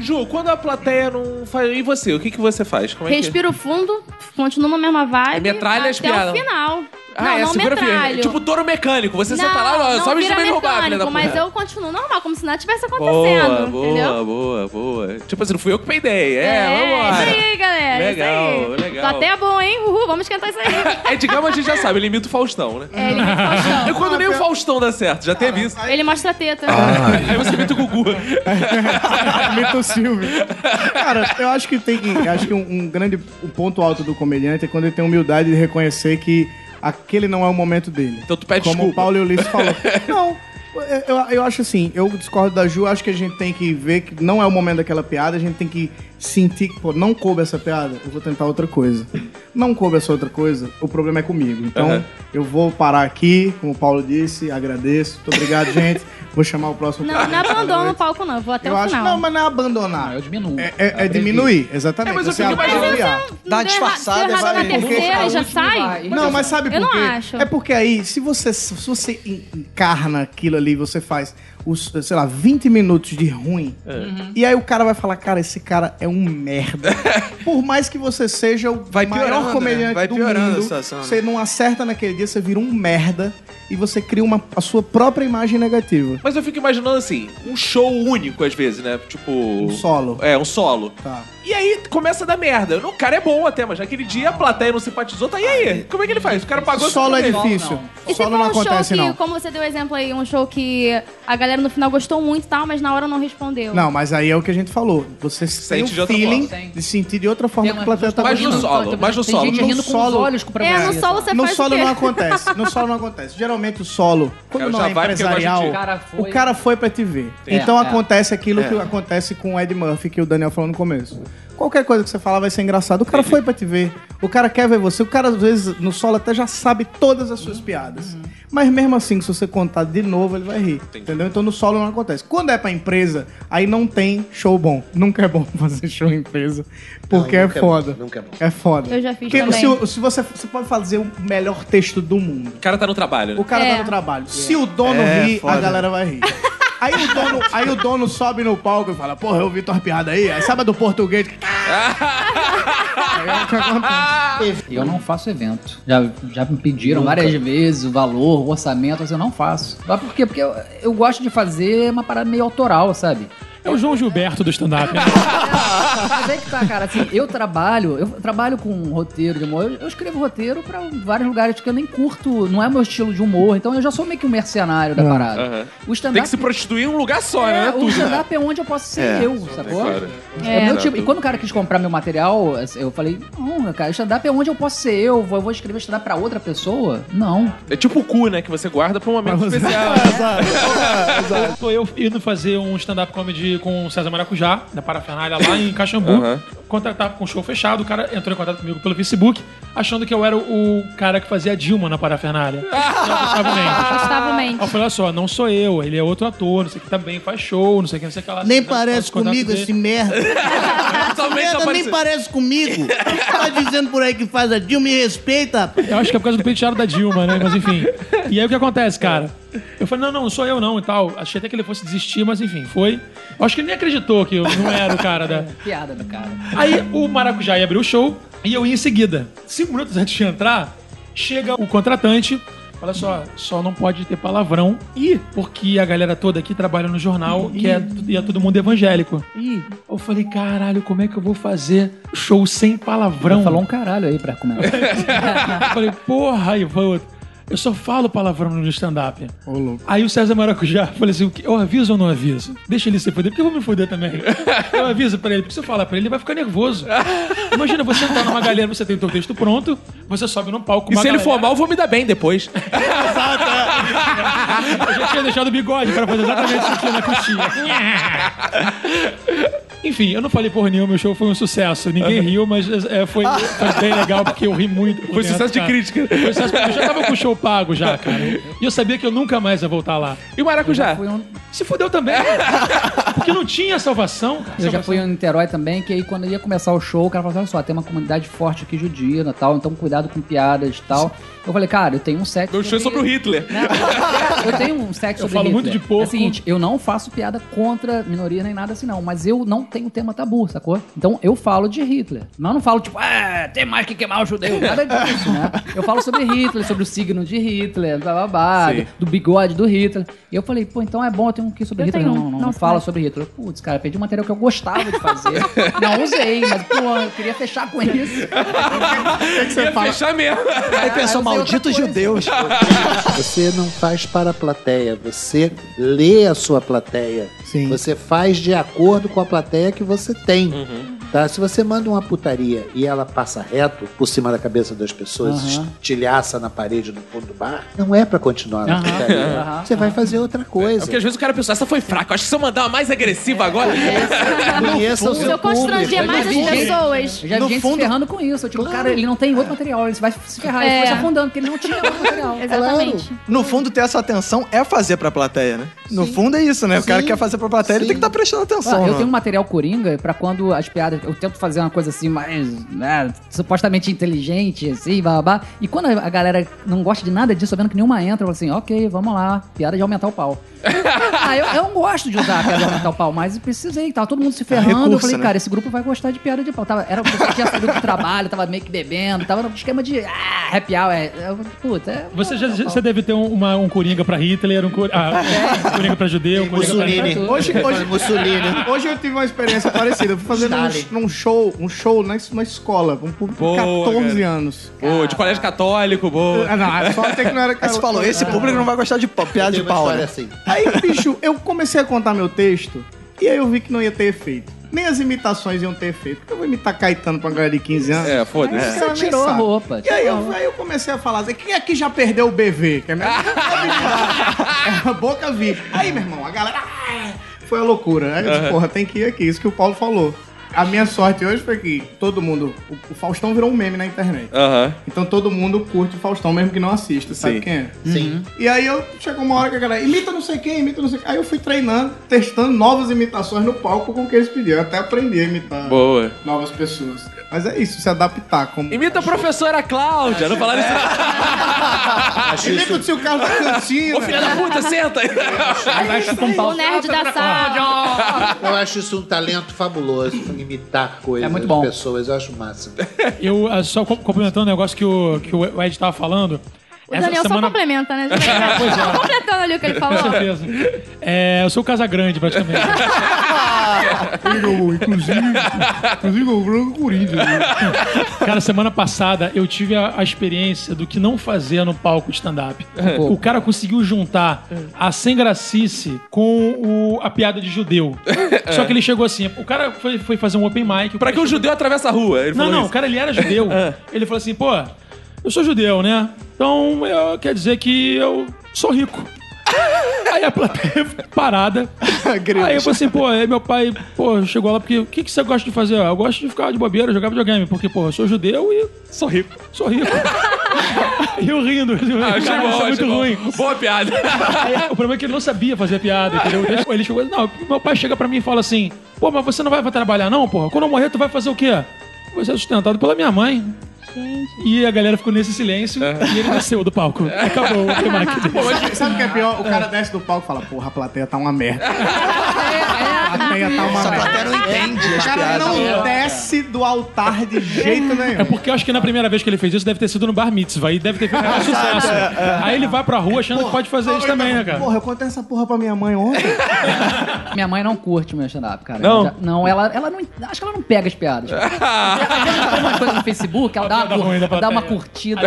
[SPEAKER 1] Ju, quando a plateia não faz... E você? O que, que você faz? Como é que...
[SPEAKER 6] Respiro fundo, continuo na mesma vibe.
[SPEAKER 1] Aí metralha as
[SPEAKER 6] até
[SPEAKER 1] piadas.
[SPEAKER 6] o final.
[SPEAKER 1] Ah,
[SPEAKER 6] Não,
[SPEAKER 1] é,
[SPEAKER 6] não
[SPEAKER 1] segura firme.
[SPEAKER 6] metralho.
[SPEAKER 1] Tipo touro mecânico. Você senta lá, ó,
[SPEAKER 6] não
[SPEAKER 1] sobe de
[SPEAKER 6] vira
[SPEAKER 1] me roubar, filha da
[SPEAKER 6] mecânico,
[SPEAKER 1] puta.
[SPEAKER 6] mas eu continuo normal, como se nada tivesse
[SPEAKER 1] Boa,
[SPEAKER 6] tá acontecendo,
[SPEAKER 1] boa,
[SPEAKER 6] entendeu?
[SPEAKER 1] boa, boa. Tipo assim, não fui eu que peidei. É,
[SPEAKER 6] isso
[SPEAKER 1] vambora.
[SPEAKER 6] aí, galera.
[SPEAKER 1] Legal,
[SPEAKER 6] isso aí.
[SPEAKER 1] legal.
[SPEAKER 6] Tô até bom, hein? Uhul, vamos esquentar isso aí.
[SPEAKER 1] É, digamos, a gente já sabe, ele imita o Faustão, né?
[SPEAKER 6] É, ele imita o Faustão.
[SPEAKER 1] E quando nem o Faustão dá certo, já teve isso.
[SPEAKER 6] Ele mostra a teta.
[SPEAKER 1] Aí você imita o Gugu.
[SPEAKER 5] Mito Silvio. Cara, eu acho que tem. eu Acho que um, um grande um ponto alto do comediante é quando ele tem humildade de reconhecer que aquele não é o momento dele.
[SPEAKER 1] Então tu pede
[SPEAKER 5] Como
[SPEAKER 1] desculpa.
[SPEAKER 5] o Paulo Ulisses falou. Não. Eu, eu acho assim, eu discordo da Ju, acho que a gente tem que ver que não é o momento daquela piada, a gente tem que sentir que, pô, não coube essa piada, eu vou tentar outra coisa. Não coube essa outra coisa, o problema é comigo. Então,
[SPEAKER 1] Aham.
[SPEAKER 5] eu vou parar aqui, como o Paulo disse, agradeço, muito obrigado, gente. Vou chamar o próximo
[SPEAKER 6] Não, não abandono o palco, não. Eu vou até
[SPEAKER 5] eu
[SPEAKER 6] o
[SPEAKER 5] acho,
[SPEAKER 6] final.
[SPEAKER 5] não, mas não é
[SPEAKER 3] Ah,
[SPEAKER 5] abandonar.
[SPEAKER 3] eu diminuo.
[SPEAKER 5] É, é- é diminuir, exatamente.
[SPEAKER 1] É, mas eu
[SPEAKER 5] Você
[SPEAKER 1] fico
[SPEAKER 5] abaixa
[SPEAKER 1] imaginando-
[SPEAKER 5] o olhar.
[SPEAKER 2] Dá
[SPEAKER 6] Deu erra-
[SPEAKER 2] disfarçada,
[SPEAKER 6] deu errado
[SPEAKER 2] vai-
[SPEAKER 6] na terceira,
[SPEAKER 5] Porque-
[SPEAKER 6] já
[SPEAKER 3] Último vai.
[SPEAKER 6] sai.
[SPEAKER 5] Não, mas sabe por
[SPEAKER 6] Eu não
[SPEAKER 5] quê?
[SPEAKER 6] acho.
[SPEAKER 5] É porque aí, se você, se você en- encarna aquilo ali, você faz, os, sei lá, 20 minutos de ruim, e aí o cara vai falar, cara, esse cara é um merda. por mais que você seja o
[SPEAKER 2] Vai piorando,
[SPEAKER 5] maior
[SPEAKER 2] né?
[SPEAKER 5] comediante
[SPEAKER 2] Vai
[SPEAKER 5] do
[SPEAKER 2] piorando a
[SPEAKER 5] mundo,
[SPEAKER 2] situação, né?
[SPEAKER 5] você não acerta naquele dia, você vira um merda, e você cria uma, a sua própria imagem negativa.
[SPEAKER 1] Mas eu fico imaginando assim, um show único às vezes, né? Tipo.
[SPEAKER 5] Um solo.
[SPEAKER 1] É, um solo.
[SPEAKER 5] Tá.
[SPEAKER 1] E aí começa a dar merda. O cara é bom até, mas naquele dia a plateia não simpatizou, tá e aí? Como é que ele faz? O cara pagou
[SPEAKER 5] Solo é
[SPEAKER 1] ele.
[SPEAKER 5] difícil.
[SPEAKER 6] E se for
[SPEAKER 5] Solo não
[SPEAKER 6] um show
[SPEAKER 5] acontece,
[SPEAKER 6] que,
[SPEAKER 5] não.
[SPEAKER 6] como você deu exemplo aí, um show que a galera no final gostou muito e tal, mas na hora não respondeu.
[SPEAKER 5] Não, mas aí é o que a gente falou. Você
[SPEAKER 1] Sente
[SPEAKER 5] sente tem
[SPEAKER 1] de
[SPEAKER 5] um
[SPEAKER 1] outra
[SPEAKER 5] feeling
[SPEAKER 3] forma.
[SPEAKER 5] de sentir de outra forma
[SPEAKER 3] Tem
[SPEAKER 5] que
[SPEAKER 3] uma-
[SPEAKER 5] o plateia tá
[SPEAKER 1] Mas no
[SPEAKER 5] gostando.
[SPEAKER 1] solo, mas no
[SPEAKER 3] tem
[SPEAKER 1] solo.
[SPEAKER 3] gente
[SPEAKER 5] No
[SPEAKER 3] rindo
[SPEAKER 5] solo-
[SPEAKER 3] com os olhos pra
[SPEAKER 6] É, no
[SPEAKER 3] você,
[SPEAKER 6] solo
[SPEAKER 3] sabe?
[SPEAKER 6] você
[SPEAKER 5] No
[SPEAKER 6] faz o
[SPEAKER 5] solo
[SPEAKER 6] quê?
[SPEAKER 5] não acontece. No solo não acontece. Geralmente o solo,
[SPEAKER 1] cara
[SPEAKER 5] quando não
[SPEAKER 1] já
[SPEAKER 5] é
[SPEAKER 1] vai porque gosta de
[SPEAKER 5] empresarial,
[SPEAKER 1] ti.
[SPEAKER 5] o cara foi, pra te ver.
[SPEAKER 3] Tem.
[SPEAKER 5] Então
[SPEAKER 3] É, é.
[SPEAKER 5] acontece aquilo que acontece com o Ed Murphy, que o Daniel falou no começo. Qualquer coisa que você falar vai ser engraçado. O cara foi pra te ver. O cara quer ver você. O cara, às vezes, no solo até tá, já sabe todas as suas piadas. Mas mesmo assim, se você contar de novo, ele vai rir. Entendeu? Então no solo não acontece. Quando é pra empresa, aí não tem show bom. Nunca é bom fazer show em empresa. Porque
[SPEAKER 7] Não,
[SPEAKER 5] é
[SPEAKER 7] nunca é bom,
[SPEAKER 5] foda.
[SPEAKER 7] nunca é bom.
[SPEAKER 5] É foda.
[SPEAKER 6] Eu já fiz
[SPEAKER 5] Porque
[SPEAKER 6] também.
[SPEAKER 5] se o- se você, você pode fazer o melhor texto do mundo.
[SPEAKER 1] O cara tá no trabalho.
[SPEAKER 5] O
[SPEAKER 1] Né?
[SPEAKER 5] cara
[SPEAKER 6] É.
[SPEAKER 5] tá no trabalho. Se
[SPEAKER 2] É,
[SPEAKER 5] o dono rir, a galera vai rir. Aí o, dono, aí o dono sobe no palco e fala, porra, eu vi tua piada aí. Aí sabe a do português.
[SPEAKER 3] Eu não faço evento. Já, já me pediram várias vezes o valor, o orçamento, assim, eu não faço. Mas por quê? Porque eu, eu gosto de fazer uma parada meio autoral, sabe?
[SPEAKER 4] É o João Gilberto do stand-up. né?
[SPEAKER 3] Mas é que tá, cara, assim, eu trabalho, eu trabalho com roteiro de humor, eu, eu escrevo roteiro pra vários lugares que eu nem curto, não é meu estilo de humor, então eu já sou meio que um mercenário da parada.
[SPEAKER 1] Aham.
[SPEAKER 3] O
[SPEAKER 1] Tem que
[SPEAKER 3] stand-up
[SPEAKER 1] se prostituir em um lugar só,
[SPEAKER 3] é,
[SPEAKER 1] né?
[SPEAKER 3] o stand-up é onde eu posso ser eu, sacou?
[SPEAKER 1] claro.
[SPEAKER 3] É, meu
[SPEAKER 1] É.
[SPEAKER 3] tipo. E quando o cara quis comprar meu material, eu falei, não, cara, stand-up é onde eu posso ser eu, vou- eu vou escrever stand-up pra outra pessoa? Não.
[SPEAKER 1] É tipo o cu, né? Que você guarda pra um momento especial.
[SPEAKER 4] Tô eu indo fazer um stand-up comedy com o César Maracujá, da Parafernália, lá em Caxambu.
[SPEAKER 1] Aham.
[SPEAKER 4] Contratava com o show fechado, o cara entrou em contato comigo pelo Facebook, achando que eu era o cara que fazia a Dilma na Parafernália. Não, Gustavo Mendes.
[SPEAKER 6] Gustavo
[SPEAKER 4] Aí eu
[SPEAKER 7] Ah,
[SPEAKER 6] Mendes.
[SPEAKER 4] falei, olha só, não sou eu, ele é outro ator, não sei o que tá bem, faz show, não sei o que, não sei o que lá. Não, faço contato dele.
[SPEAKER 7] merda.
[SPEAKER 1] Totalmente tá parecendo-
[SPEAKER 7] parece comigo. tá dizendo por aí que faz a Dilma e respeita.
[SPEAKER 4] Eu acho que é por causa do penteado da Dilma, né? Mas enfim. E aí o que acontece, cara? Eu falei, não, não, não sou eu não e tal. Achei até que ele fosse desistir, mas enfim, foi. Eu Acho que ele nem acreditou que eu não era o cara da.
[SPEAKER 3] Piada do cara.
[SPEAKER 4] Aí o Maracujá ia abrir o show e eu ia em seguida. Cinco minutos antes de entrar, chega o contratante. Olha só, só não pode ter palavrão. E porque a galera toda aqui trabalha no jornal que é, e é todo mundo evangélico. E eu falei, caralho, como é que eu vou fazer show sem palavrão?
[SPEAKER 3] Falou um caralho aí pra comentar.
[SPEAKER 4] Eu falei, porra, Ivan, eu só falo palavrão no stand-up.
[SPEAKER 5] louco.
[SPEAKER 4] Aí o César Maracujá, falei assim, o quê? eu aviso ou não aviso? Deixa ele se foder, porque eu vou me foder também. Eu aviso pra ele, porque se eu falar pra ele, ele vai ficar nervoso. Imagina, você entrar numa galera, você tem o teu texto pronto, você sobe no palco.
[SPEAKER 1] E
[SPEAKER 4] uma
[SPEAKER 1] se ele for
[SPEAKER 4] galera-
[SPEAKER 1] mal, eu vou me dar bem depois.
[SPEAKER 4] Eu já tinha deixado o bigode pra fazer exatamente isso aqui na coxinha. Enfim, eu não falei porra nenhuma, meu show foi um sucesso. Ninguém riu, mas é, foi, foi bem legal, porque eu ri muito. por
[SPEAKER 1] Foi um
[SPEAKER 4] dentro,
[SPEAKER 1] sucesso de
[SPEAKER 4] cara.
[SPEAKER 1] crítica.
[SPEAKER 4] Foi sucesso de crítica. Eu já tava com o show pago já, cara. E eu sabia que eu nunca mais ia voltar lá.
[SPEAKER 1] E o maracujá?
[SPEAKER 3] Foi um-
[SPEAKER 4] Se fudeu também.
[SPEAKER 5] É.
[SPEAKER 4] Porque não tinha salvação. cara.
[SPEAKER 3] Eu já
[SPEAKER 4] Salvação.
[SPEAKER 3] fui em Niterói também, que aí quando ia começar o show, o cara falava assim, olha só, tem uma comunidade forte aqui judia e tal, então cuidado com piadas e tal. Eu falei, cara, eu tenho um set.
[SPEAKER 1] Meu show é sobre o Hitler.
[SPEAKER 3] Né? Eu tenho um set
[SPEAKER 4] Eu
[SPEAKER 3] sobre
[SPEAKER 4] falo
[SPEAKER 3] Hitler.
[SPEAKER 4] muito de porco.
[SPEAKER 3] É o seguinte, eu não faço piada contra minoria nem nada assim, não. Mas eu não tenho tema tabu, sacou? Então eu falo de Hitler. Mas eu não falo, tipo, ah, tem mais que queimar o judeu. Nada disso, né? Eu falo sobre Hitler, sobre o signo de Hitler, blá blá blá, do, do bigode do Hitler. E eu falei, pô, então é bom eu ter um que sobre
[SPEAKER 6] Eu
[SPEAKER 3] Hitler.
[SPEAKER 6] tenho um.
[SPEAKER 3] Não, não, não
[SPEAKER 6] Nossa,
[SPEAKER 3] fala
[SPEAKER 6] mas-
[SPEAKER 3] sobre Hitler. Putz, cara, perdi um material que eu gostava de fazer. não usei, mas, pô, eu queria fechar com isso.
[SPEAKER 1] Ia fechar mesmo.
[SPEAKER 2] Aí
[SPEAKER 5] é
[SPEAKER 2] pensou,
[SPEAKER 3] eu sei outra
[SPEAKER 2] malditos
[SPEAKER 3] coisa."
[SPEAKER 2] judeus.
[SPEAKER 7] Você não faz para a plateia, você lê a sua plateia.
[SPEAKER 2] Sim.
[SPEAKER 7] Você faz de acordo com a plateia que você tem.
[SPEAKER 1] Uhum.
[SPEAKER 7] Tá? Se você manda uma putaria e ela passa reto por cima da cabeça das pessoas,
[SPEAKER 3] Aham.
[SPEAKER 7] estilhaça na parede do fundo do bar, não é para continuar na
[SPEAKER 3] Aham,
[SPEAKER 7] putaria.
[SPEAKER 3] aham,
[SPEAKER 7] você vai fazer outra
[SPEAKER 1] É
[SPEAKER 7] coisa.
[SPEAKER 1] porque às vezes o cara pensa, essa foi fraca, acho que se eu mandar uma mais agressiva
[SPEAKER 5] É,
[SPEAKER 1] agora. é
[SPEAKER 7] Conheça o
[SPEAKER 6] Se eu
[SPEAKER 7] seu público.
[SPEAKER 6] constranger mais as
[SPEAKER 3] Mas, gente,
[SPEAKER 6] pessoas.
[SPEAKER 3] Eu já
[SPEAKER 2] No
[SPEAKER 3] vi gente
[SPEAKER 2] fundo-
[SPEAKER 3] se ferrando com isso. Eu, tipo, cara, ele não tem outro material, ele vai se ferrar,
[SPEAKER 6] É.
[SPEAKER 3] ele foi se afundando, porque ele não tinha outro
[SPEAKER 7] é
[SPEAKER 3] material.
[SPEAKER 6] Exatamente.
[SPEAKER 2] No fundo, ter essa atenção é fazer pra plateia, né? No fundo é isso, né? O cara quer fazer pra plateia, ele tem que estar prestando atenção.
[SPEAKER 3] Ah, eu
[SPEAKER 2] né?
[SPEAKER 3] tenho um material coringa pra quando as piadas. Eu tento fazer uma coisa assim, mais. né, supostamente inteligente, assim, babá. E quando a galera não gosta de nada disso, sabendo que nenhuma entra, eu falo assim, ok, vamos lá, piada de aumentar o pau. ah, eu, eu não gosto de usar a piada de aumentar o pau, mas eu precisei, tava todo mundo se ferrando. eu
[SPEAKER 2] recurso,
[SPEAKER 3] falei,
[SPEAKER 2] né?
[SPEAKER 3] cara, esse grupo vai gostar de piada de pau. Tava, era o pessoal que tinha saído do trabalho, tava meio que bebendo, tava no esquema de ah, happy hour. é, eu- Puta, é.
[SPEAKER 4] Você, já- já- você deve ter um, uma- um coringa pra Hitler, um, cor- ah,
[SPEAKER 6] É.
[SPEAKER 4] um coringa pra judeu, um coringa pra...
[SPEAKER 7] Mussolini.
[SPEAKER 5] Hoje, hoje,
[SPEAKER 7] Mussolini.
[SPEAKER 5] hoje eu tive uma experiência parecida. Eu Fui fazer
[SPEAKER 7] Stalin.
[SPEAKER 5] um, um show, um show na, numa escola, pra um público de
[SPEAKER 1] Boa,
[SPEAKER 5] 14
[SPEAKER 1] cara.
[SPEAKER 5] anos.
[SPEAKER 1] Pô, de colégio católico, boa.
[SPEAKER 5] Ah, não, só até que não era
[SPEAKER 2] Aí você falou, esse público não vai gostar de pa- piada de
[SPEAKER 7] Tem uma
[SPEAKER 2] pau,
[SPEAKER 7] história
[SPEAKER 2] né?
[SPEAKER 7] assim.
[SPEAKER 5] Aí, bicho, eu comecei a contar meu texto e aí eu vi que não ia ter efeito. Nem as imitações iam ter efeito. Porque eu vou imitar Caetano pra uma galera de 15 anos.
[SPEAKER 1] É, foda-se.
[SPEAKER 5] Esse cara nem
[SPEAKER 3] tirou a
[SPEAKER 5] sabe.
[SPEAKER 3] roupa,
[SPEAKER 5] E aí
[SPEAKER 3] tirou a
[SPEAKER 5] eu,
[SPEAKER 3] roupa.
[SPEAKER 5] aí eu comecei a falar assim, quem aqui já perdeu o BV? Que é minha... É, a boca vi. Aí, meu irmão, a galera... "Ah!" Foi a loucura. Aí eu disse, porra, tem que ir aqui. Isso que o Paulo falou. A minha sorte hoje foi que todo mundo... O, o Faustão virou um meme na internet.
[SPEAKER 1] Aham.
[SPEAKER 5] Então todo mundo curte o Faustão, mesmo que não assista, sabe
[SPEAKER 1] Sim.
[SPEAKER 5] quem é?
[SPEAKER 7] Sim.
[SPEAKER 5] E aí eu chegou uma hora que a galera, imita não sei quem, imita não sei quem. Aí eu fui treinando, testando novas imitações no palco com o que eles pediam. Até aprendi a imitar
[SPEAKER 1] Boa.
[SPEAKER 5] novas pessoas. Mas é isso, se adaptar como.
[SPEAKER 1] Imita a professora Cláudia, não falaram isso.
[SPEAKER 5] Imita o tio Carlos da
[SPEAKER 1] Ô,
[SPEAKER 5] cantina.
[SPEAKER 1] filha da puta, senta aí.
[SPEAKER 4] Vai chupar um
[SPEAKER 6] O
[SPEAKER 4] pau.
[SPEAKER 6] nerd
[SPEAKER 7] é
[SPEAKER 6] da sala.
[SPEAKER 7] Eu acho isso um talento fabuloso, imitar coisas
[SPEAKER 3] É muito bom.
[SPEAKER 7] pessoas. Eu acho o máximo.
[SPEAKER 4] Eu, ah, só com- complementando o negócio que o, que o Ed tava falando.
[SPEAKER 6] O Daniel só complementa, né?
[SPEAKER 4] é.
[SPEAKER 6] Só completando ali o que ele falou.
[SPEAKER 4] Com certeza. É, eu sou o Casagrande, praticamente.
[SPEAKER 5] Inclusive, inclusive o
[SPEAKER 8] é um
[SPEAKER 5] Bruno Corinthians.
[SPEAKER 8] Tá
[SPEAKER 4] Cara, semana passada eu tive a, a experiência do que não fazer no palco de stand-up.
[SPEAKER 1] É.
[SPEAKER 4] O cara conseguiu juntar a sem gracice com o- a piada de judeu. Só que ele chegou assim, o cara foi, foi fazer um open mic. o
[SPEAKER 1] É. Pra
[SPEAKER 4] cara
[SPEAKER 1] que o judeu atravessa a rua? Ele
[SPEAKER 4] Não,
[SPEAKER 1] falou
[SPEAKER 4] não, o
[SPEAKER 1] isso. É.
[SPEAKER 4] cara ele era judeu. Ele falou assim, pô, eu sou judeu, né? Então eu, quer dizer que eu sou rico. Aí a plateia ficou parada. Aí eu falei assim, pô, aí meu pai, pô, chegou lá porque o que, que você gosta de fazer? "Ah, Eu gosto de ficar de bobeira, jogar videogame, porque, pô, eu sou judeu e
[SPEAKER 1] Sou rico.
[SPEAKER 4] sou rico. e eu rindo.
[SPEAKER 1] Ah, achei bom,
[SPEAKER 4] Cara, isso é muito
[SPEAKER 1] achei bom.
[SPEAKER 4] ruim.
[SPEAKER 1] Boa piada.
[SPEAKER 4] Aí, o problema é que ele não sabia fazer piada, entendeu? Ele chegou- Ele chegou, não, meu pai chega pra mim e fala assim: pô, mas você não vai trabalhar, não, porra? Quando eu morrer, tu vai fazer o quê? Vou ser sustentado pela minha mãe. E a galera ficou nesse silêncio e ele desceu do palco. Acabou o open mic dele.
[SPEAKER 5] Sabe o que é pior? O cara desce do palco e fala, porra, a plateia tá uma merda. A plateia tá uma
[SPEAKER 2] Essa
[SPEAKER 5] merda.
[SPEAKER 2] plateia não entende as
[SPEAKER 5] O cara
[SPEAKER 2] piadas.
[SPEAKER 5] não desce do altar de jeito nenhum.
[SPEAKER 4] É porque eu acho que na primeira vez que ele fez isso deve ter sido no bar mitzvah e deve ter feito um sucesso. Aí ele vai pra rua achando que pode fazer isso também, né, cara?
[SPEAKER 5] Porra, eu contei essa porra pra minha mãe ontem.
[SPEAKER 3] Minha mãe não curte o meu stand-up, cara.
[SPEAKER 1] Não?
[SPEAKER 3] Já- não, ela, ela não. Acho que ela não pega as piadas. cara. Ela ela põe umas coisas no Facebook, ela dá uma,
[SPEAKER 4] piada
[SPEAKER 3] cur-
[SPEAKER 4] ruim da
[SPEAKER 3] ela dá uma
[SPEAKER 4] plateia.
[SPEAKER 3] curtida.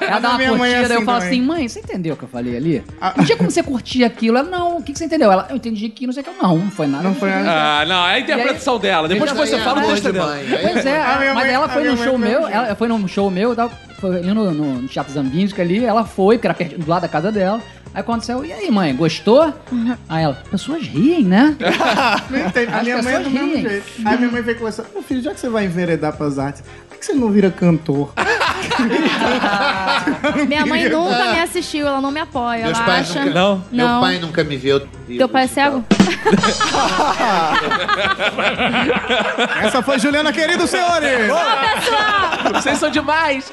[SPEAKER 3] Ela dá uma
[SPEAKER 5] minha mãe é
[SPEAKER 3] curtida, eu
[SPEAKER 5] assim
[SPEAKER 3] falo
[SPEAKER 5] também.
[SPEAKER 3] assim, mãe, você entendeu o que eu falei ali?
[SPEAKER 5] Ah.
[SPEAKER 3] Não tinha como você curtir aquilo. Ela, não, o que, que você entendeu? Ela, eu entendi que não sei o que. Eu, Não, não foi nada.
[SPEAKER 5] Não foi nada.
[SPEAKER 1] Ah, não, é a interpretação dela. Depois que
[SPEAKER 3] Ele já
[SPEAKER 1] você fala,
[SPEAKER 3] ia-
[SPEAKER 1] você
[SPEAKER 7] Mãe,
[SPEAKER 1] entendeu.
[SPEAKER 7] mãe. Aí
[SPEAKER 3] Pois é,
[SPEAKER 5] A minha
[SPEAKER 3] mas
[SPEAKER 5] mãe-
[SPEAKER 3] ela
[SPEAKER 5] a
[SPEAKER 3] foi
[SPEAKER 5] minha
[SPEAKER 3] num
[SPEAKER 5] mãe
[SPEAKER 3] show
[SPEAKER 5] foi
[SPEAKER 3] meu,
[SPEAKER 5] assim.
[SPEAKER 3] ela foi num show meu, tava- foi ali no, no, no Teatro Zambinski ali, ela foi, que era perto, do lado da casa dela. Aí aconteceu, e aí mãe, gostou?
[SPEAKER 5] Uhum.
[SPEAKER 3] Aí ela, pessoas riem, né?
[SPEAKER 5] Não entendo. A
[SPEAKER 3] As
[SPEAKER 5] minha mãe é do
[SPEAKER 3] pessoas
[SPEAKER 5] mesmo
[SPEAKER 3] riem.
[SPEAKER 5] jeito. Aí minha mãe veio conversar, meu filho, já que você vai enveredar pras artes, por que você não vira cantor?
[SPEAKER 6] Minha mãe nunca
[SPEAKER 4] Ah.
[SPEAKER 6] me assistiu, ela não me apoia.
[SPEAKER 7] Meus
[SPEAKER 6] ela
[SPEAKER 7] pais
[SPEAKER 6] acha.
[SPEAKER 7] nunca-
[SPEAKER 1] Não?
[SPEAKER 7] Meu
[SPEAKER 6] Não.
[SPEAKER 7] pai nunca me viu.
[SPEAKER 6] Teu pai é cego?
[SPEAKER 5] Essa foi Juliana, querido senhores!
[SPEAKER 1] Vocês são demais.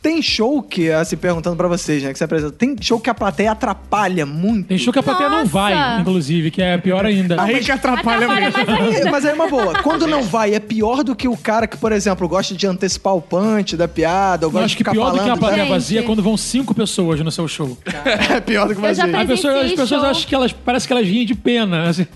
[SPEAKER 2] Tem show que, assim, perguntando pra vocês, né, que você apresenta, tem show que a plateia atrapalha muito.
[SPEAKER 4] Tem show que a plateia não
[SPEAKER 6] Nossa!
[SPEAKER 4] vai, inclusive, que é pior ainda.
[SPEAKER 5] Aí que atrapalha,
[SPEAKER 6] Atrapalha mais ainda.
[SPEAKER 2] É, Ah, Mas aí é uma boa. Quando não vai, é pior do que o cara que, por exemplo, gosta de antecipar o punch da piada, ou
[SPEAKER 4] Eu
[SPEAKER 2] gosta de
[SPEAKER 4] acho que
[SPEAKER 2] ficar
[SPEAKER 4] pior do que
[SPEAKER 2] falando.
[SPEAKER 4] a plateia
[SPEAKER 6] Gente.
[SPEAKER 4] vazia é quando vão cinco pessoas no seu show.
[SPEAKER 2] É pior do que
[SPEAKER 6] Eu já
[SPEAKER 4] A pessoa- as
[SPEAKER 6] presenciei
[SPEAKER 4] pessoas
[SPEAKER 6] show.
[SPEAKER 4] acham que elas. Parece que elas riem de pena. assim.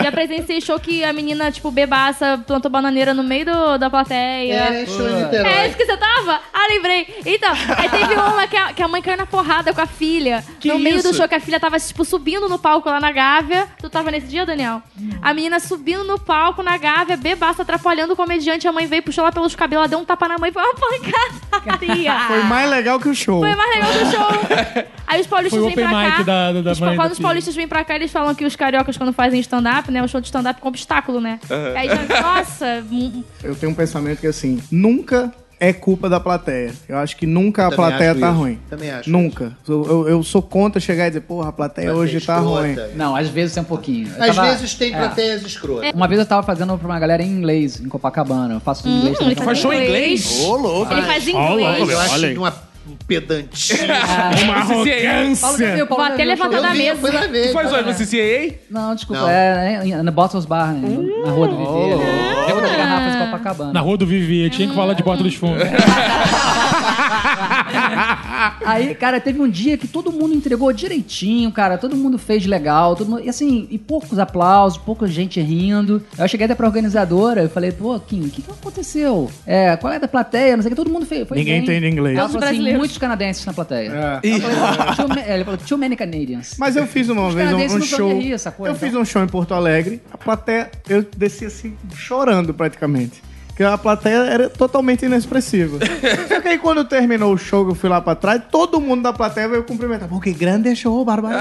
[SPEAKER 6] Já presenciei show que a menina, tipo, bebaça, plantou bananeira no meio do- da plateia.
[SPEAKER 7] É, show em
[SPEAKER 6] É
[SPEAKER 7] Niterói.
[SPEAKER 6] isso que você tava? Ah, lembrei. Então, aí teve uma que a, que a mãe caiu na porrada com a filha.
[SPEAKER 1] Que
[SPEAKER 6] no meio do
[SPEAKER 1] isso?
[SPEAKER 6] show, que a filha tava, tipo, subindo no palco lá na Gávea. Tu tava nesse dia, Daniel? A menina subindo no palco na Gávea, bebaça, atrapalhando o comediante. A mãe veio, puxou ela pelos cabelos, ela deu um tapa na mãe e foi uma pancadaria.
[SPEAKER 5] Foi mais É legal que o show.
[SPEAKER 6] Foi mais legal do show. Aí os paulistas
[SPEAKER 4] Foi o
[SPEAKER 6] vêm pra
[SPEAKER 4] open
[SPEAKER 6] cá.
[SPEAKER 4] mic da- da- da
[SPEAKER 6] os,
[SPEAKER 4] mãe da
[SPEAKER 6] quando os
[SPEAKER 4] filha.
[SPEAKER 6] paulistas vêm pra cá, eles falam que os cariocas, quando fazem stand-up, né? O show de stand-up com obstáculo, né? Aí já, nossa, hum,
[SPEAKER 5] Eu tenho um pensamento que assim, nunca é culpa da plateia. Eu acho que nunca a
[SPEAKER 7] Também
[SPEAKER 5] plateia
[SPEAKER 7] acho
[SPEAKER 5] tá
[SPEAKER 7] isso.
[SPEAKER 5] ruim.
[SPEAKER 7] Também acho
[SPEAKER 5] Nunca. Eu, eu- eu sou contra chegar e dizer, porra, a plateia
[SPEAKER 7] Plateia
[SPEAKER 5] hoje tá
[SPEAKER 7] escrota.
[SPEAKER 5] ruim.
[SPEAKER 3] Não, às vezes tem um pouquinho. Eu
[SPEAKER 7] Às
[SPEAKER 3] tava-
[SPEAKER 7] vezes tem
[SPEAKER 3] é.
[SPEAKER 7] plateias escrotas.
[SPEAKER 3] Uma vez eu tava fazendo pra uma galera em inglês, em Copacabana. Eu faço em inglês também. então-
[SPEAKER 6] ele
[SPEAKER 1] Faz show em inglês?
[SPEAKER 2] Ô, louco.
[SPEAKER 6] ele faz em
[SPEAKER 7] Mas
[SPEAKER 6] inglês.
[SPEAKER 7] eu acho de uma pedantia.
[SPEAKER 1] CCA.
[SPEAKER 3] Paulo já veio, Paulo
[SPEAKER 6] Vou
[SPEAKER 3] já
[SPEAKER 6] até
[SPEAKER 3] veio,
[SPEAKER 6] levantar
[SPEAKER 3] Paulo-
[SPEAKER 6] da
[SPEAKER 7] vi,
[SPEAKER 6] mesa.
[SPEAKER 7] eu fui lá ver.
[SPEAKER 1] Tu faz hoje no CCA?
[SPEAKER 3] Não, desculpa.
[SPEAKER 7] Não. Hum.
[SPEAKER 3] É, é, é, na Bottles Bar, né? na Rua do Viveiro. Tem
[SPEAKER 6] Ah.
[SPEAKER 3] uma garrafa de Copacabana.
[SPEAKER 4] Na rua do Vivi, tinha que falar de porta dos fundos.
[SPEAKER 3] Aí, cara, teve um dia que todo mundo entregou direitinho, cara. Todo mundo fez legal. Todo mundo, e assim, e poucos aplausos, pouca gente rindo. Aí Eu cheguei até pra organizadora e falei, pô, Kim, o que, que aconteceu? É, qual é da plateia? Não sei o que, todo mundo fez. foi
[SPEAKER 5] Ninguém
[SPEAKER 3] bem.
[SPEAKER 5] entende inglês.
[SPEAKER 3] Ela
[SPEAKER 6] Os
[SPEAKER 3] falou assim,
[SPEAKER 6] brasileiros.
[SPEAKER 3] muitos canadenses na plateia.
[SPEAKER 5] É.
[SPEAKER 3] Ela falou, "Too ma- Ela falou, too many Canadians.
[SPEAKER 5] Mas eu fiz uma vez um,
[SPEAKER 3] canadenses
[SPEAKER 5] um
[SPEAKER 3] não sabem
[SPEAKER 5] show.
[SPEAKER 3] rir, sacou?
[SPEAKER 5] eu
[SPEAKER 3] Então.
[SPEAKER 5] fiz um show em Porto Alegre, a plateia, eu desci assim, chorando praticamente. Porque a plateia era totalmente inexpressiva. Só que aí quando terminou o show, que eu fui lá pra trás, todo mundo da plateia veio cumprimentar. Pô, que grande show, Bárbara.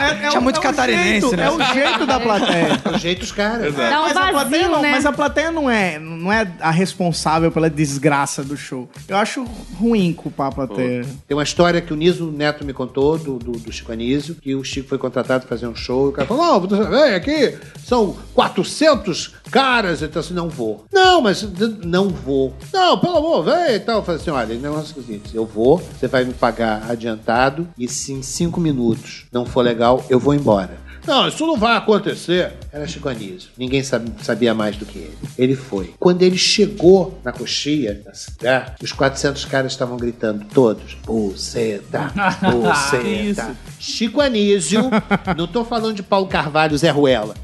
[SPEAKER 5] é,
[SPEAKER 2] Tinha muito
[SPEAKER 5] o
[SPEAKER 2] catarinense,
[SPEAKER 5] jeito,
[SPEAKER 2] né?
[SPEAKER 5] É o jeito da plateia.
[SPEAKER 7] Do É jeito os caras.
[SPEAKER 6] Dá um
[SPEAKER 5] mas, a plateia
[SPEAKER 6] vazio,
[SPEAKER 5] não,
[SPEAKER 6] né?
[SPEAKER 5] mas a plateia não é, não é a responsável pela desgraça do show. Eu acho ruim culpar a plateia.
[SPEAKER 7] Tem uma história que o Niso Neto me contou, do, do, do Chico Anísio, que o Chico foi contratado para fazer um show. E o cara falou: Não, vem aqui, são 400 caras. Ele falou assim: Não vou. Não, mas d- não vou. Não, pelo amor, vem e tal. Eu falei assim: Olha, o negócio é o seguinte: Eu vou, você vai me pagar adiantado, e se em cinco minutos não for legal, eu vou embora. Não, isso não vai acontecer. Era Chico Anísio. Ninguém sabe- sabia mais do que ele. Ele foi. Quando ele chegou na coxia, na cidade, os 400 caras estavam gritando todos. Buceta, buceta. Chico Anísio, não tô falando de Paulo Carvalho, Zé Ruela.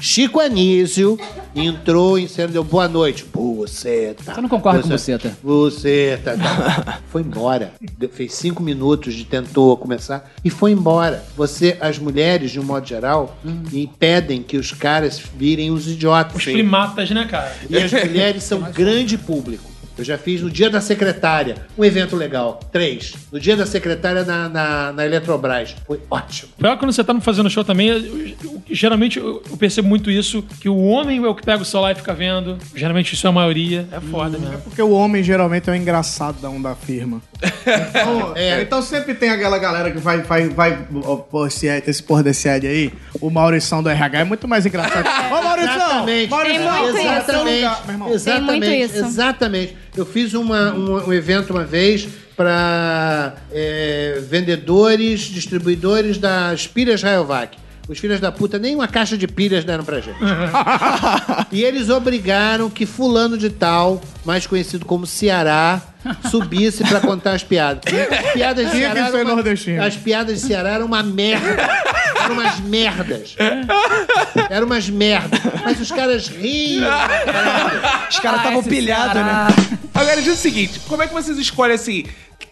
[SPEAKER 7] Chico Anísio entrou em cena deu boa noite. Buceta.
[SPEAKER 3] Você não concorda com buceta?
[SPEAKER 7] Buceta. tá. Foi embora. Deu- Fez cinco minutos de tentou começar e foi embora. Você, as mulheres, de um modo geral, impedem que os caras virem os idiotas.
[SPEAKER 4] Os primatas, né, cara?
[SPEAKER 7] E as mulheres são grande público. Eu já fiz no dia da secretária, um evento legal. Três. No dia da secretária na, na, na Eletrobras. Foi ótimo.
[SPEAKER 4] Pior que quando você tá fazendo show também, eu- eu- geralmente eu eu percebo muito isso, que o homem é o que pega o celular e fica vendo. Geralmente isso é a maioria. É foda, né?
[SPEAKER 5] Porque o homem geralmente é o engraçadão da firma. Então,
[SPEAKER 7] É.
[SPEAKER 5] então sempre tem aquela galera que vai, vai, vai, ó, pô, esse, Ed- esse porra desse Ed aí, o Maurição do RH é muito mais engraçado. Ô, Maurição!
[SPEAKER 7] Exatamente.
[SPEAKER 5] Maurição,
[SPEAKER 6] Tem muito
[SPEAKER 5] vai pro seu
[SPEAKER 7] exatamente.
[SPEAKER 5] lugar, meu irmão.
[SPEAKER 7] Exatamente.
[SPEAKER 6] Tem muito isso.
[SPEAKER 7] Exatamente. Eu fiz uma- um, um evento uma vez para vendedores, distribuidores das pilhas Rayovac. Os filhos da puta, nem uma caixa de pilhas deram pra gente. e eles obrigaram que fulano de tal, mais conhecido como Ceará, subisse pra contar as piadas. As piadas de
[SPEAKER 5] Tinha que
[SPEAKER 7] Ceará.
[SPEAKER 5] ser
[SPEAKER 7] eram uma-
[SPEAKER 5] nordestino.
[SPEAKER 7] as piadas de Ceará eram uma merda. Eram umas merdas. Eram umas merdas. Mas os caras riam.
[SPEAKER 2] Os
[SPEAKER 4] Ah,
[SPEAKER 2] caras estavam pilhados, né?
[SPEAKER 1] Agora, diz o seguinte, como é que vocês escolhem assim...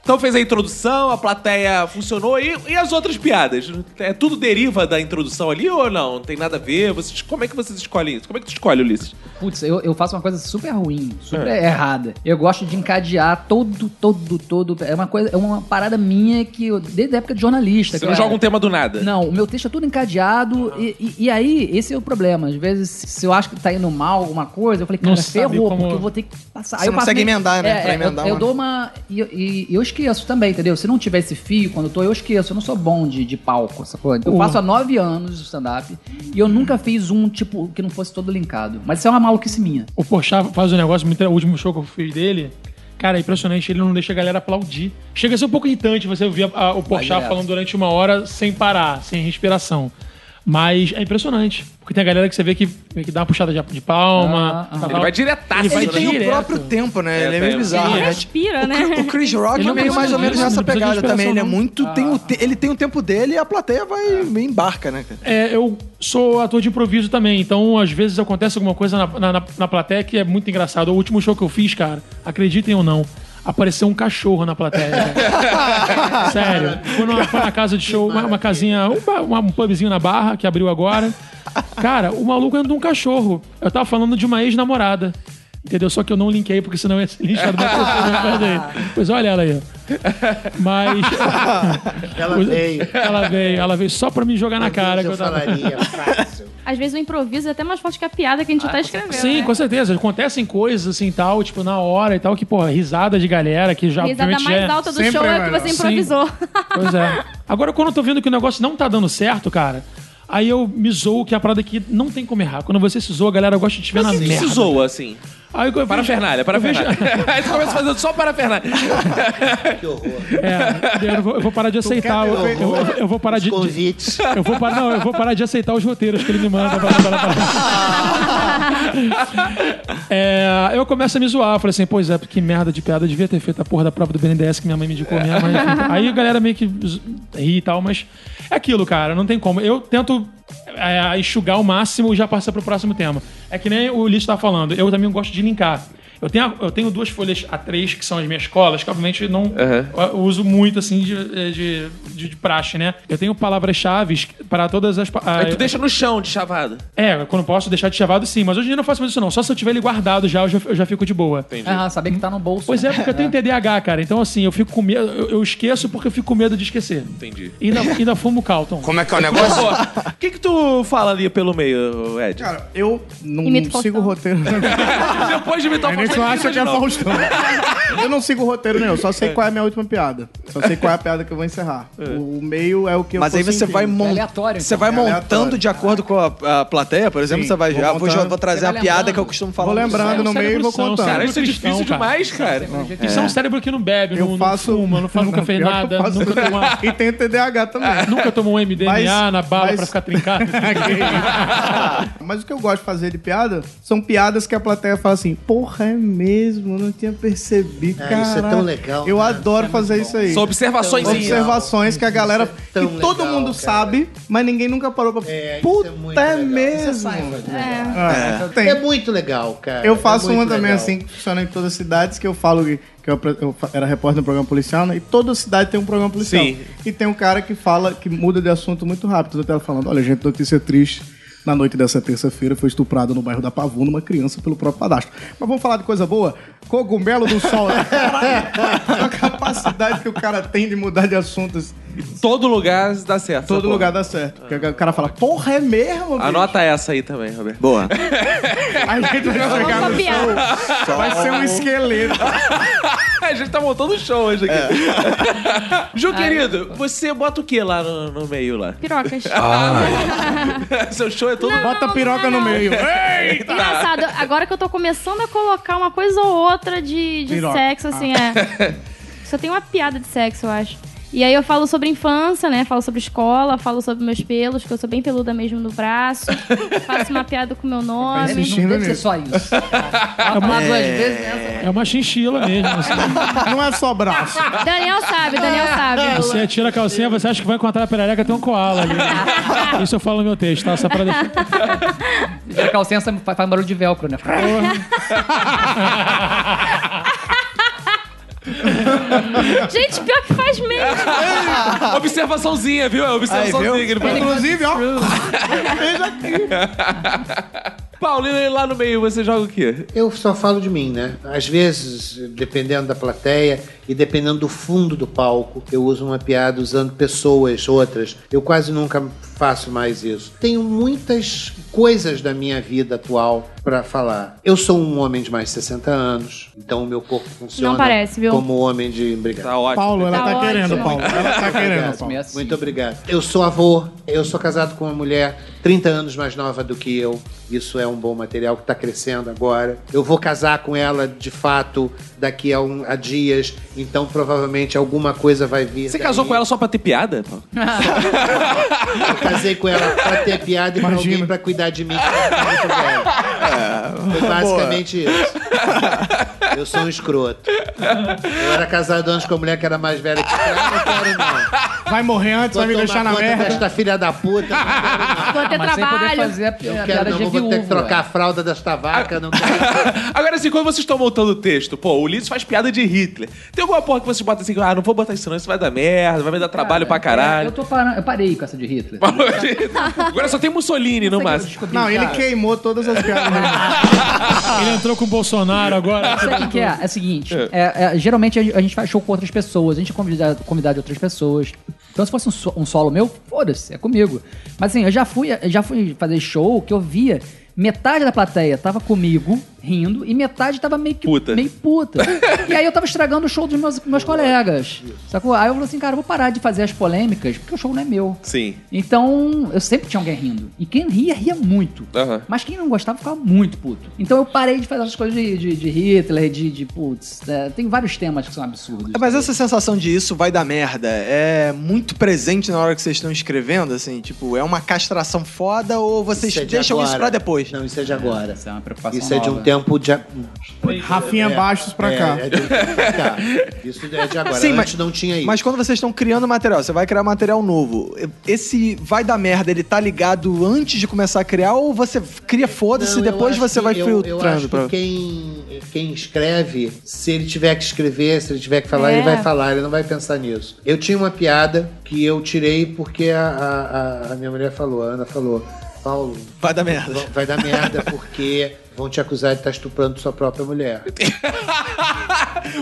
[SPEAKER 1] Então fez a introdução, a plateia funcionou e, e as outras piadas? É, tudo deriva da introdução ali ou não? Não tem nada a ver? Vocês, como é que vocês escolhem isso? Como é que tu escolhe, Ulisses?
[SPEAKER 3] Putz, eu, eu faço uma coisa super ruim, super
[SPEAKER 1] É.
[SPEAKER 3] errada. Eu gosto de encadear todo, todo, todo. É uma coisa, é uma parada minha que eu, desde a época de jornalista.
[SPEAKER 1] Você não
[SPEAKER 3] cara.
[SPEAKER 1] joga um tema do nada.
[SPEAKER 3] Não, o meu texto é tudo encadeado e, e- e aí, esse é o problema. Às vezes, se eu acho que tá indo mal alguma coisa, eu falei, cara,
[SPEAKER 4] Não sabe
[SPEAKER 3] ferrou,
[SPEAKER 4] como-
[SPEAKER 3] porque eu vou ter que passar.
[SPEAKER 2] Você
[SPEAKER 3] eu
[SPEAKER 2] não
[SPEAKER 3] passo
[SPEAKER 2] consegue
[SPEAKER 3] meio-
[SPEAKER 2] emendar, né?
[SPEAKER 3] É,
[SPEAKER 2] Pra
[SPEAKER 3] é,
[SPEAKER 2] emendar
[SPEAKER 3] eu, eu
[SPEAKER 2] uma-
[SPEAKER 3] dou uma... E, e- e eu esqueço também, entendeu? Se não tiver esse fio, quando eu tô, eu esqueço. Eu não sou bom de, de palco, sacou? Então,
[SPEAKER 4] Uh.
[SPEAKER 3] Eu faço há nove anos de stand-up e eu nunca fiz um, tipo, que não fosse todo linkado. Mas isso é uma maluquice minha.
[SPEAKER 4] O Porchat faz um negócio, muito- o último show que eu fiz dele. Cara, é impressionante, ele não deixa a galera aplaudir. Chega a ser um pouco irritante você ouvir a- a- o Porchat
[SPEAKER 3] direto.
[SPEAKER 4] falando durante uma hora sem parar, sem respiração. Mas é impressionante, porque tem a galera que você vê que, que dá uma puxada de, de palma.
[SPEAKER 3] Ah,
[SPEAKER 4] tá
[SPEAKER 3] ah.
[SPEAKER 4] tal,
[SPEAKER 1] Ele um
[SPEAKER 4] tal.
[SPEAKER 1] vai diretar.
[SPEAKER 4] Ele vai
[SPEAKER 2] Ele tem o
[SPEAKER 4] direto.
[SPEAKER 2] próprio tempo, né? ele é meio
[SPEAKER 1] tem-
[SPEAKER 2] bizarro,
[SPEAKER 6] Ele
[SPEAKER 2] né?
[SPEAKER 6] respira, né?
[SPEAKER 2] O Chris Rock
[SPEAKER 4] Ele
[SPEAKER 2] é
[SPEAKER 4] não
[SPEAKER 2] meio mais
[SPEAKER 4] precisa
[SPEAKER 2] ou menos
[SPEAKER 4] disso,
[SPEAKER 2] nessa
[SPEAKER 4] não precisa de
[SPEAKER 2] pegada também. Ele é
[SPEAKER 4] inspiração, né? não.
[SPEAKER 2] muito. Tem o te- ele tem o tempo dele e a plateia vai embarca, né, cara?
[SPEAKER 4] É, eu sou ator de improviso também, então às vezes acontece alguma coisa na, na, na- na plateia que é muito engraçado. O último show que eu fiz, cara, acreditem ou não, apareceu um cachorro na plateia. cara. Sério. Foi numa, foi numa casa de show, uma, uma casinha, um, ba- uma- um pubzinho na Barra, que abriu agora. Cara, o maluco andou um cachorro. Eu tava falando de uma ex-namorada. Entendeu? Só que eu não linkei, porque senão ia ser linchado. né? mas eu não guardei. Pois olha ela aí. ó. Mas...
[SPEAKER 7] Ela veio.
[SPEAKER 4] Ela veio, ela veio só pra me jogar na cara.
[SPEAKER 7] eu
[SPEAKER 4] que eu tava-
[SPEAKER 7] falaria fácil.
[SPEAKER 6] Às vezes o improviso é até mais forte que a piada que a gente tá escrevendo.
[SPEAKER 4] Sim,
[SPEAKER 6] né?
[SPEAKER 4] com certeza. Acontecem coisas assim tal, tipo, na hora e tal, que, porra, risada de galera que já
[SPEAKER 6] A risada
[SPEAKER 4] obviamente, já é-
[SPEAKER 6] mais alta do
[SPEAKER 8] Sempre
[SPEAKER 6] show
[SPEAKER 8] é
[SPEAKER 6] é que
[SPEAKER 8] melhor.
[SPEAKER 6] você improvisou.
[SPEAKER 4] Pois é. Agora, quando eu tô vendo que o negócio não tá dando certo, cara, aí eu me zoo, que é a parada que não tem como errar. Quando você se zoa, a galera gosta de te ver
[SPEAKER 1] Mas
[SPEAKER 4] na
[SPEAKER 1] o que que
[SPEAKER 4] merda.
[SPEAKER 1] se zoa, assim?
[SPEAKER 4] Aí eu
[SPEAKER 1] Para Fernalha, para
[SPEAKER 4] vejo-
[SPEAKER 1] Fernalha. Aí tu começa fazendo só para Fernalha.
[SPEAKER 7] Que horror.
[SPEAKER 4] É, eu vou, eu vou parar de aceitar. Eu, eu- eu- eu vou parar
[SPEAKER 7] Os
[SPEAKER 4] de. de-
[SPEAKER 7] convites.
[SPEAKER 4] eu, vou parar, não, eu vou parar de aceitar os roteiros que ele me manda. Blá, blá, blá, blá. É, eu começo a me zoar. Eu Falei assim, pois é, que merda de piada. Eu devia ter feito a porra da prova do BNDES que minha mãe me indicou. Minha mãe. Aí a galera meio que z- ri e tal, mas é aquilo, cara. Não tem como. Eu tento é, enxugar o máximo e já passar pro próximo tema. É que nem o Liz tá falando. Eu também gosto de linkar. Eu tenho, a- eu tenho duas folhas A3, que são as minhas colas, que obviamente não eu uso muito, assim, de, de, de- de praxe, né? Eu tenho palavras-chave para todas as... pa-
[SPEAKER 1] Aí É tu deixa no chão de chavado.
[SPEAKER 4] É, quando posso deixar de chavado, sim. Mas hoje em dia eu não faço mais isso, não. Só se eu tiver ele guardado já, eu já, eu já fico de boa.
[SPEAKER 3] Ah, saber que tá no bolso.
[SPEAKER 4] Pois é, porque eu tenho TDAH, cara. Então, assim, eu fico com medo... Eu, eu esqueço porque eu fico com medo de esquecer.
[SPEAKER 1] Entendi.
[SPEAKER 4] E ainda, ainda fumo Calton.
[SPEAKER 9] Como é que é o negócio?
[SPEAKER 1] O que que tu fala ali pelo meio, Ed?
[SPEAKER 8] Cara, eu não
[SPEAKER 6] Imita o Faustão.
[SPEAKER 8] sigo o roteiro.
[SPEAKER 1] Depois de um imitar o
[SPEAKER 8] Nem
[SPEAKER 1] Faustão,
[SPEAKER 8] só acha
[SPEAKER 1] imita
[SPEAKER 8] que
[SPEAKER 1] de
[SPEAKER 8] é
[SPEAKER 1] novo.
[SPEAKER 8] Faustão. Eu não sigo o roteiro nenhum, só sei qual é a minha última piada. Só sei qual é a piada que eu vou encerrar. O meio é o que eu
[SPEAKER 2] Mas
[SPEAKER 8] tô
[SPEAKER 2] aí você
[SPEAKER 8] sentindo.
[SPEAKER 2] vai, mon-
[SPEAKER 3] É aleatório,
[SPEAKER 2] você
[SPEAKER 3] então.
[SPEAKER 2] vai
[SPEAKER 8] É
[SPEAKER 2] montando
[SPEAKER 8] aleatório.
[SPEAKER 2] de acordo com a, a plateia, por exemplo,
[SPEAKER 8] Sim,
[SPEAKER 2] você vai
[SPEAKER 8] vou
[SPEAKER 2] já, vou, já-
[SPEAKER 8] montando.
[SPEAKER 2] vou trazer
[SPEAKER 3] Você
[SPEAKER 2] a
[SPEAKER 3] vai
[SPEAKER 2] piada
[SPEAKER 3] lembrando.
[SPEAKER 2] que eu costumo falar.
[SPEAKER 8] Vou lembrando
[SPEAKER 4] Isso é
[SPEAKER 8] no
[SPEAKER 4] um
[SPEAKER 8] meio e vou
[SPEAKER 4] cérebro são,
[SPEAKER 8] contando.
[SPEAKER 1] Cara, isso é
[SPEAKER 4] Cristão,
[SPEAKER 1] difícil
[SPEAKER 4] cara.
[SPEAKER 1] demais, cara.
[SPEAKER 4] Isso é um cérebro que não bebe,
[SPEAKER 8] Eu
[SPEAKER 4] não,
[SPEAKER 8] faço-
[SPEAKER 4] não fuma, não faz, nunca fez
[SPEAKER 8] Pior que eu
[SPEAKER 4] nada,
[SPEAKER 8] faço-
[SPEAKER 4] nunca tomou, uma-
[SPEAKER 8] E tem TDAH também.
[SPEAKER 4] nunca tomou um MDMA
[SPEAKER 8] Mas-
[SPEAKER 4] na bala
[SPEAKER 8] mas-
[SPEAKER 4] pra ficar trincado.
[SPEAKER 8] Mas o que eu gosto de fazer de piada são piadas que a plateia fala assim: porra, é mesmo, eu não tinha percebido.
[SPEAKER 7] Ah, isso é
[SPEAKER 8] caralho."
[SPEAKER 7] tão legal,
[SPEAKER 8] Eu
[SPEAKER 7] né?
[SPEAKER 8] adoro fazer isso aí.
[SPEAKER 1] São observações.
[SPEAKER 7] Então, observa-
[SPEAKER 8] Observações que a galera.
[SPEAKER 7] Isso é
[SPEAKER 8] que
[SPEAKER 7] tão
[SPEAKER 8] todo
[SPEAKER 7] legal,
[SPEAKER 8] mundo
[SPEAKER 7] cara.
[SPEAKER 8] sabe, mas ninguém nunca parou pra.
[SPEAKER 7] É, isso é
[SPEAKER 8] Puta,
[SPEAKER 7] muito
[SPEAKER 8] é,
[SPEAKER 7] legal. Isso
[SPEAKER 8] mesmo.
[SPEAKER 7] é sci-fi,
[SPEAKER 8] É, tem.
[SPEAKER 7] É muito legal, cara.
[SPEAKER 8] Eu faço
[SPEAKER 7] É muito
[SPEAKER 8] uma também,
[SPEAKER 7] legal.
[SPEAKER 8] assim, que funciona em todas as cidades, que eu falo que, que eu, apre- eu fa- era repórter no programa policial, né? E toda cidade tem um programa policial.
[SPEAKER 1] Sim.
[SPEAKER 8] E tem um cara que fala, que muda de assunto muito rápido. Eu tava falando, olha, gente, notícia triste. Na noite dessa terça-feira foi estuprado no bairro da Pavuna uma criança pelo próprio padastro. Mas vamos falar de coisa boa? Cogumelo do sol. né? Caralho, a capacidade que o cara tem de mudar de assim, assuntos.
[SPEAKER 1] Todo lugar dá certo.
[SPEAKER 8] Todo
[SPEAKER 1] essa
[SPEAKER 8] lugar dá certo. Porque O cara fala, porra, é mesmo?
[SPEAKER 1] porra.
[SPEAKER 8] bicho?
[SPEAKER 1] Anota essa aí também, Roberto.
[SPEAKER 2] Boa.
[SPEAKER 8] A gente vai chegar
[SPEAKER 6] Vamos
[SPEAKER 8] no
[SPEAKER 6] copiar.
[SPEAKER 8] sol, vai ser um esqueleto.
[SPEAKER 1] A gente tá montando um show hoje aqui. É. Ju, querido, você bota o que lá no, no meio lá?
[SPEAKER 6] Pirocas.
[SPEAKER 1] Seu show é todo.
[SPEAKER 8] Bota a piroca no meio.
[SPEAKER 6] Engraçado, agora que eu tô começando a colocar uma coisa ou outra de, de
[SPEAKER 8] Piroca.
[SPEAKER 6] sexo, assim, é. Só tem uma piada de sexo, eu acho. E aí eu falo sobre infância, né? Falo sobre escola, falo sobre meus pelos, que eu sou bem peluda mesmo no braço. Faço uma piada com meu
[SPEAKER 8] Tá
[SPEAKER 6] nome.
[SPEAKER 8] insistindo
[SPEAKER 3] Não deve ser
[SPEAKER 8] nisso.
[SPEAKER 3] só isso. Ela falar duas vezes né? nessa.
[SPEAKER 4] É uma chinchila mesmo. Assim.
[SPEAKER 8] Não é só braço.
[SPEAKER 6] Daniel sabe, Daniel sabe.
[SPEAKER 4] Você tira a calcinha, você acha que vai encontrar a perereca, tem um koala ali. Isso eu falo no meu texto, tá? Só pra deixar.
[SPEAKER 3] A calcinha faz faz barulho de velcro, né?
[SPEAKER 6] Gente, pior que faz mesmo.
[SPEAKER 1] Observaçãozinha, viu? É Observaçãozinha. que ele fala.
[SPEAKER 8] Inclusive, ó.
[SPEAKER 1] Paulina, lá no meio, você joga o quê?
[SPEAKER 7] Eu só falo de mim, né? Às vezes, dependendo da plateia, E dependendo do fundo do palco, eu uso uma piada usando pessoas, outras. Eu quase nunca faço mais isso. Tenho muitas coisas da minha vida atual pra falar. Eu sou um homem de mais de 60 anos, então o meu corpo funciona
[SPEAKER 6] parece, viu?
[SPEAKER 7] como homem de. Obrigado.
[SPEAKER 1] Tá ótimo.
[SPEAKER 8] Paulo, ela
[SPEAKER 6] Tá
[SPEAKER 8] tá,
[SPEAKER 6] ótimo.
[SPEAKER 8] querendo, Paulo. Ela tá querendo, Paulo.
[SPEAKER 3] Meia
[SPEAKER 7] Muito obrigado. Eu sou avô, eu sou casado com uma mulher 30 anos mais nova do que eu. Isso é um bom material que está crescendo agora. Eu vou casar com ela, de fato, daqui a, um- a dias. Então, provavelmente, alguma coisa vai vir.
[SPEAKER 1] Você
[SPEAKER 7] daí.
[SPEAKER 1] casou com ela só pra ter piada? Paulo?
[SPEAKER 7] Eu casei com ela pra ter piada e pra
[SPEAKER 8] Imagina.
[SPEAKER 7] alguém pra cuidar de mim. que eu tava muito velho. Foi basicamente isso. Eu sou um escroto. Eu era casado antes com uma mulher que era mais velha que eu. Eu não quero, não.
[SPEAKER 8] Vai morrer antes, vai me
[SPEAKER 7] Vou
[SPEAKER 8] deixar
[SPEAKER 7] tomar
[SPEAKER 8] na
[SPEAKER 7] conta
[SPEAKER 8] merda.
[SPEAKER 7] Desta filha da puta.
[SPEAKER 6] Vou ter
[SPEAKER 3] Mas sem poder
[SPEAKER 6] trabalho.
[SPEAKER 3] fazer a, pi-
[SPEAKER 2] É,
[SPEAKER 7] Eu
[SPEAKER 3] a
[SPEAKER 7] quero,
[SPEAKER 3] piada
[SPEAKER 7] não,
[SPEAKER 3] de
[SPEAKER 7] eu vou ter que
[SPEAKER 3] viúva.
[SPEAKER 7] trocar a fralda desta vaca, não quero.
[SPEAKER 1] Agora, assim, quando vocês estão montando o texto, pô, o Ulisses faz piada de Hitler. Tem alguma porra que vocês botam assim, ah, não vou botar isso não, isso vai dar merda, vai me dar trabalho pra
[SPEAKER 3] é, Eu,
[SPEAKER 1] caralho.
[SPEAKER 3] tô parando, eu parei com essa de Hitler.
[SPEAKER 1] Agora só tem Mussolini no
[SPEAKER 3] Eu
[SPEAKER 1] máximo.
[SPEAKER 3] descobri,
[SPEAKER 8] Não, ele
[SPEAKER 3] cara.
[SPEAKER 8] queimou todas as piadas.
[SPEAKER 4] Ele entrou com o Bolsonaro agora.
[SPEAKER 3] Sabe o que que é? É o seguinte, é, é, geralmente a gente faz show com outras pessoas, a gente é convidado, convidado de outras pessoas. Então se fosse um, so- um solo meu, foda-se, é comigo. Mas assim, eu já fui, eu já fui fazer show que eu via metade da plateia tava comigo, rindo, e metade tava meio que
[SPEAKER 1] Puta.
[SPEAKER 3] meio puta. e aí eu tava estragando o show dos meus, meus colegas. Sacou? Aí eu falei assim, cara, eu vou parar de fazer as polêmicas, porque o show não é meu.
[SPEAKER 1] Sim.
[SPEAKER 3] Então, eu sempre tinha alguém rindo. E quem ria, ria muito.
[SPEAKER 1] Aham.
[SPEAKER 3] Mas quem não gostava ficava muito puto. Então eu parei de fazer essas coisas de, de, de Hitler, de, de putz. é, tem vários temas que são absurdos.
[SPEAKER 2] É, Mas essa sensação de isso vai dar merda é muito presente na hora que vocês estão escrevendo, assim, tipo, é uma castração foda ou vocês
[SPEAKER 7] Seja
[SPEAKER 2] deixam
[SPEAKER 7] agora.
[SPEAKER 2] isso é pra depois?
[SPEAKER 7] Não, isso é de agora.
[SPEAKER 3] Essa é uma preocupação
[SPEAKER 7] Isso é de um
[SPEAKER 3] nova.
[SPEAKER 7] tempo de. a-
[SPEAKER 8] Rafinha Bastos pra
[SPEAKER 7] é,
[SPEAKER 8] cá.
[SPEAKER 7] É de um tempo pra cá. Isso é de agora.
[SPEAKER 2] Sim,
[SPEAKER 7] Antes
[SPEAKER 2] mas-
[SPEAKER 7] não tinha isso.
[SPEAKER 2] Mas quando vocês estão criando material, você vai criar material novo. Esse vai dar merda, ele tá ligado antes de começar a criar ou você cria foda-se e
[SPEAKER 7] Não, eu
[SPEAKER 2] depois
[SPEAKER 7] acho
[SPEAKER 2] você
[SPEAKER 7] que-
[SPEAKER 2] vai
[SPEAKER 7] eu-
[SPEAKER 2] filtrando?
[SPEAKER 7] Eu acho
[SPEAKER 2] pra-
[SPEAKER 7] que quem, quem escreve, se ele tiver que escrever, se ele tiver que falar,
[SPEAKER 6] É.
[SPEAKER 7] ele vai falar, ele não vai pensar nisso. Eu tinha uma piada que eu tirei porque a, a- a- a minha mulher falou, a Ana falou, Paulo,
[SPEAKER 2] Vai dar merda.
[SPEAKER 7] vão- vai dar merda porque vão te acusar de estar estuprando sua própria mulher.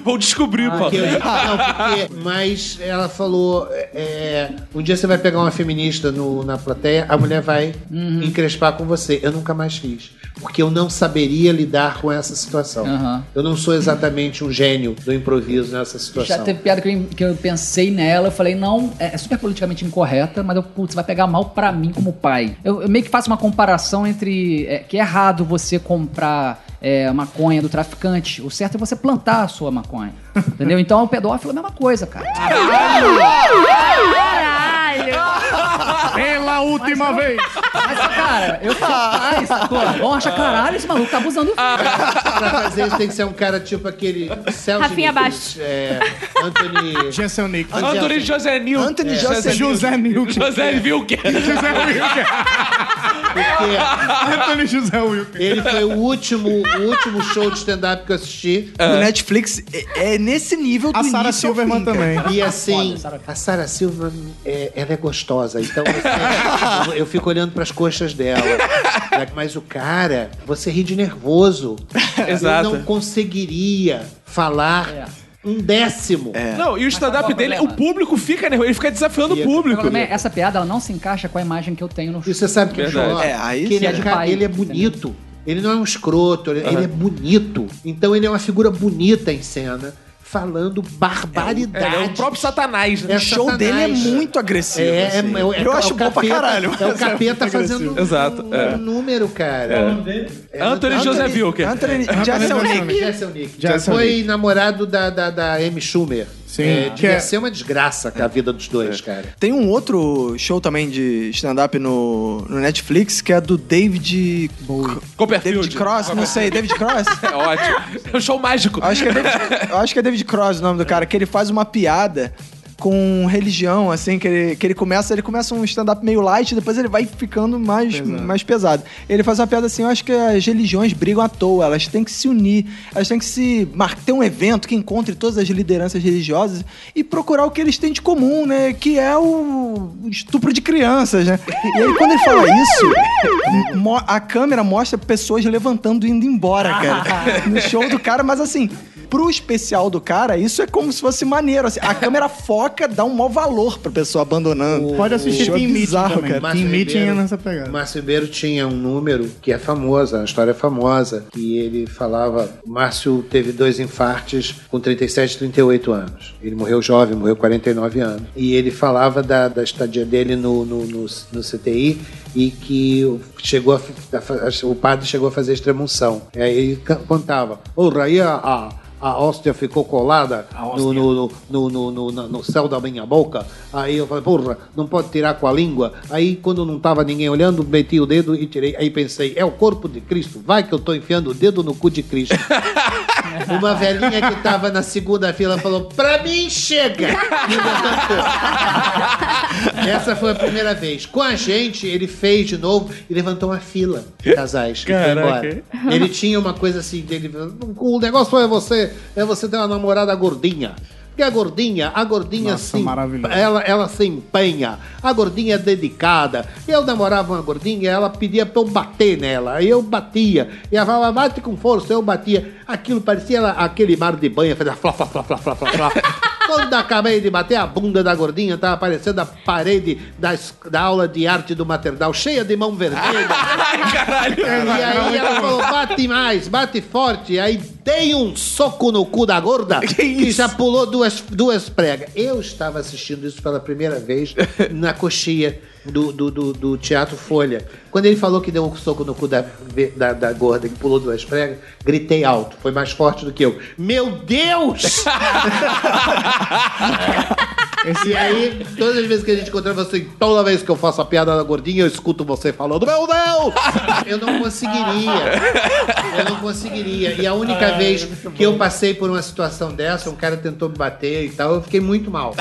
[SPEAKER 1] Vou descobrir, pô.
[SPEAKER 7] Porque eu- Ah, não, porque- mas ela falou: é, um dia você vai pegar uma feminista no- na plateia, a mulher vai
[SPEAKER 3] Uhum.
[SPEAKER 7] encrespar com você. Eu nunca mais fiz. Porque eu não saberia lidar com essa situação.
[SPEAKER 3] Aham.
[SPEAKER 7] Eu não sou exatamente um gênio do improviso nessa situação.
[SPEAKER 3] Já teve piada que eu, que eu pensei nela, eu falei, não, é, é super politicamente incorreta, mas eu, putz, vai pegar mal pra mim como pai. Eu, eu meio que faço uma comparação entre é, que é errado você comprar é, maconha do traficante, o certo é você plantar a sua maconha. Entendeu? Então o pedófilo é a mesma coisa, cara.
[SPEAKER 6] Caralho!
[SPEAKER 8] Pela última vez.
[SPEAKER 3] Mas, cara, eu sou pai, sacou? Vão achar caralho, esse maluco tá abusando do
[SPEAKER 7] Ah,
[SPEAKER 3] filho.
[SPEAKER 7] Pra fazer isso tem que ser um cara tipo aquele Celso.
[SPEAKER 6] Rafinha Bastos.
[SPEAKER 7] É, Anthony.
[SPEAKER 8] Jensen Nick.
[SPEAKER 1] Antônio José Nil.
[SPEAKER 2] Anthony José
[SPEAKER 8] José Nilton.
[SPEAKER 1] José Vilker.
[SPEAKER 8] José Wilker.
[SPEAKER 7] Porque
[SPEAKER 8] Antônio José Wilker.
[SPEAKER 7] ele foi o último, o último show de stand-up que eu assisti.
[SPEAKER 2] O Netflix é, é nesse nível do
[SPEAKER 8] A Sarah
[SPEAKER 2] início ao
[SPEAKER 8] Silverman
[SPEAKER 2] fim, cara.
[SPEAKER 8] também.
[SPEAKER 7] E assim,
[SPEAKER 3] Sarah.
[SPEAKER 7] a Sara Silva, é, ela é gostosa, então você- eu, eu fico olhando pras coxas dela. Mas o cara, você ri de nervoso.
[SPEAKER 1] Exato.
[SPEAKER 7] Eu não conseguiria falar
[SPEAKER 3] É.
[SPEAKER 7] um décimo.
[SPEAKER 1] Não, e o
[SPEAKER 3] qual é
[SPEAKER 1] stand-up
[SPEAKER 3] o
[SPEAKER 1] dele,
[SPEAKER 3] problema?
[SPEAKER 1] o público fica nervoso, ele fica desafiando o
[SPEAKER 7] Fica.
[SPEAKER 3] O
[SPEAKER 1] público.
[SPEAKER 3] problema é, Essa piada ela não se encaixa com a imagem que eu tenho no
[SPEAKER 7] E você sabe que é
[SPEAKER 1] Verdade.
[SPEAKER 7] pior?
[SPEAKER 2] É, aí
[SPEAKER 7] que ele,
[SPEAKER 3] sim.
[SPEAKER 7] é,
[SPEAKER 3] É de
[SPEAKER 7] cara-
[SPEAKER 3] pai,
[SPEAKER 7] ele é
[SPEAKER 3] entendeu?
[SPEAKER 7] bonito. Ele não é um escroto, ele, ele é bonito. Então ele é uma figura bonita em cena, falando
[SPEAKER 2] é
[SPEAKER 1] É,
[SPEAKER 7] barbaridade.
[SPEAKER 1] é o próprio Satanás, né?
[SPEAKER 7] É
[SPEAKER 2] O show dele é
[SPEAKER 7] Satanás.
[SPEAKER 2] muito agressivo.
[SPEAKER 7] É,
[SPEAKER 2] assim.
[SPEAKER 7] é, é, é
[SPEAKER 2] eu
[SPEAKER 7] o
[SPEAKER 2] acho bom pra
[SPEAKER 7] capeta-
[SPEAKER 2] caralho.
[SPEAKER 7] É o
[SPEAKER 2] mas
[SPEAKER 7] capeta
[SPEAKER 2] muito
[SPEAKER 7] fazendo
[SPEAKER 2] agressivo.
[SPEAKER 7] um,
[SPEAKER 1] Exato,
[SPEAKER 7] um
[SPEAKER 1] é.
[SPEAKER 7] número, cara. É.
[SPEAKER 1] Anthony É José Vilker.
[SPEAKER 2] Anthony Jessel Nick.
[SPEAKER 7] Jessel Nick.
[SPEAKER 8] Jessel
[SPEAKER 7] Foi namorado da, da, da Amy Schumer.
[SPEAKER 8] Sim.
[SPEAKER 7] É,
[SPEAKER 8] Que
[SPEAKER 7] devia
[SPEAKER 8] é-
[SPEAKER 7] ser uma desgraça com a vida dos dois, cara.
[SPEAKER 2] Tem um outro show também de stand-up no, no Netflix que é do David. David
[SPEAKER 1] Copperfield.
[SPEAKER 2] Cross? Não sei, David Cross?
[SPEAKER 1] É ótimo. É um show mágico.
[SPEAKER 2] Acho que, é David, eu acho que é David Cross o nome do cara, que ele faz uma piada com religião, assim, que ele, que ele começa, ele começa um stand-up meio light, depois ele vai ficando mais pesado. mais pesado. Ele faz uma piada assim, eu acho que as religiões brigam à toa, elas têm que se unir, elas têm que se mar- ter um evento que encontre todas as lideranças religiosas e procurar é o que eles têm de comum, né, que é o estupro de crianças, né? E aí quando ele fala isso, mo- a câmera mostra pessoas levantando e indo embora, cara, no show do cara, mas assim, pro especial do cara, isso é como se fosse maneiro. assim. a câmera foca, dá um maior valor pra pessoa abandonando.
[SPEAKER 5] Pode assistir
[SPEAKER 2] Show é
[SPEAKER 5] Team Meeting
[SPEAKER 2] bizarro,
[SPEAKER 5] também.
[SPEAKER 2] cara.
[SPEAKER 5] Team Meeting
[SPEAKER 7] Ribeiro-
[SPEAKER 5] é nessa pegada.
[SPEAKER 7] Márcio Ribeiro tinha um número que é famoso, é uma história famosa, que ele falava, Márcio teve dois infartes com 37, 38 anos. Ele morreu jovem, morreu 49 anos. E ele falava da, da estadia dele no, no, no- no CTI e que o- chegou a fi- a fa- o padre chegou a fazer extremunção. Aí ele ca- contava, ô, aí a- a a hóstia ficou colada no, no, no, no, no, no- no céu da minha boca. Aí eu falei, porra, não pode tirar com a língua. Aí, quando não tava ninguém olhando, meti o dedo e tirei. Aí pensei, é o corpo de Cristo. Vai que eu tô enfiando o dedo no cu de Cristo. Uma velhinha que tava na segunda fila falou, pra mim chega! E levantou. Essa foi a primeira vez. Com a gente, ele fez de novo e levantou uma fila de casais. E foi embora. Ele tinha uma coisa assim dele. O negócio é você, é você ter uma namorada gordinha. Porque a gordinha, a gordinha
[SPEAKER 5] Nossa,
[SPEAKER 7] se,
[SPEAKER 5] maravilhoso.
[SPEAKER 7] ela, ela se empenha. A gordinha é dedicada. Eu namorava uma gordinha, ela pedia pra eu bater nela. Aí eu batia. E ela falava, bate com força, eu batia. Aquilo parecia ela- aquele mar de banha, fazia flá, flá, flá, flá, flá, flá, flá. Quando acabei de bater, a bunda da gordinha tava aparecendo a parede da, es- da aula de arte do maternal, cheia de mão vermelha.
[SPEAKER 1] Ai, caralho.
[SPEAKER 7] E aí ela falou, bate mais, bate forte. Aí dei um soco no cu da gorda que já pulou duas, duas pregas. Eu estava assistindo isso pela primeira vez na coxia do, do, do- do Teatro Folha. Quando ele falou que deu um soco no cu da, da, da gorda que pulou duas pregas, gritei alto. Foi mais forte do que eu. Meu Deus! E aí, todas as vezes que a gente encontrava assim, toda vez que eu faço a piada da gordinha, eu escuto você falando, meu Deus! Eu não conseguiria. Eu não conseguiria. E a única vez que eu passei por uma situação dessa, um cara tentou me bater e tal, eu fiquei muito mal.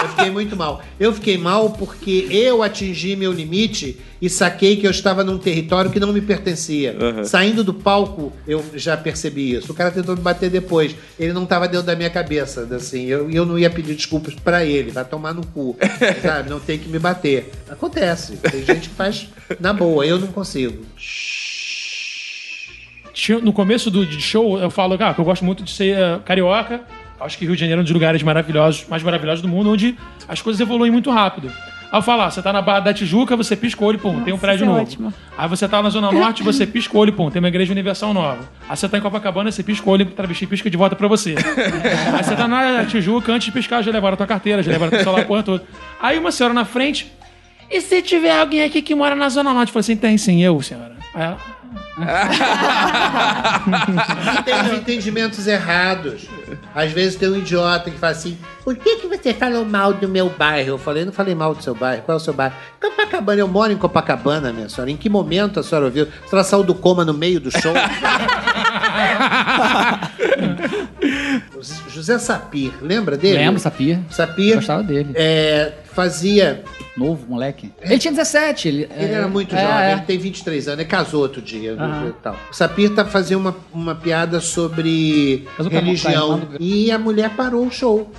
[SPEAKER 7] Eu fiquei muito mal. Eu fiquei mal porque eu atingi meu limite e saquei que eu estava num território que não me pertencia. Saindo do palco, eu já percebi isso. O cara tentou me bater depois. Ele não estava dentro da minha cabeça, assim. Eu, eu não ia pedir desculpas pra ele. Vai tomar no cu, sabe? Não tem que me bater. Acontece. Tem gente que faz na boa. Eu não consigo.
[SPEAKER 4] Tinha- No começo do de show, eu falo cara, que eu gosto muito de ser eh, carioca. Acho que Rio de Janeiro é um dos lugares maravilhosos, mais maravilhosos do mundo, onde as coisas evoluem muito rápido. Aí eu falo, ah, você tá na Barra da Tijuca, você pisca o olho, pum, tem um
[SPEAKER 6] Nossa,
[SPEAKER 4] prédio
[SPEAKER 6] isso é
[SPEAKER 4] novo.
[SPEAKER 6] ótimo.
[SPEAKER 4] Aí você tá na Zona Norte, você pisca o olho, pum, tem uma igreja universal nova. Aí você tá em Copacabana, você pisca o olho, travesti pisca de volta pra você. Aí você tá na Tijuca, antes de piscar, já levaram a tua carteira, já levaram o celular, a porra toda. Aí uma senhora na frente, e se tiver alguém aqui que mora na Zona Norte? Eu falei assim, tem sim, eu, senhora. Aí ela,
[SPEAKER 7] E tem os entendimentos errados. Às vezes tem um idiota que fala assim: por que, que você falou mal do meu bairro? Eu falei, não falei mal do seu bairro. Qual é o seu bairro? Copacabana, eu moro em Copacabana, minha senhora. Em que momento a senhora ouviu? A senhora saiu do coma no meio do show? José Sapir, lembra dele?
[SPEAKER 3] Lembro, Sapir.
[SPEAKER 7] Sapir
[SPEAKER 3] Gostava dele.
[SPEAKER 7] é, fazia.
[SPEAKER 3] Novo, moleque. Ele tinha 17. Ele,
[SPEAKER 7] Ele
[SPEAKER 3] é,
[SPEAKER 7] era muito
[SPEAKER 3] é,
[SPEAKER 7] jovem, ele
[SPEAKER 3] É.
[SPEAKER 7] tem 23 anos, ele casou outro dia. e Tal. O Sapirta fazia uma, uma piada sobre
[SPEAKER 3] Casou com a
[SPEAKER 7] religião
[SPEAKER 3] Montanha, lá do-
[SPEAKER 7] e a mulher parou o show.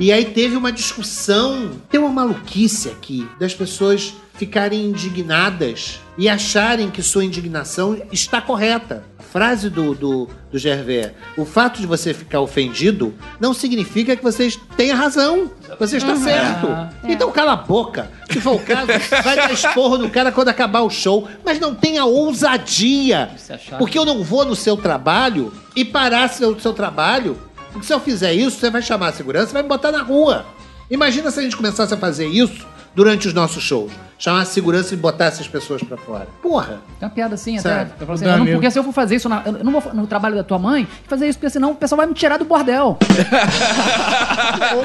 [SPEAKER 7] E aí teve uma discussão, tem uma maluquice aqui, das pessoas ficarem indignadas e acharem que sua indignação está correta. A frase do, do, do Gervais, o fato de você ficar ofendido não significa que você tenha razão. Você está certo. Então cala a boca. Se for o caso, vai dar esporro no cara quando acabar o show. Mas não tenha ousadia.
[SPEAKER 3] se achar.
[SPEAKER 7] Porque eu não vou no seu trabalho e parar seu, seu trabalho. Porque se eu fizer isso, você vai chamar a segurança e vai me botar na rua. Imagina se a gente começasse a fazer isso durante os nossos shows. Chamar a segurança e botasse as pessoas pra fora. Porra.
[SPEAKER 3] Tem uma piada assim, até.
[SPEAKER 7] Sabe?
[SPEAKER 3] Eu falo assim, eu não, porque se eu for fazer isso na- eu não vou no trabalho da tua mãe, fazer isso, porque senão o pessoal vai me tirar do bordel.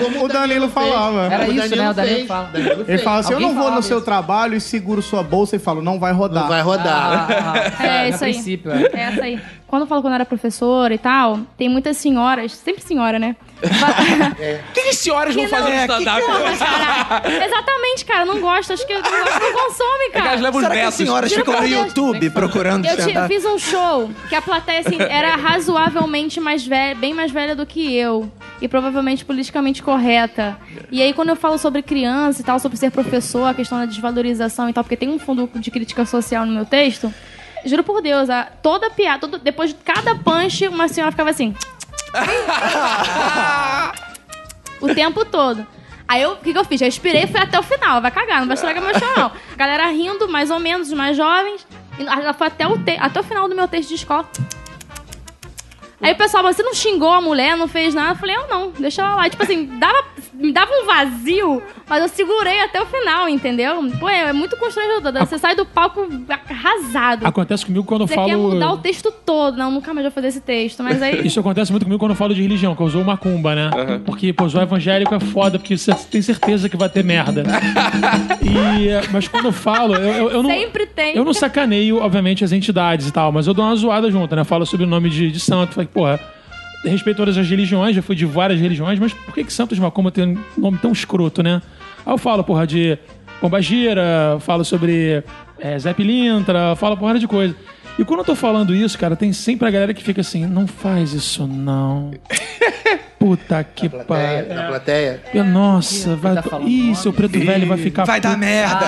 [SPEAKER 7] Como
[SPEAKER 5] O Danilo falava.
[SPEAKER 3] Era isso, né? O Danilo
[SPEAKER 7] fez.
[SPEAKER 3] fala.
[SPEAKER 7] Danilo
[SPEAKER 5] Ele
[SPEAKER 7] fez.
[SPEAKER 5] fala assim: eu
[SPEAKER 3] Alguém
[SPEAKER 5] não vou
[SPEAKER 3] falava
[SPEAKER 5] no seu
[SPEAKER 3] isso.
[SPEAKER 5] trabalho e seguro sua bolsa e falo, não vai rodar.
[SPEAKER 7] Não vai rodar.
[SPEAKER 3] Ah,
[SPEAKER 6] É,
[SPEAKER 3] no
[SPEAKER 6] isso aí.
[SPEAKER 3] princípio, é.
[SPEAKER 6] É essa aí. Quando eu falo quando eu era professora e tal, tem muitas senhoras, sempre senhora, né? Ba-
[SPEAKER 1] O que, que as senhoras vão fazer no stand-up?
[SPEAKER 6] Exatamente, cara, não gosto. Acho que eu não consome,
[SPEAKER 1] É que
[SPEAKER 6] cara.
[SPEAKER 1] elas levam os
[SPEAKER 2] Será que as
[SPEAKER 1] netos.
[SPEAKER 2] senhoras
[SPEAKER 6] Juro
[SPEAKER 2] ficam
[SPEAKER 6] por
[SPEAKER 2] no
[SPEAKER 6] Deus.
[SPEAKER 2] YouTube procurando
[SPEAKER 6] Eu, ti- eu
[SPEAKER 2] stand-up?
[SPEAKER 6] fiz um show que a plateia assim, era razoavelmente mais velha, bem mais velha do que eu. E provavelmente politicamente correta. E aí, quando eu falo sobre criança e tal, sobre ser professor, a questão da desvalorização e tal, porque tem um fundo de crítica social no meu texto, juro por Deus, a, toda piada, todo- depois de cada punch, uma senhora ficava assim. O tempo todo. Aí eu- o que, que eu fiz? Respirei e fui até o final. Vai cagar, não vai estragar meu show, não. A galera rindo, mais ou menos, os mais jovens. E Ela foi até o, te- até o final do meu texto de escola. Aí o pessoal, "Mas você não xingou a mulher, não fez nada? Eu falei, eu não, deixa ela lá. E, tipo assim, dava, me dava um vazio, mas eu segurei até o final, entendeu? Pô, é, é muito constrangedor. Você sai do palco arrasado.
[SPEAKER 4] Acontece comigo quando eu
[SPEAKER 6] Você quer
[SPEAKER 4] falo.
[SPEAKER 6] mudar o texto todo. Não, nunca mais vou fazer esse texto, mas aí...
[SPEAKER 4] Isso acontece muito comigo quando eu falo de religião, que eu uso macumba, né? Porque, pô, usar evangélico é foda, porque você tem certeza que vai ter merda. E, eh, mas quando eu falo, eu, eu- eu não.
[SPEAKER 6] Sempre tem.
[SPEAKER 4] Eu não sacaneio, obviamente, as entidades e tal, mas eu dou uma zoada junto, né? Falo sobre o nome de, de santo. Falei, porra, respeito todas as religiões, já fui de várias religiões, mas por que, que santo de macumba tem um nome tão escroto, né? Aí eu falo, porra, de pombagira, falo sobre é, Zé Pilintra, falo porra de coisa. E quando eu tô falando isso, cara, tem sempre a galera que fica assim, não faz isso não. Puta que
[SPEAKER 7] Plateia,
[SPEAKER 4] pariu.
[SPEAKER 7] Na plateia.
[SPEAKER 4] Nossa, vai.
[SPEAKER 3] tá falando
[SPEAKER 4] Ih, seu preto velho vai ficar.
[SPEAKER 9] Vai dar
[SPEAKER 4] puto.
[SPEAKER 9] merda.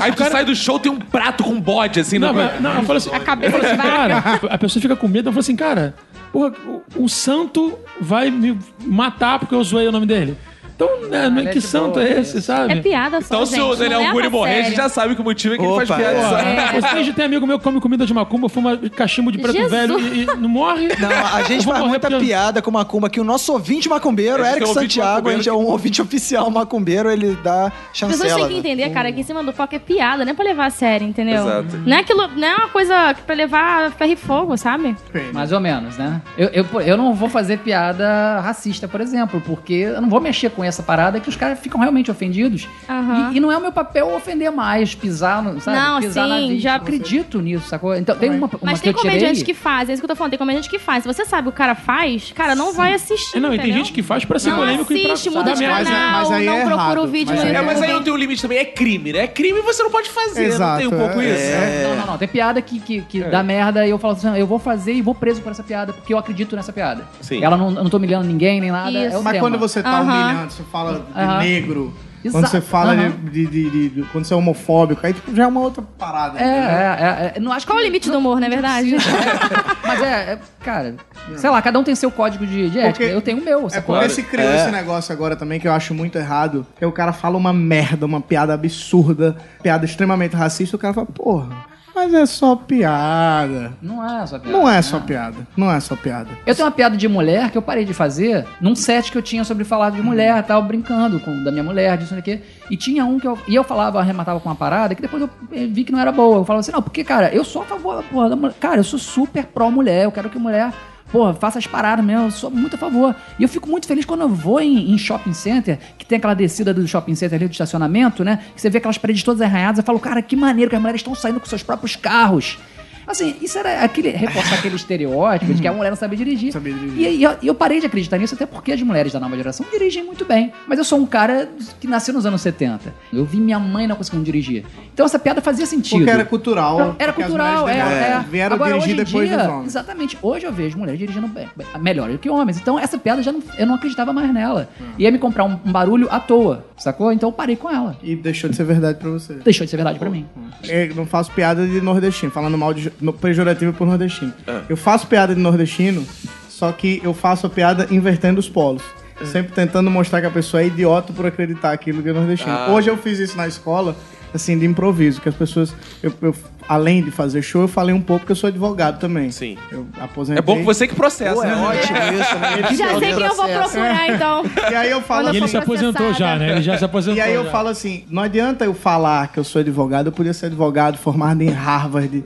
[SPEAKER 1] Aí tu sai do show, tem um prato com bode, assim,
[SPEAKER 4] Não,
[SPEAKER 1] na coisa.
[SPEAKER 4] mas, não, eu falo assim, a cabeça assim, cara, a pessoa fica com medo, eu falo assim, cara, porra, o, o santo vai me matar porque eu zoei o nome dele. Então, né,
[SPEAKER 3] ele é
[SPEAKER 4] que
[SPEAKER 3] de
[SPEAKER 4] santo
[SPEAKER 3] boa,
[SPEAKER 4] é esse, sabe?
[SPEAKER 6] É piada só,
[SPEAKER 1] Então,
[SPEAKER 6] gente.
[SPEAKER 1] se o Daniel
[SPEAKER 6] não leva
[SPEAKER 1] Guri
[SPEAKER 6] a
[SPEAKER 1] morrer, a
[SPEAKER 6] sério.
[SPEAKER 1] gente já sabe que o motivo é que ele faz
[SPEAKER 2] Opa,
[SPEAKER 1] piada.
[SPEAKER 2] é.
[SPEAKER 1] sabe?
[SPEAKER 4] Vocês já tem amigo meu que come comida de macumba, fuma cachimbo de preto
[SPEAKER 6] Jesus.
[SPEAKER 4] velho e, e não morre?
[SPEAKER 2] Não, a gente
[SPEAKER 4] Eu vou
[SPEAKER 2] faz
[SPEAKER 4] morrer
[SPEAKER 2] muita
[SPEAKER 4] porque-
[SPEAKER 2] piada com macumba aqui. O nosso ouvinte macumbeiro,
[SPEAKER 1] A gente
[SPEAKER 2] Eric
[SPEAKER 1] tem um ouvinte
[SPEAKER 2] Santiago, a
[SPEAKER 1] macumbeiro
[SPEAKER 2] gente é um ouvinte oficial macumbeiro, ele dá
[SPEAKER 6] As pessoas
[SPEAKER 2] chancela. né?
[SPEAKER 6] têm que
[SPEAKER 1] né?
[SPEAKER 6] entender, cara, que em cima do palco é piada, não é pra levar a sério, entendeu?
[SPEAKER 1] Exato.
[SPEAKER 6] Não é, aquilo, não é uma coisa pra levar a ferro e fogo, sabe?
[SPEAKER 3] Mais ou menos, né? Eu, eu, pô, eu não vou fazer piada racista, por exemplo, porque eu não vou mexer com essa parada que os caras ficam realmente ofendidos.
[SPEAKER 6] Aham.
[SPEAKER 3] E, e não é o meu papel ofender mais, pisar no. Sabe?
[SPEAKER 6] Não,
[SPEAKER 3] pisar na
[SPEAKER 6] sim,
[SPEAKER 3] vítima.
[SPEAKER 6] já-
[SPEAKER 3] Eu acredito nisso, sacou? Então tem uma, uma
[SPEAKER 6] Mas
[SPEAKER 3] que
[SPEAKER 6] tem
[SPEAKER 3] eu tirei.
[SPEAKER 6] comediante que faz, é isso que eu tô falando, tem comediante que faz. Se você sabe o cara faz, cara, não vai assistir.
[SPEAKER 4] É, não, e tem
[SPEAKER 6] entendeu?
[SPEAKER 4] gente que faz pra ser
[SPEAKER 6] não
[SPEAKER 4] polêmico e pra
[SPEAKER 6] assiste, muda
[SPEAKER 4] dar
[SPEAKER 6] de
[SPEAKER 4] merda.
[SPEAKER 6] canal,
[SPEAKER 5] Mas é- mas aí
[SPEAKER 6] não
[SPEAKER 5] é
[SPEAKER 6] procura
[SPEAKER 5] errado,
[SPEAKER 6] o
[SPEAKER 5] mas
[SPEAKER 6] vídeo
[SPEAKER 5] aí
[SPEAKER 6] no
[SPEAKER 1] É,
[SPEAKER 6] YouTube.
[SPEAKER 1] mas aí não tem um limite também. É crime, né? É crime você não pode fazer. não
[SPEAKER 5] Exato,
[SPEAKER 1] tem um pouco
[SPEAKER 5] é.
[SPEAKER 1] isso. né?
[SPEAKER 3] Não, não, não. Tem piada que, que, que dá merda e eu falo assim, não, eu vou fazer e vou preso por essa piada, porque eu acredito nessa piada.
[SPEAKER 1] Sim.
[SPEAKER 3] Ela não, eu não tô humilhando ninguém nem nada.
[SPEAKER 6] Isso.
[SPEAKER 3] É o
[SPEAKER 5] Mas
[SPEAKER 3] tema.
[SPEAKER 5] quando você tá
[SPEAKER 6] Aham.
[SPEAKER 5] humilhando, você fala de
[SPEAKER 3] Aham.
[SPEAKER 5] negro,
[SPEAKER 3] Exato.
[SPEAKER 5] quando você fala de-
[SPEAKER 3] Aham.
[SPEAKER 5] de, de- de- de- Quando você é homofóbico, aí tipo, já é uma outra parada.
[SPEAKER 3] É, é, é, é. Não acho
[SPEAKER 6] Qual o
[SPEAKER 3] que-
[SPEAKER 6] limite do humor, não é verdade?
[SPEAKER 3] Mas é, é, cara, sei lá, cada um tem seu código de, de ética. Eu tenho o meu,
[SPEAKER 5] É
[SPEAKER 3] sacou?
[SPEAKER 5] porque se criou esse negócio agora também que eu acho muito errado. Que o cara fala uma merda, uma piada absurda, piada extremamente racista, o cara fala, porra, mas é só piada.
[SPEAKER 3] Não é só piada.
[SPEAKER 5] Não é
[SPEAKER 3] né?
[SPEAKER 5] só piada. Não é só piada.
[SPEAKER 3] Eu tenho uma piada de mulher que eu parei de fazer num set que eu tinha sobre falar de mulher e tal, brincando com da minha mulher, disso e quê. E tinha um que eu. E eu falava, arrematava com uma parada, que depois eu eh, vi que não era boa. Eu falava assim, não, porque, cara, eu sou a favor da porra da mulher. Cara, eu sou super pró-mulher, eu quero que mulher. Porra, faça as paradas mesmo, eu sou muito a favor. E eu fico muito feliz quando eu vou em, em shopping center, que tem aquela descida do shopping center ali do estacionamento, né? Que você vê aquelas paredes todas arranhadas, eu falo, cara, que maneiro que as mulheres estão saindo com seus próprios carros. Assim, isso era aquele, reforçar aquele estereótipo de que a mulher não sabia dirigir. E, e eu, e eu parei de acreditar nisso, até porque as mulheres da nova geração dirigem muito bem. Mas eu sou um cara que nasceu nos anos 70. Eu vi minha mãe não conseguindo dirigir. Então essa piada fazia sentido.
[SPEAKER 5] Porque era cultural.
[SPEAKER 3] Era
[SPEAKER 5] porque as
[SPEAKER 3] cultural, é,
[SPEAKER 5] mulheres
[SPEAKER 3] é.
[SPEAKER 5] demoraram- Vieram
[SPEAKER 3] Agora,
[SPEAKER 5] dirigir
[SPEAKER 3] hoje em
[SPEAKER 5] depois
[SPEAKER 3] dia,
[SPEAKER 5] dos homens.
[SPEAKER 3] Exatamente. Hoje eu vejo mulheres dirigindo bem, bem- melhor do que homens. Então essa piada já não, eu não acreditava mais nela.
[SPEAKER 5] Ah.
[SPEAKER 3] Ia me comprar um, um barulho à toa, sacou? Então eu parei com ela.
[SPEAKER 5] E deixou de ser verdade pra você.
[SPEAKER 3] Deixou de ser verdade pra mim.
[SPEAKER 5] Eu É, não faço piada de nordestino, falando mal de no- pejorativo pro nordestino.
[SPEAKER 1] Ah.
[SPEAKER 5] Eu faço piada de nordestino, só que eu faço a piada invertendo os polos.
[SPEAKER 1] Ah.
[SPEAKER 5] Sempre tentando mostrar que a pessoa é idiota por acreditar aquilo que é nordestino.
[SPEAKER 1] Ah.
[SPEAKER 5] Hoje eu fiz isso na escola, assim, de improviso, que as pessoas. eu- eu, além de fazer show, eu falei um pouco que eu sou advogado também.
[SPEAKER 1] Sim.
[SPEAKER 5] Eu aposentei.
[SPEAKER 1] É bom que você que processa,
[SPEAKER 2] Pô, é
[SPEAKER 1] né?
[SPEAKER 2] ótimo isso, né? Que
[SPEAKER 6] já sei
[SPEAKER 2] beleza.
[SPEAKER 6] quem eu vou procurar, então.
[SPEAKER 5] E aí eu falo
[SPEAKER 6] Quando
[SPEAKER 4] E ele se
[SPEAKER 6] Foi
[SPEAKER 4] aposentou
[SPEAKER 6] processada.
[SPEAKER 4] já, né? Ele já se aposentou.
[SPEAKER 5] E aí eu
[SPEAKER 4] já.
[SPEAKER 5] falo assim, não adianta eu falar que eu sou advogado, eu podia ser advogado formado em Harvard,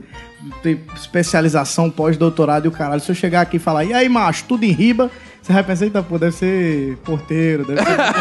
[SPEAKER 5] ter especialização, pós-doutorado e o caralho. Se eu chegar aqui e falar, e aí, macho, tudo em riba, você vai pensar, eita, pô, deve ser porteiro, deve ser
[SPEAKER 3] Ah.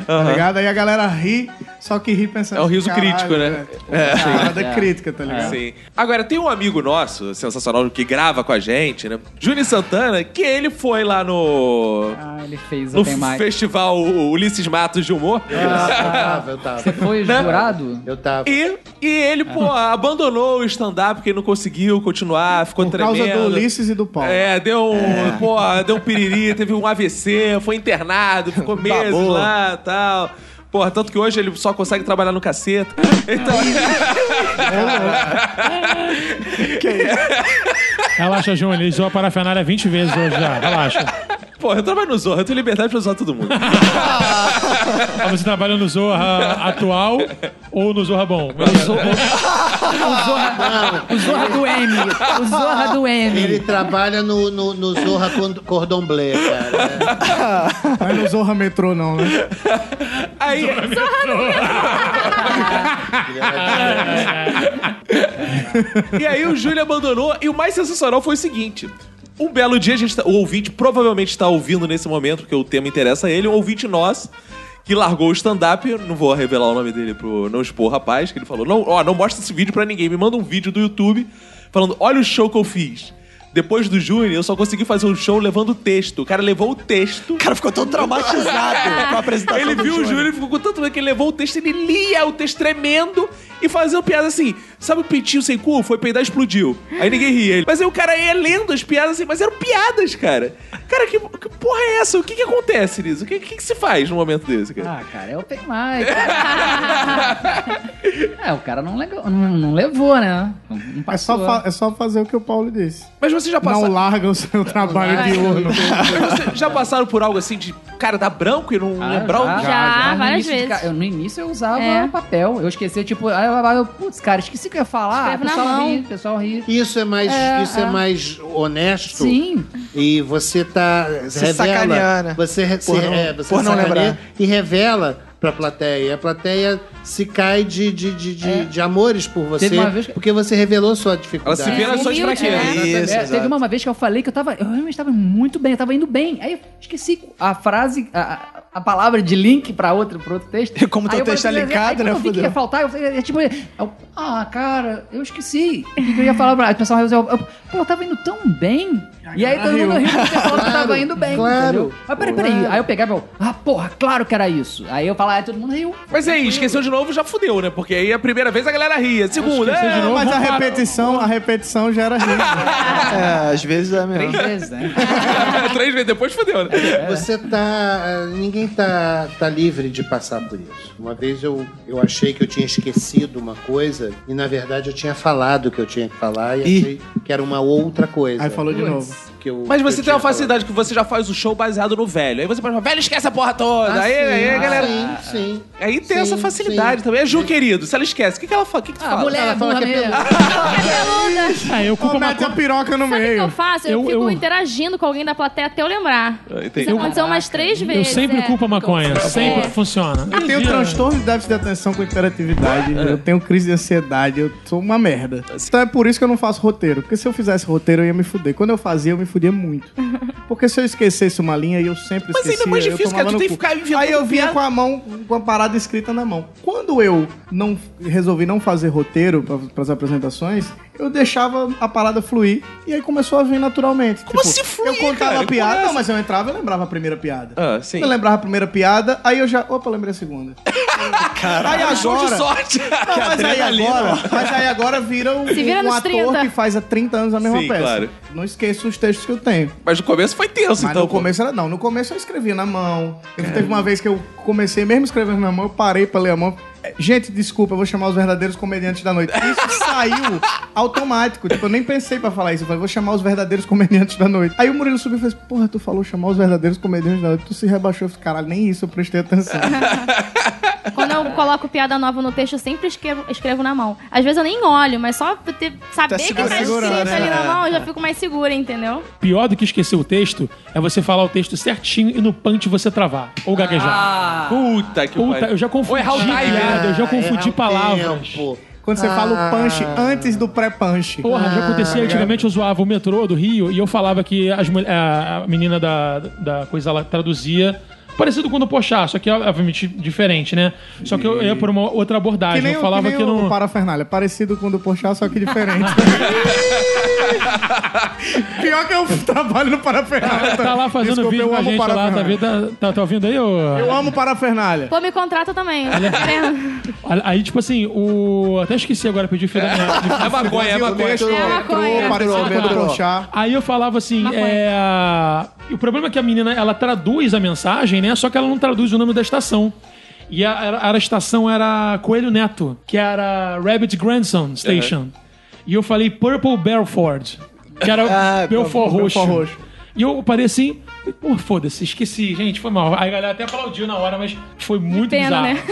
[SPEAKER 5] motorista, tá ligado? Aí a galera ri, só que ri pensando...
[SPEAKER 1] É o riso
[SPEAKER 5] "Caralho,
[SPEAKER 1] crítico, né?" É,
[SPEAKER 5] É, é. parada crítica, tá ligado?
[SPEAKER 1] Sim. Agora, tem um amigo nosso, sensacional, que grava com a gente, né? Juni Santana, que ele foi lá no.
[SPEAKER 3] Ah, ele fez
[SPEAKER 1] No
[SPEAKER 3] Open Mic.
[SPEAKER 1] festival Ulisses Matos de Humor.
[SPEAKER 3] Ah,
[SPEAKER 7] Eu tava,
[SPEAKER 3] Você foi jurado?
[SPEAKER 7] eu tava.
[SPEAKER 1] E, e ele, pô, abandonou o stand-up porque ele não conseguiu continuar, ficou
[SPEAKER 5] Por
[SPEAKER 1] tremendo.
[SPEAKER 5] causa do Ulisses e do Paulo.
[SPEAKER 1] É, deu um, pô, deu um piriri, teve um AVC, foi internado, ficou meses lá e tal. Porra, tanto que hoje ele só consegue trabalhar no caceta. Então,
[SPEAKER 4] Relaxa, Júnior, ele usou a parafernália 20 vezes hoje já. Relaxa.
[SPEAKER 1] Pô, eu trabalho no Zorra, eu tenho liberdade pra usar todo mundo.
[SPEAKER 4] Ah, Você trabalha no Zorra atual ou no Zorra bom?
[SPEAKER 3] O Zorra do M. O Zorra do
[SPEAKER 7] Ele
[SPEAKER 3] M.
[SPEAKER 7] trabalha no, no, no Zorra Cond- Cordon Bleu, cara.
[SPEAKER 8] Mas não zorra metrô, não, né?
[SPEAKER 1] Aí, e aí o Júlio abandonou e o mais sensacional foi o seguinte. Um belo dia, a gente tá- o ouvinte provavelmente está ouvindo nesse momento, porque o tema interessa a ele, um ouvinte nós que largou o stand-up, não vou revelar o nome dele pro não expor o rapaz, que ele falou, não, ó, não mostra esse vídeo pra ninguém, me manda um vídeo do YouTube falando, olha o show que eu fiz. Depois do Júnior, eu só consegui fazer um show levando o texto. O cara levou o texto.
[SPEAKER 2] O cara ficou todo traumatizado com a apresentação
[SPEAKER 1] Ele
[SPEAKER 2] do
[SPEAKER 1] viu o
[SPEAKER 2] Johnny.
[SPEAKER 1] Júnior e ficou com tanto medo que ele levou o texto, ele lia o texto tremendo e fazia uma piada assim. Sabe o peitinho sem cu? Foi peidar e explodiu. Aí ninguém ria. Ele- Mas aí o cara ia lendo as piadas assim, mas eram piadas, cara. Cara, que, que porra é essa? O que que acontece nisso? O que, que que se faz num momento desse, cara?
[SPEAKER 3] Ah, cara, é Open Mic. é, o cara não, legou- não- não levou, né? Não, não
[SPEAKER 8] É
[SPEAKER 3] passou.
[SPEAKER 8] só, fa- é só fazer o que o Paulo disse.
[SPEAKER 1] Mas você já
[SPEAKER 8] Ah, Não
[SPEAKER 1] passou.
[SPEAKER 8] larga o seu trabalho de diurno.
[SPEAKER 1] Vocês já passaram por algo assim de cara dar branco e não
[SPEAKER 3] Ah,
[SPEAKER 1] lembrar? o-
[SPEAKER 6] Já, várias
[SPEAKER 3] No início de
[SPEAKER 6] vezes.
[SPEAKER 3] ca- eu- no início eu usava
[SPEAKER 6] É.
[SPEAKER 3] papel. Eu esquecia, tipo, aí eu, eu, putz, cara, esqueci o que eu ia falar. O
[SPEAKER 6] Escreve na
[SPEAKER 3] pessoal
[SPEAKER 6] mão.
[SPEAKER 3] ri, o pessoal ri.
[SPEAKER 7] Isso é mais,
[SPEAKER 3] É,
[SPEAKER 7] isso é.
[SPEAKER 3] é.
[SPEAKER 7] mais honesto.
[SPEAKER 3] Sim.
[SPEAKER 7] E você tá.
[SPEAKER 2] Se
[SPEAKER 7] revela,
[SPEAKER 2] sacanear, né?
[SPEAKER 7] Você, re-
[SPEAKER 2] Por
[SPEAKER 7] se-
[SPEAKER 2] não-
[SPEAKER 7] é, você
[SPEAKER 2] por não
[SPEAKER 7] sacaneia
[SPEAKER 2] lembrar.
[SPEAKER 7] e revela pra plateia. E A plateia se cai de, de, de, de,
[SPEAKER 2] É.
[SPEAKER 7] de amores por você.
[SPEAKER 3] Teve uma vez que-
[SPEAKER 7] Porque você revelou sua
[SPEAKER 1] Ela
[SPEAKER 7] dificuldade.
[SPEAKER 1] se vê nas suas
[SPEAKER 6] Humilde,
[SPEAKER 1] fraquezas.
[SPEAKER 6] né?
[SPEAKER 2] Isso,
[SPEAKER 3] É,
[SPEAKER 2] exato.
[SPEAKER 3] teve uma vez que eu falei que eu tava. Eu realmente tava muito bem, eu tava indo bem. Aí eu esqueci a frase, a, a- a palavra de link pra outro, pro outro texto.
[SPEAKER 2] E como teu
[SPEAKER 3] Aí eu
[SPEAKER 2] texto é
[SPEAKER 3] falei, assim,
[SPEAKER 2] linkado,
[SPEAKER 3] aí quando
[SPEAKER 2] né,
[SPEAKER 3] Eu vi que
[SPEAKER 2] fudeu.
[SPEAKER 3] ia faltar, eu falei, é tipo. eu- ah, cara, eu esqueci. O que que eu ia falar pra. O pessoal resolveu. Eu, pô, eu tava indo tão bem. E aí todo mundo riu porque falou que eu tava indo bem.
[SPEAKER 7] Claro.
[SPEAKER 3] entendeu? Mas peraí, peraí. Aí eu pegava e eu. Ah, porra, claro que era isso. Aí eu falava, aí todo mundo riu.
[SPEAKER 1] Mas aí, esqueceu de novo, já fudeu, né? Porque aí a primeira vez a galera ria. Segunda, é,
[SPEAKER 8] Não, mas a repetição, a repetição gera riso.
[SPEAKER 2] É, às vezes é mesmo.
[SPEAKER 3] Três vezes, né?
[SPEAKER 1] três vezes depois fudeu, né?
[SPEAKER 8] É.
[SPEAKER 7] Você tá. Ninguém tá, tá livre de passar por isso. Uma vez eu, eu achei que eu tinha esquecido uma coisa e, na verdade, eu tinha falado o que eu tinha que falar e,
[SPEAKER 2] Ih.
[SPEAKER 7] achei que era uma outra coisa.
[SPEAKER 8] Aí falou de novo.
[SPEAKER 7] que eu-
[SPEAKER 1] Mas
[SPEAKER 7] que
[SPEAKER 1] você
[SPEAKER 7] eu
[SPEAKER 1] tem uma
[SPEAKER 7] tinha falado.
[SPEAKER 1] facilidade que você já faz o show baseado no velho. Aí você pode falar, velho, esquece a porra toda.
[SPEAKER 8] Ah,
[SPEAKER 1] aí, aí, a galera.
[SPEAKER 7] Ah, Sim, sim.
[SPEAKER 8] É,
[SPEAKER 1] Aí tem
[SPEAKER 7] Sim,
[SPEAKER 1] essa facilidade
[SPEAKER 7] sim.
[SPEAKER 1] também. É Ju, querido, se ela esquece, o que, que ela fala? O que, que tu
[SPEAKER 3] Ah,
[SPEAKER 1] fala?
[SPEAKER 3] mulher,
[SPEAKER 7] Ela fala
[SPEAKER 3] burra
[SPEAKER 7] que é
[SPEAKER 3] mesmo.
[SPEAKER 4] Ah, eu culpo
[SPEAKER 8] Ou
[SPEAKER 4] uma
[SPEAKER 8] mete a
[SPEAKER 4] coisa.
[SPEAKER 8] piroca no
[SPEAKER 6] Sabe o que eu
[SPEAKER 8] meio.
[SPEAKER 6] faço? Eu,
[SPEAKER 4] Eu-
[SPEAKER 6] fico
[SPEAKER 4] eu-
[SPEAKER 6] interagindo com alguém da plateia até eu lembrar.
[SPEAKER 1] Ah,
[SPEAKER 6] Isso
[SPEAKER 1] entendi.
[SPEAKER 6] aconteceu umas três
[SPEAKER 4] Eu
[SPEAKER 6] vezes.
[SPEAKER 4] sempre
[SPEAKER 6] é.
[SPEAKER 4] culpo a maconha. né? Sempre
[SPEAKER 6] É.
[SPEAKER 4] funciona.
[SPEAKER 8] Eu tenho transtorno de déficit de atenção com hiperatividade,
[SPEAKER 7] É.
[SPEAKER 8] eu tenho crise de ansiedade, eu sou uma merda. Então é por isso que eu não faço roteiro, porque se eu fizesse roteiro eu ia me fuder. Quando eu fazia, eu me fudia muito. Porque se eu esquecesse uma linha, eu sempre
[SPEAKER 1] Mas
[SPEAKER 8] esquecia.
[SPEAKER 1] ainda é mais
[SPEAKER 8] eu
[SPEAKER 1] difícil, cara,
[SPEAKER 8] tomava
[SPEAKER 1] tu
[SPEAKER 8] no
[SPEAKER 1] tem que
[SPEAKER 8] cu.
[SPEAKER 1] ficar inventando
[SPEAKER 8] Aí eu vinha
[SPEAKER 1] piada.
[SPEAKER 8] com a mão, com a parada escrita na mão. Quando eu não resolvi não fazer roteiro para as apresentações, eu deixava a parada fluir e aí começou a vir naturalmente.
[SPEAKER 1] Como assim fluir,
[SPEAKER 8] tipo, Eu contava
[SPEAKER 1] cara?
[SPEAKER 8] a piada,
[SPEAKER 1] Como é
[SPEAKER 8] não, mas eu entrava e lembrava a primeira piada.
[SPEAKER 1] Ah, sim.
[SPEAKER 8] Eu lembrava a primeira piada, aí eu já. Opa, lembrei a segunda. aí
[SPEAKER 7] um
[SPEAKER 1] Ah, show de
[SPEAKER 8] agora.
[SPEAKER 1] sorte.
[SPEAKER 8] Não, mas, aí
[SPEAKER 1] é
[SPEAKER 8] agora, mas aí agora vira um,
[SPEAKER 6] Se vira
[SPEAKER 8] um
[SPEAKER 6] nos
[SPEAKER 8] ator
[SPEAKER 6] 30.
[SPEAKER 8] que faz há 30 anos a mesma
[SPEAKER 1] Sim,
[SPEAKER 8] peça.
[SPEAKER 1] claro.
[SPEAKER 8] Não esqueço os textos que eu tenho.
[SPEAKER 1] Mas no começo foi tenso,
[SPEAKER 8] Mas
[SPEAKER 1] então.
[SPEAKER 8] no começo é era não. No começo eu escrevia na mão. Eu- Teve uma vez que eu comecei mesmo escrevendo na mão, eu parei pra ler a mão. É, Gente, desculpa, eu vou chamar os verdadeiros comediantes da noite. Isso saiu automático. Tipo, eu nem pensei pra falar isso. Eu falei, vou chamar os verdadeiros comediantes da noite. Aí o Murilo subiu e fez, porra, tu falou chamar os verdadeiros comediantes da noite. Tu se rebaixou. Eu falei, caralho, nem isso eu prestei atenção.
[SPEAKER 6] Quando eu coloco piada nova no texto, eu sempre escrevo, escrevo na mão. Às vezes eu nem olho, mas só pra ter- saber
[SPEAKER 2] Tá
[SPEAKER 6] que tá escrito
[SPEAKER 2] segurando, né?
[SPEAKER 6] ali na
[SPEAKER 2] É.
[SPEAKER 6] mão, eu já fico mais segura, entendeu?
[SPEAKER 4] Pior do que esquecer o texto é você falar o texto certinho e no punch você travar ou gaguejar.
[SPEAKER 3] Ah,
[SPEAKER 1] Puta que
[SPEAKER 4] Puta,
[SPEAKER 1] pariu.
[SPEAKER 4] eu já
[SPEAKER 1] Ou
[SPEAKER 4] confundi
[SPEAKER 1] errar o timing.
[SPEAKER 4] piada, eu já
[SPEAKER 8] É,
[SPEAKER 4] confundi
[SPEAKER 7] Errar o
[SPEAKER 8] um
[SPEAKER 4] palavras.
[SPEAKER 7] É, um tempo.
[SPEAKER 8] Quando você
[SPEAKER 3] Ah.
[SPEAKER 8] fala o punch antes do pré-punch.
[SPEAKER 4] Porra, já
[SPEAKER 8] é.
[SPEAKER 4] acontecia antigamente, eu zoava o metrô do Rio e eu falava que as mul- a, a menina da, da coisa lá traduzia. Parecido com o do Pochá, só que é obviamente diferente, né? Só que eu ia por uma outra abordagem. eu
[SPEAKER 8] o-
[SPEAKER 4] falava que,
[SPEAKER 8] nem
[SPEAKER 4] não.
[SPEAKER 8] o parafernália, parecido com o do Porchat, só que diferente. Pior que eu trabalho no parafernália.
[SPEAKER 4] Tá lá
[SPEAKER 8] Desculpa,
[SPEAKER 4] fazendo vídeo
[SPEAKER 8] eu
[SPEAKER 4] com a
[SPEAKER 8] amo
[SPEAKER 4] gente lá, tá,
[SPEAKER 8] parafernália.
[SPEAKER 4] vendo? tá, tá, tá ouvindo aí? ô?
[SPEAKER 8] Eu amo parafernália.
[SPEAKER 6] Pô, me contrata também. É,
[SPEAKER 4] Aí, tipo assim, o. Até esqueci agora, pedi fila.
[SPEAKER 1] É maconha, é maconha.
[SPEAKER 8] Deixa o
[SPEAKER 6] É uma
[SPEAKER 8] metrô,
[SPEAKER 6] coisa.
[SPEAKER 8] parecido com o do Porchat.
[SPEAKER 4] Aí eu falava assim,
[SPEAKER 6] Maconha.
[SPEAKER 4] é... e o problema é que a menina ela traduz a mensagem, né? Só que ela não traduz o nome da estação. E a, a- a estação era Coelho Neto, que era Rabbit Grandson Station. E eu falei Purple Belford, que era
[SPEAKER 2] Ah,
[SPEAKER 4] Belfort
[SPEAKER 2] Belfort
[SPEAKER 4] Roxo.
[SPEAKER 8] Roxo.
[SPEAKER 4] E eu parei assim, Pô, foda-se, esqueci, gente, foi mal. Aí a galera até aplaudiu na hora, mas foi muito
[SPEAKER 6] pena,
[SPEAKER 4] bizarro.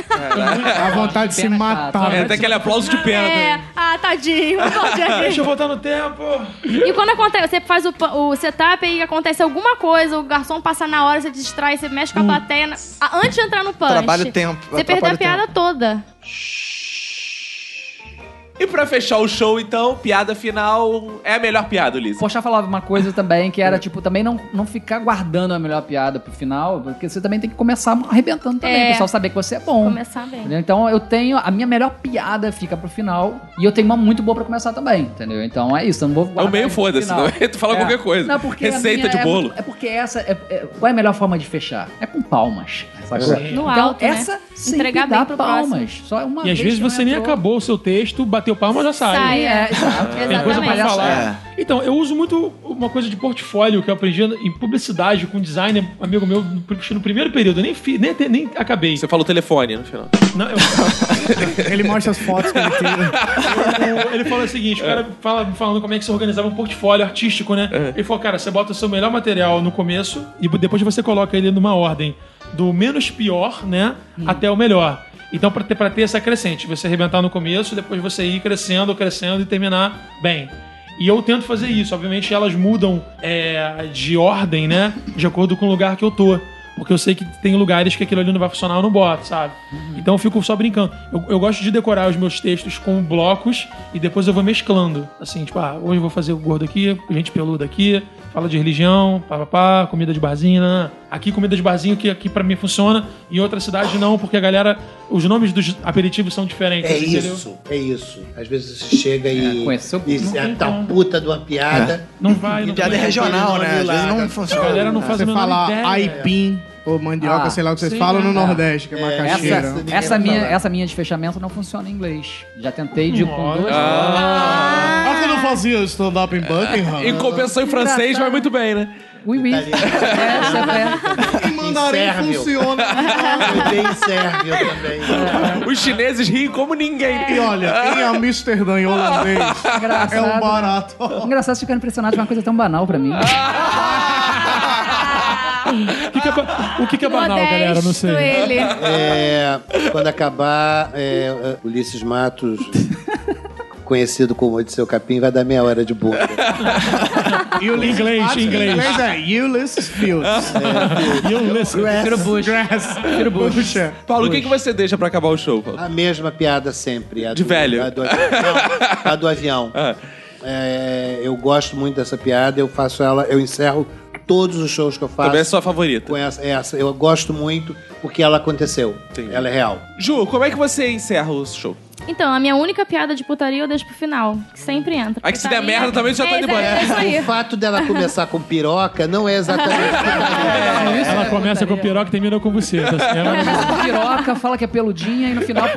[SPEAKER 6] né?
[SPEAKER 5] A vontade de se
[SPEAKER 3] Pena
[SPEAKER 5] matar.
[SPEAKER 3] chata.
[SPEAKER 1] É até aquele aplauso de pena.
[SPEAKER 6] É,
[SPEAKER 1] né?
[SPEAKER 6] ah, tadinho. pode
[SPEAKER 4] Deixa
[SPEAKER 6] aqui.
[SPEAKER 4] eu voltar no tempo.
[SPEAKER 6] E quando acontece, você faz o, pa- o setup e acontece alguma coisa, o garçom passa na hora, você distrai, você mexe com a
[SPEAKER 3] Hum.
[SPEAKER 6] plateia. na- a- Antes de entrar no punch.
[SPEAKER 2] Trabalha o tempo,
[SPEAKER 6] Você perdeu
[SPEAKER 2] atrapalha
[SPEAKER 6] a
[SPEAKER 2] o tempo.
[SPEAKER 6] piada toda.
[SPEAKER 1] E pra fechar o show, então, piada final é a melhor piada, Ulisses.
[SPEAKER 3] Pochá falava uma coisa também que
[SPEAKER 6] É.
[SPEAKER 3] era, tipo, também não, não ficar guardando a melhor piada pro final, porque você também tem que começar arrebentando também,
[SPEAKER 6] É.
[SPEAKER 3] o pessoal saber que você é bom.
[SPEAKER 6] Começar bem.
[SPEAKER 3] Entendeu? Então eu tenho. A minha melhor piada fica pro final. E eu tenho uma muito boa pra começar também, entendeu? Então é isso. Eu não vou
[SPEAKER 1] É
[SPEAKER 3] guardar
[SPEAKER 1] o meio
[SPEAKER 3] isso pro
[SPEAKER 1] foda-se,
[SPEAKER 3] final.
[SPEAKER 1] não? tu fala
[SPEAKER 3] É.
[SPEAKER 1] qualquer coisa.
[SPEAKER 3] Não, porque a
[SPEAKER 1] Receita
[SPEAKER 3] minha
[SPEAKER 1] de
[SPEAKER 3] é-
[SPEAKER 1] bolo.
[SPEAKER 3] É, porque essa. É, é- qual é a melhor forma de fechar? É com palmas. sacou?
[SPEAKER 6] No
[SPEAKER 3] então,
[SPEAKER 6] alto, né?
[SPEAKER 3] essa sempre
[SPEAKER 6] Entregar
[SPEAKER 3] dá
[SPEAKER 6] bem pro
[SPEAKER 3] palmas.
[SPEAKER 6] próximo.
[SPEAKER 3] Só é uma
[SPEAKER 4] E às
[SPEAKER 3] vez
[SPEAKER 4] vezes
[SPEAKER 3] que não
[SPEAKER 4] você nem
[SPEAKER 3] entrou.
[SPEAKER 4] acabou o seu texto, bateu palma, já sai. né?
[SPEAKER 6] Sai, é.
[SPEAKER 4] Tem coisa pra
[SPEAKER 6] Exatamente.
[SPEAKER 9] É.
[SPEAKER 4] falar. Então, eu uso muito uma coisa de portfólio que eu aprendi em publicidade com um designer, amigo meu, no pr- no primeiro período. Eu nem, fi- nem, te- nem acabei.
[SPEAKER 1] Você fala o telefone né, no final.
[SPEAKER 4] Não, eu-
[SPEAKER 5] Ele mostra as fotos que ele tira.
[SPEAKER 4] o- ele fala o seguinte: o cara fala, falando como é que você organizava um portfólio artístico, né? Ele falou, cara, você bota o seu melhor material no começo e depois você coloca ele numa ordem do menos pior, né? Até o melhor. Então, pra ter, pra ter essa crescente, você arrebentar no começo, depois você ir crescendo, crescendo e terminar bem. E eu tento fazer isso. Obviamente elas mudam é, de ordem, né? De acordo com o lugar que eu tô. Porque eu sei que tem lugares que aquilo ali não vai funcionar, eu não boto, sabe? Então eu fico só brincando. Eu, eu gosto de decorar os meus textos com blocos e depois eu vou mesclando. Assim, tipo, ah, hoje eu vou fazer o gordo aqui, gente peluda aqui, fala de religião, papapá, comida de barzinho, né? Aqui comida de barzinho que aqui pra mim funciona, em outra cidade não, porque a galera, os nomes dos aperitivos são diferentes.
[SPEAKER 7] É
[SPEAKER 4] entendeu?
[SPEAKER 7] isso, é isso. Às vezes você chega e.
[SPEAKER 3] É, conheceu-
[SPEAKER 7] e se a tal puta de uma piada.
[SPEAKER 4] Não vai, não
[SPEAKER 2] Piada é
[SPEAKER 4] vai.
[SPEAKER 2] regional, né? Às vezes não
[SPEAKER 4] A
[SPEAKER 2] funciona.
[SPEAKER 4] galera não faz
[SPEAKER 5] Você
[SPEAKER 4] a menor
[SPEAKER 5] fala
[SPEAKER 4] ideia.
[SPEAKER 5] aipim ou mandioca,
[SPEAKER 3] Ah,
[SPEAKER 5] sei lá o que vocês
[SPEAKER 4] sim,
[SPEAKER 5] falam no
[SPEAKER 3] é.
[SPEAKER 5] Nordeste, que é
[SPEAKER 3] Essa,
[SPEAKER 5] macaxeira.
[SPEAKER 7] Caixeira.
[SPEAKER 3] essa, minha,
[SPEAKER 7] Falar.
[SPEAKER 3] essa minha de fechamento não funciona em inglês. Já tentei de com
[SPEAKER 4] Nossa.
[SPEAKER 3] duas.
[SPEAKER 5] Ah, que eu não fazia stand-up em Buckingham.
[SPEAKER 1] E compensou em francês,
[SPEAKER 3] Engraçado.
[SPEAKER 1] vai muito bem, né?
[SPEAKER 3] Ui, ui. Essa é.
[SPEAKER 5] Em mandarim
[SPEAKER 7] Encerra, meu.
[SPEAKER 5] funciona.
[SPEAKER 7] Eu dei sérvio também.
[SPEAKER 1] Os chineses riem como ninguém.
[SPEAKER 5] E olha, em Amsterdã, em holandês, é um
[SPEAKER 3] Engraçado.
[SPEAKER 5] barato.
[SPEAKER 3] Engraçado ficar impressionado de uma coisa tão banal pra mim.
[SPEAKER 1] Ah.
[SPEAKER 4] O que que é ba- o que, que é banal,
[SPEAKER 6] Ah, Modesto
[SPEAKER 4] galera? Não sei.
[SPEAKER 6] ele.
[SPEAKER 7] É, quando acabar, é, é, Ulisses Matos, conhecido como Odisseu Capim, vai dar meia hora de bunda.
[SPEAKER 5] Ulysses
[SPEAKER 4] Inglês,
[SPEAKER 5] Matos,
[SPEAKER 4] inglês.
[SPEAKER 5] inglês é Ulysses Fields.
[SPEAKER 7] É
[SPEAKER 3] Tiro bucho.
[SPEAKER 5] Grass.
[SPEAKER 3] Tiro bucho.
[SPEAKER 5] Puxa.
[SPEAKER 1] Paulo, o que, que você deixa pra acabar o show? Paulo?
[SPEAKER 7] A mesma piada sempre. a
[SPEAKER 1] De
[SPEAKER 7] do-
[SPEAKER 1] velho. Ah.
[SPEAKER 7] A do avião. Não, a do avião. É, eu gosto muito dessa piada, eu faço ela, eu encerro todos os shows que eu faço.
[SPEAKER 1] Também é sua favorita.
[SPEAKER 7] com essa, é, essa. Eu gosto muito porque ela aconteceu.
[SPEAKER 1] Entendi.
[SPEAKER 7] Ela é real.
[SPEAKER 1] Ju, como é que você encerra o show?
[SPEAKER 6] Então, a minha única piada de putaria eu deixo pro final, que sempre entra.
[SPEAKER 1] Aí que se
[SPEAKER 6] Pra
[SPEAKER 1] der
[SPEAKER 6] mim,
[SPEAKER 1] merda
[SPEAKER 6] é-
[SPEAKER 1] também, você já tá
[SPEAKER 6] é,
[SPEAKER 1] indo embora.
[SPEAKER 6] É isso aí.
[SPEAKER 7] O fato dela começar com piroca não é exatamente.
[SPEAKER 4] Ela começa com piroca e termina com você. Tá certo?
[SPEAKER 3] Piroca, fala que é peludinha e no final.
[SPEAKER 7] É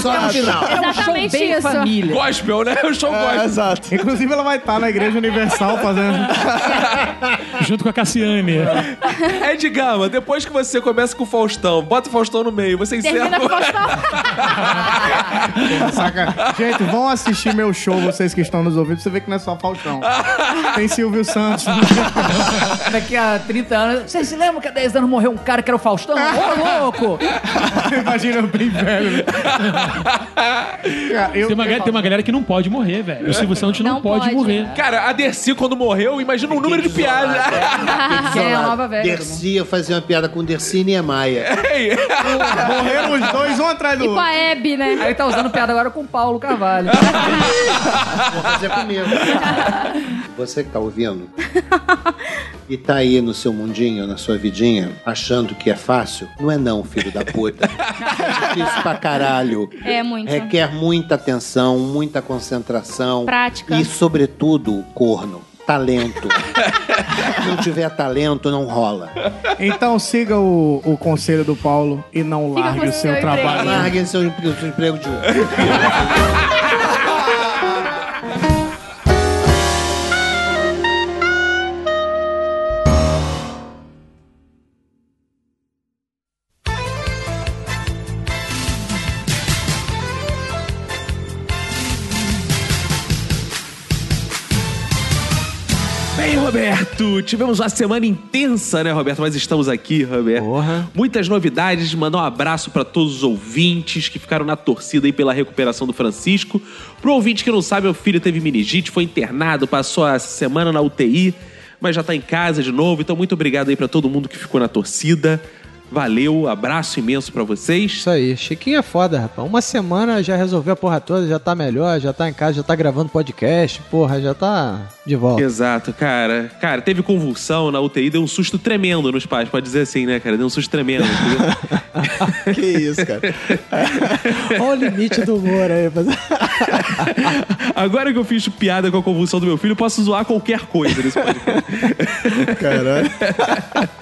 [SPEAKER 7] só no final.
[SPEAKER 6] Exatamente
[SPEAKER 3] Bem
[SPEAKER 6] isso.
[SPEAKER 3] família.
[SPEAKER 1] Gospel, né? O show gospel.
[SPEAKER 2] Exato.
[SPEAKER 5] Inclusive, ela vai estar na Igreja Universal fazendo.
[SPEAKER 4] Junto com a Cassiane.
[SPEAKER 1] É de gama, depois que você começa com o Faustão, bota o Faustão no meio, você encerra.
[SPEAKER 6] Termina com o Faustão.
[SPEAKER 5] Saca? Gente, vão assistir meu show, vocês que estão nos ouvindo, pra você ver que não é só Faustão. Tem Silvio Santos.
[SPEAKER 3] Daqui a 30 anos. Vocês se lembram que há 10 anos morreu um cara que era o Faustão? Ô, louco!
[SPEAKER 5] Imagina eu bem velho. Cara, eu-
[SPEAKER 4] Tem uma, ga- tem uma galera que não pode morrer, velho. O Silvio Santos não,
[SPEAKER 6] Não
[SPEAKER 4] pode,
[SPEAKER 6] pode.
[SPEAKER 4] morrer.
[SPEAKER 1] Cara, a Dercy, quando morreu, imagina o número de piadas.
[SPEAKER 3] Que é a nova velha. do mundo.
[SPEAKER 7] Dercy, eu fazia uma piada com Dercy e Niemeyer.
[SPEAKER 1] Ei,
[SPEAKER 5] Morreram os dois, um atrás do
[SPEAKER 6] E com
[SPEAKER 5] outro.
[SPEAKER 6] a Hebe, né?
[SPEAKER 3] Aí tá usando piada agora com o Paulo Carvalho.
[SPEAKER 7] Vou fazer comigo. Você que tá ouvindo e tá aí no seu mundinho, na sua vidinha, achando que é fácil, não é não, filho da puta. É difícil pra caralho.
[SPEAKER 6] É muito.
[SPEAKER 7] Requer muita atenção, muita concentração.
[SPEAKER 6] Prática.
[SPEAKER 7] E, sobretudo, corno. Talento. Se não tiver talento, não rola.
[SPEAKER 5] Então siga o, o conselho do Paulo e não
[SPEAKER 6] Fica com
[SPEAKER 5] largue o seu
[SPEAKER 6] seu
[SPEAKER 5] trabalho.
[SPEAKER 6] emprego.
[SPEAKER 7] Larguem seu, empre- seu emprego de
[SPEAKER 1] Bem, Roberto, tivemos uma semana intensa, né, Roberto? Mas estamos aqui, Roberto. Muitas novidades. Mandar um abraço pra todos os ouvintes que ficaram na torcida aí pela recuperação do Francisco. Pro ouvinte que não sabe, meu filho teve meningite, foi internado, passou a semana na UTI, mas já tá em casa de novo. Então, muito obrigado aí pra todo mundo que ficou na torcida. Valeu, abraço imenso pra vocês.
[SPEAKER 9] Isso aí, Chiquinho é foda, rapaz. Uma semana já resolveu a porra toda, já tá melhor, já tá em casa, já tá gravando podcast, porra, já tá de volta.
[SPEAKER 1] Exato, cara. Cara, teve convulsão na UTI, deu um susto tremendo nos pais, pode dizer assim, né, cara? Deu um susto tremendo. entendeu?
[SPEAKER 2] Que isso, cara.
[SPEAKER 9] Olha o limite do humor aí, mas...
[SPEAKER 1] Agora que eu fiz piada com a convulsão do meu filho, eu posso zoar qualquer coisa nesse podcast.
[SPEAKER 2] Caralho.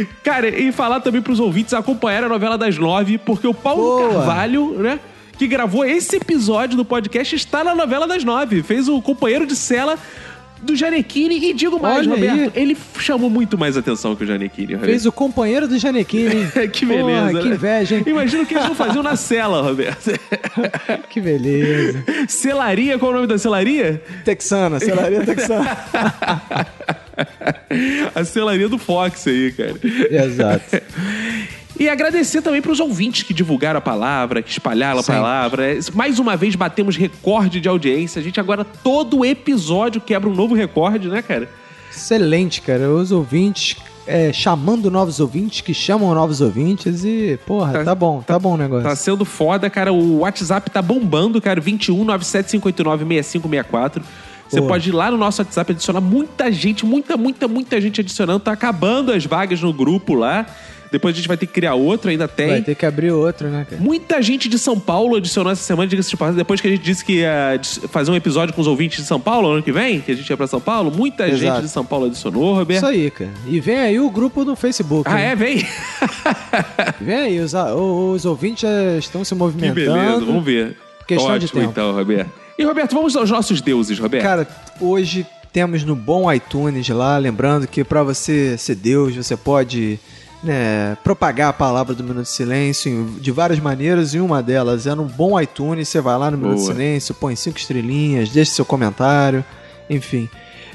[SPEAKER 1] Cara, e falar também pros ouvintes acompanhar a novela das nove, porque o Paulo
[SPEAKER 9] Boa.
[SPEAKER 1] Carvalho, né? Que gravou esse episódio do podcast, está na novela das nove. Fez o companheiro de cela do Janequine. E digo mais,
[SPEAKER 9] Olha aí.
[SPEAKER 1] Roberto, ele chamou muito mais atenção que o Janequine. Roberto.
[SPEAKER 9] Fez o companheiro do Janequine, hein?
[SPEAKER 1] que beleza.
[SPEAKER 9] Porra, que
[SPEAKER 1] né?
[SPEAKER 9] inveja, hein?
[SPEAKER 1] Imagina o que eles não faziam na cela, Roberto.
[SPEAKER 9] Que beleza.
[SPEAKER 1] Celaria, qual é o nome da celaria?
[SPEAKER 9] Texana, selaria texana.
[SPEAKER 1] A celaria do Fox aí, cara.
[SPEAKER 9] Exato.
[SPEAKER 1] E agradecer também pros ouvintes que divulgaram a palavra, que espalharam a
[SPEAKER 9] Sempre.
[SPEAKER 1] palavra. Mais uma vez batemos recorde de audiência. A gente agora, todo episódio, quebra um novo recorde, né, cara?
[SPEAKER 9] Excelente, cara. Os ouvintes é, chamando novos ouvintes, que chamam novos ouvintes e, porra,
[SPEAKER 1] Tá-
[SPEAKER 9] tá, bom, tá, bom o negócio.
[SPEAKER 1] Tá sendo foda, cara. O WhatsApp tá bombando, cara. 21 9759 6564. Você
[SPEAKER 9] Boa.
[SPEAKER 1] pode ir lá no nosso WhatsApp adicionar muita gente, muita, muita, muita gente adicionando. Tá acabando as vagas no grupo lá. Depois a gente vai ter que criar outro, ainda tem.
[SPEAKER 9] Vai ter que abrir outro, né, cara?
[SPEAKER 1] Muita gente de São Paulo adicionou essa semana, diga-se de passagem, depois que a gente disse que ia dis- fazer um episódio com os ouvintes de São Paulo ano que vem, que a gente ia pra São Paulo, muita
[SPEAKER 9] Exato.
[SPEAKER 1] gente de São Paulo adicionou, Roberto.
[SPEAKER 9] Isso aí, cara. E vem aí o grupo no Facebook.
[SPEAKER 1] Ah,
[SPEAKER 9] né?
[SPEAKER 1] é? Vem?
[SPEAKER 9] Vem aí, os, os ouvintes eh, estão se
[SPEAKER 1] Que
[SPEAKER 9] movimentando.
[SPEAKER 1] beleza, vamos ver.
[SPEAKER 9] Questão de
[SPEAKER 1] Ótimo,
[SPEAKER 9] tempo.
[SPEAKER 1] então, Roberto. E, Roberto, vamos aos nossos deuses, Roberto.
[SPEAKER 9] Cara, hoje temos no bom iTunes lá, lembrando que pra você ser Deus, você pode né, propagar a palavra do Minuto de Silêncio em- de várias maneiras, e uma delas é no bom iTunes, você vai lá no Minuto de
[SPEAKER 1] Boa.
[SPEAKER 9] Silêncio, põe cinco estrelinhas, deixa seu comentário, enfim.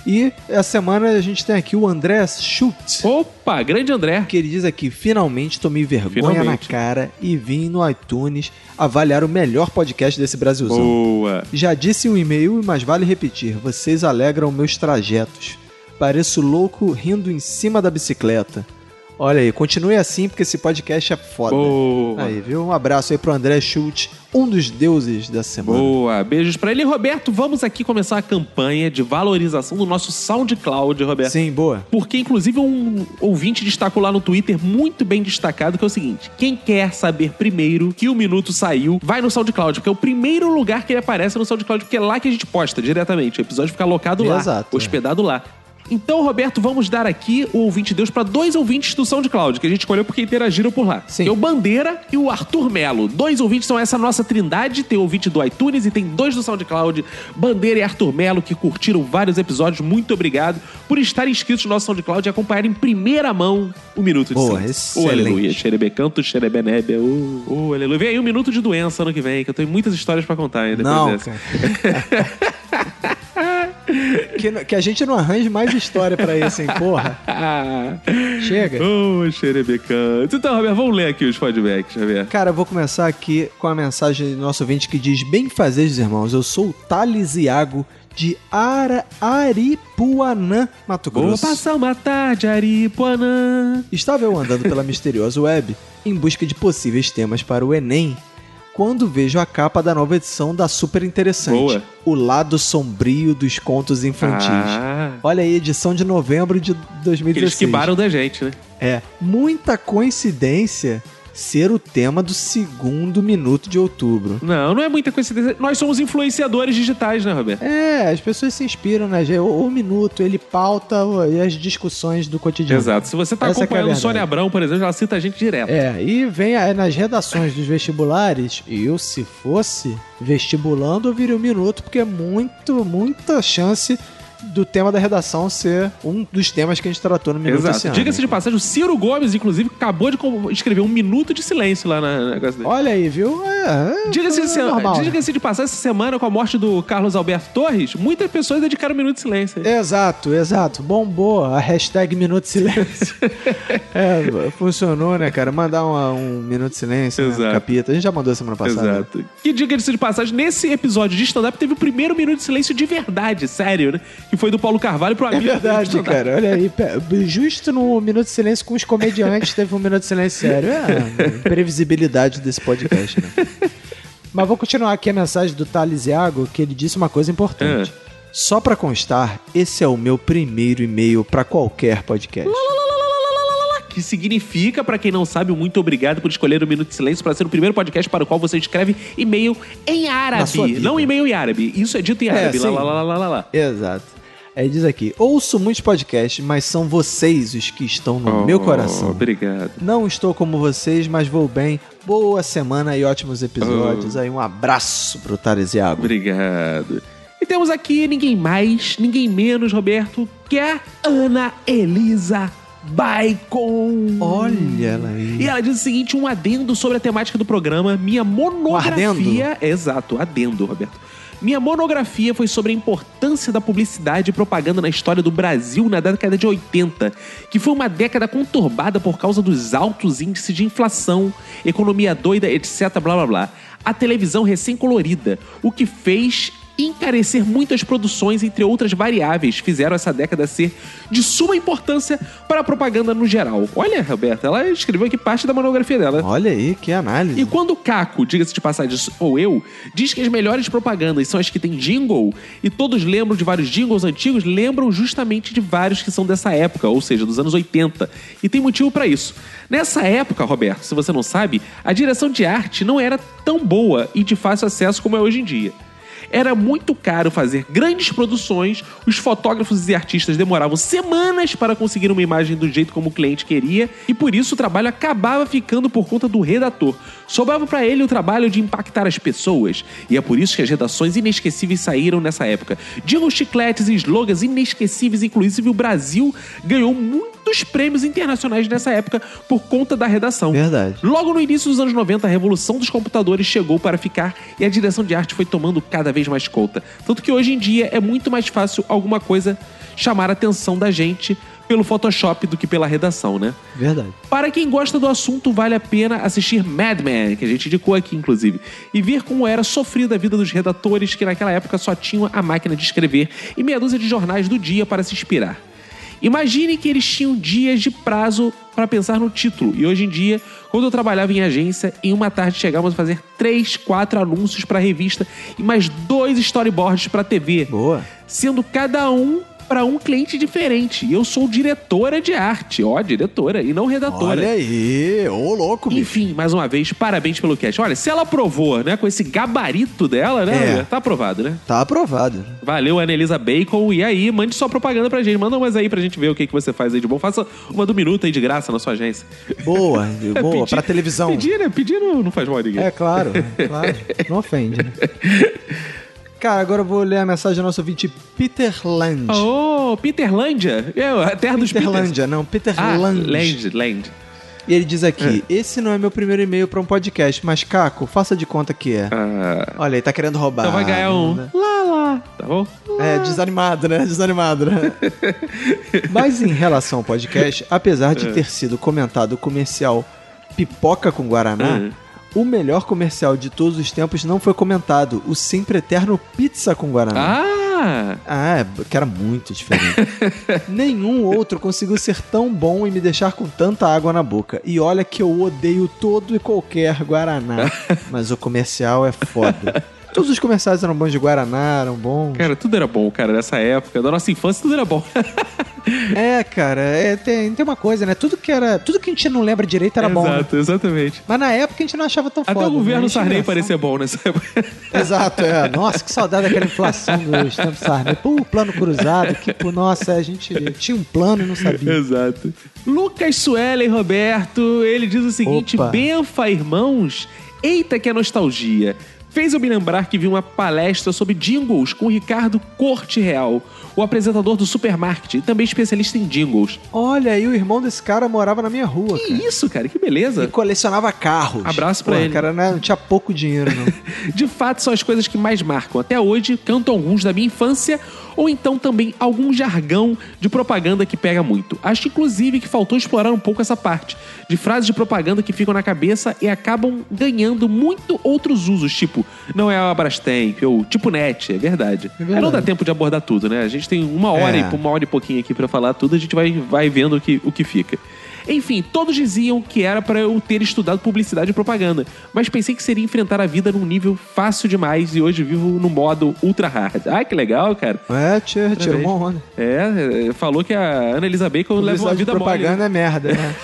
[SPEAKER 9] E essa semana a gente tem aqui o André Schultz.
[SPEAKER 1] Opa, grande André.
[SPEAKER 9] que ele diz aqui, finalmente tomei vergonha na
[SPEAKER 1] Finalmente.
[SPEAKER 9] cara e vim no iTunes avaliar o melhor podcast desse Brasilzão.
[SPEAKER 1] Boa.
[SPEAKER 9] Já disse o e-mail, mas vale repetir. Vocês alegram meus trajetos. Pareço louco rindo em cima da bicicleta. Olha aí, continue assim porque esse podcast é foda.
[SPEAKER 1] Boa.
[SPEAKER 9] Aí, viu? Um abraço aí pro André Schultz, um dos deuses da semana.
[SPEAKER 1] Boa, beijos pra ele. E, Roberto, vamos aqui começar a campanha de valorização do nosso SoundCloud, Roberto.
[SPEAKER 9] Sim, boa.
[SPEAKER 1] Porque, inclusive, um ouvinte destacou lá no Twitter, muito bem destacado, que é o seguinte: quem quer saber primeiro que o minuto saiu, vai no SoundCloud, porque é o primeiro lugar que ele aparece no SoundCloud, porque é lá que a gente posta diretamente. O episódio fica alocado lá,
[SPEAKER 9] Exato. é.
[SPEAKER 1] hospedado lá. Então, Roberto, vamos dar aqui o ouvinte Deus para dois ouvintes do SoundCloud, que a gente escolheu porque interagiram por lá.
[SPEAKER 9] Sim.
[SPEAKER 1] Que é o Bandeira e o Arthur Melo. Dois ouvintes são essa nossa trindade. Tem ouvinte do iTunes e tem dois do SoundCloud. Bandeira e Arthur Melo, que curtiram vários episódios. Muito obrigado por estarem inscritos no nosso SoundCloud e acompanhar em primeira mão o Minuto de
[SPEAKER 9] Boa,
[SPEAKER 1] Silêncio.
[SPEAKER 9] excelente.
[SPEAKER 1] Ô, aleluia. Xerebe canto, xerebe nébia. Ô, ô, aleluia. Vem aí o Minuto de Doença ano que vem, que eu tenho muitas histórias para contar ainda.
[SPEAKER 9] Não, cara. que, n- que a gente não arranje mais história pra isso, hein? Porra. Chega.
[SPEAKER 1] Ah. Ô, xerebecanto. Então, Roberto, vamos ler aqui os feedbacks, Roberto.
[SPEAKER 9] Cara, eu vou começar aqui com a mensagem do nosso ouvinte que diz: Bem fazeres, irmãos. Eu sou o Thales Iago de Ara... Aripuanã, Mato
[SPEAKER 1] Vou
[SPEAKER 9] Grosso.
[SPEAKER 1] passar uma tarde, Aripuanã.
[SPEAKER 9] Estava eu andando pela misteriosa web em busca de possíveis temas para o Enem quando vejo a capa da nova edição da Super Interessante:
[SPEAKER 1] Boa.
[SPEAKER 9] O Lado Sombrio dos Contos Infantis.
[SPEAKER 1] Ah.
[SPEAKER 9] Olha aí, edição de novembro de
[SPEAKER 1] Que eles
[SPEAKER 9] 2016.
[SPEAKER 1] quibaram da gente, né?
[SPEAKER 9] É, muita coincidência ser o tema do segundo minuto de outubro.
[SPEAKER 1] Não, não é muita coincidência. Nós somos influenciadores digitais, né, Roberto?
[SPEAKER 9] É, as pessoas se inspiram, né? Gê? O, o minuto, ele pauta o- as discussões do cotidiano.
[SPEAKER 1] Exato. Se você tá
[SPEAKER 9] Essa que é a
[SPEAKER 1] acompanhando
[SPEAKER 9] verdade.
[SPEAKER 1] Sônia Abrão, por exemplo, ela cita a gente direto.
[SPEAKER 9] É, e vem a- nas redações dos vestibulares, e eu, um se fosse vestibulando, eu viria o minuto, porque é muito, muita chance do tema da redação ser um dos temas que a gente tratou no Minuto esse
[SPEAKER 1] Exato.
[SPEAKER 9] ano.
[SPEAKER 1] Diga-se de passagem, o Ciro Gomes, inclusive, acabou de co- escrever um minuto de silêncio lá na na negócio dele.
[SPEAKER 9] Olha aí, viu? É, é,
[SPEAKER 1] Diga-se de, se-
[SPEAKER 9] normal.
[SPEAKER 1] diga-se de passagem, essa semana, com a morte do Carlos Alberto Torres, muitas pessoas dedicaram um minuto de silêncio.
[SPEAKER 9] Exato, exato. Bombou a hashtag Minuto de Silêncio. é, funcionou, né, cara? Mandar uma- um Minuto de Silêncio, né, um
[SPEAKER 1] Exato.
[SPEAKER 9] capítulo. A gente já mandou semana passada.
[SPEAKER 1] Exato. E diga-se de passagem, nesse episódio de stand-up teve o primeiro minuto de silêncio de verdade, sério, né? Que foi do Paulo Carvalho pro
[SPEAKER 9] É
[SPEAKER 1] amigo.
[SPEAKER 9] verdade,
[SPEAKER 1] dele de
[SPEAKER 9] cara. Olha aí, pe- justo no Minuto de Silêncio com os comediantes teve um Minuto de Silêncio sério. É, a previsibilidade desse podcast, né? Mas vou continuar aqui a mensagem do Thales Iago, que ele disse uma coisa importante.
[SPEAKER 1] Ah.
[SPEAKER 9] Só pra constar, esse é o meu primeiro e-mail pra qualquer podcast.
[SPEAKER 1] stand-up, Que significa, pra quem não sabe, muito obrigado por escolher o Minuto de Silêncio pra ser o primeiro podcast para o qual você escreve e-mail em
[SPEAKER 9] sua
[SPEAKER 1] árabe.
[SPEAKER 9] vida.
[SPEAKER 1] Não e-mail em árabe. Isso é dito em árabe. lá,
[SPEAKER 9] sim.
[SPEAKER 1] lá, lá, lá, lá, lá.
[SPEAKER 9] Exato. Aí diz aqui: ouço muitos podcasts, mas são vocês os que estão no meu coração.
[SPEAKER 1] Oh, Obrigado.
[SPEAKER 9] Não estou como vocês, mas vou bem. Boa semana e ótimos episódios. Aí um abraço pro Thales Iago.
[SPEAKER 1] Obrigado. E temos aqui ninguém mais, ninguém menos, Roberto, que a Ana Elisa Baicon.
[SPEAKER 9] Olha ela
[SPEAKER 1] E
[SPEAKER 9] aí.
[SPEAKER 1] ela diz o seguinte: um adendo sobre a temática do programa. Minha monografia. Exato, adendo, Roberto. Minha monografia foi sobre a importância da publicidade e propaganda na história do Brasil na década de 80, que foi uma década conturbada por causa dos altos índices de inflação, economia doida, etc, blá blá blá. A televisão recém-colorida, o que fez encarecer muitas produções, entre outras variáveis, fizeram essa década ser de suma importância para a propaganda no geral. Olha, Roberta, ela escreveu aqui parte da monografia dela.
[SPEAKER 9] Olha aí, que análise.
[SPEAKER 1] E quando o Caco, diga-se de passagem, ou eu, diz que as melhores propagandas são as que têm jingle, e todos lembram de vários jingles antigos, lembram justamente de vários que são dessa época, ou seja, dos anos 80. E tem motivo pra isso. Nessa época, Roberto, se você não sabe, a direção de arte não era tão boa e de fácil acesso como é hoje em dia. Era muito caro fazer grandes produções, os fotógrafos e artistas demoravam semanas para conseguir uma imagem do jeito como o cliente queria, e por isso o trabalho acabava ficando por conta do redator. Sobrava para ele o trabalho de impactar as pessoas, e é por isso que as redações inesquecíveis saíram nessa época. Digam chicletes e slogans inesquecíveis, inclusive o Brasil ganhou muitos prêmios internacionais nessa época por conta da redação.
[SPEAKER 9] Verdade.
[SPEAKER 1] Logo no início dos anos 90, a revolução dos computadores chegou para ficar e a direção de arte foi tomando cada vez mais conta. Tanto que hoje em dia é muito mais fácil alguma coisa chamar a atenção da gente pelo Photoshop do que pela redação, né?
[SPEAKER 9] Verdade.
[SPEAKER 1] Para quem gosta do assunto, vale a pena assistir Mad Men, que a gente indicou aqui, inclusive, e ver como era sofrida a vida dos redatores que naquela época só tinham a máquina de escrever e meia dúzia de jornais do dia para se inspirar. Imagine que eles tinham dias de prazo para pensar no título. E hoje em dia, quando eu trabalhava em agência, em uma tarde chegávamos a fazer três, quatro anúncios para revista e mais dois storyboards para TV
[SPEAKER 9] Boa.
[SPEAKER 1] sendo cada um para um cliente diferente. E eu sou diretora de arte, ó, diretora, e não redatora.
[SPEAKER 9] Olha aí, ô louco, bicho.
[SPEAKER 1] Enfim, mais uma vez, parabéns pelo cast. Olha, se ela aprovou, né, com esse gabarito dela, né,
[SPEAKER 9] É.
[SPEAKER 1] Roberto? tá aprovado, né?
[SPEAKER 9] Tá aprovado.
[SPEAKER 1] Valeu, Anelisa Bacon. E aí, mande sua propaganda pra gente. Manda umas aí pra gente ver o que, que você faz aí de bom. Faça uma do minuto aí de graça na sua agência.
[SPEAKER 9] Boa, boa.
[SPEAKER 1] Pedir-
[SPEAKER 9] pra televisão.
[SPEAKER 1] Pedir, né? Pedir não, não faz mal a ninguém.
[SPEAKER 9] É claro, claro. Não ofende. né? Cara, agora eu vou ler a mensagem do nosso ouvinte Peter Land.
[SPEAKER 1] Oh, Peterlândia. É, a terra dos Peters.
[SPEAKER 9] É. Peterlândia, não, Peter
[SPEAKER 1] Ah,
[SPEAKER 9] Land.
[SPEAKER 1] Land, Land.
[SPEAKER 9] E ele diz aqui: esse não é meu primeiro e-mail pra um podcast, mas Caco, faça de conta que é.
[SPEAKER 1] Ah,
[SPEAKER 9] Olha, ele tá querendo roubar.
[SPEAKER 1] então vai ganhar um...
[SPEAKER 9] né?
[SPEAKER 1] Lá, lá. Tá bom?
[SPEAKER 9] É, desanimado, né? Desanimado, né? Mas em relação ao podcast, apesar
[SPEAKER 1] É.
[SPEAKER 9] de ter sido comentado o comercial Pipoca com Guaraná,
[SPEAKER 1] Uhum.
[SPEAKER 9] o melhor comercial de todos os tempos não foi comentado, o sempre eterno Pizza com Guaraná.
[SPEAKER 1] Ah!
[SPEAKER 9] Ah, é, que era muito diferente. Nenhum outro conseguiu ser tão bom e me deixar com tanta água na boca. E olha que eu odeio todo e qualquer Guaraná. Mas o comercial é foda. Todos os comerciais eram bons de Guaraná, eram bons.
[SPEAKER 1] Cara, tudo era bom, cara, nessa época. Da nossa infância, tudo era bom.
[SPEAKER 9] É, cara, é, tem, tem uma coisa, né? Tudo que era. Tudo que a gente não lembra direito era bom. né?
[SPEAKER 1] Exato, exatamente.
[SPEAKER 9] Mas na época a gente não achava tão
[SPEAKER 1] Até
[SPEAKER 9] foda.
[SPEAKER 1] o governo
[SPEAKER 9] né? Achei
[SPEAKER 1] Sarney
[SPEAKER 9] engraçado.
[SPEAKER 1] parecia bom nessa época.
[SPEAKER 9] Exato, é. Nossa, que saudade daquela inflação dos tempos Sarney. Pô, o plano cruzado, que, pô, nossa, a gente tinha um plano e não sabia.
[SPEAKER 1] Exato. Lucas Suelen Roberto, ele diz o seguinte:
[SPEAKER 9] Opa.
[SPEAKER 1] Benfa, irmãos, eita que é nostalgia. fez eu me lembrar que vi uma palestra sobre jingles com o Ricardo Corte Real, o apresentador do Supermarket e também especialista em jingles.
[SPEAKER 9] Olha aí, o irmão desse cara morava na minha rua.
[SPEAKER 1] Que
[SPEAKER 9] cara.
[SPEAKER 1] isso, cara, que beleza.
[SPEAKER 9] E colecionava carros.
[SPEAKER 1] Abraço pra
[SPEAKER 9] Pô,
[SPEAKER 1] ele.
[SPEAKER 9] Cara, né, não tinha pouco dinheiro, não.
[SPEAKER 1] De fato, são as coisas que mais marcam. Até hoje, canto alguns da minha infância, ou então também algum jargão de propaganda que pega muito. Acho, inclusive, que faltou explorar um pouco essa parte de frases de propaganda que ficam na cabeça e acabam ganhando muito outros usos, tipo, não é a Brastemp, ou tipo net, é verdade.
[SPEAKER 9] verdade.
[SPEAKER 1] É, Não dá tempo de abordar tudo, né? A gente tem uma hora,
[SPEAKER 9] É.
[SPEAKER 1] e, uma hora e pouquinho aqui pra falar tudo, a gente vai, vai vendo o que, o que fica. Enfim, todos diziam que era pra eu ter estudado publicidade e propaganda, mas pensei que seria enfrentar a vida num nível fácil demais e hoje vivo no modo ultra hard. Ah, que legal, cara.
[SPEAKER 9] É, tia, tia, irmão Rony.
[SPEAKER 1] É, é, falou que a Ana Elisa Bacon leva uma
[SPEAKER 9] Publicidade de
[SPEAKER 1] vida mole. né?
[SPEAKER 9] propaganda é merda, né?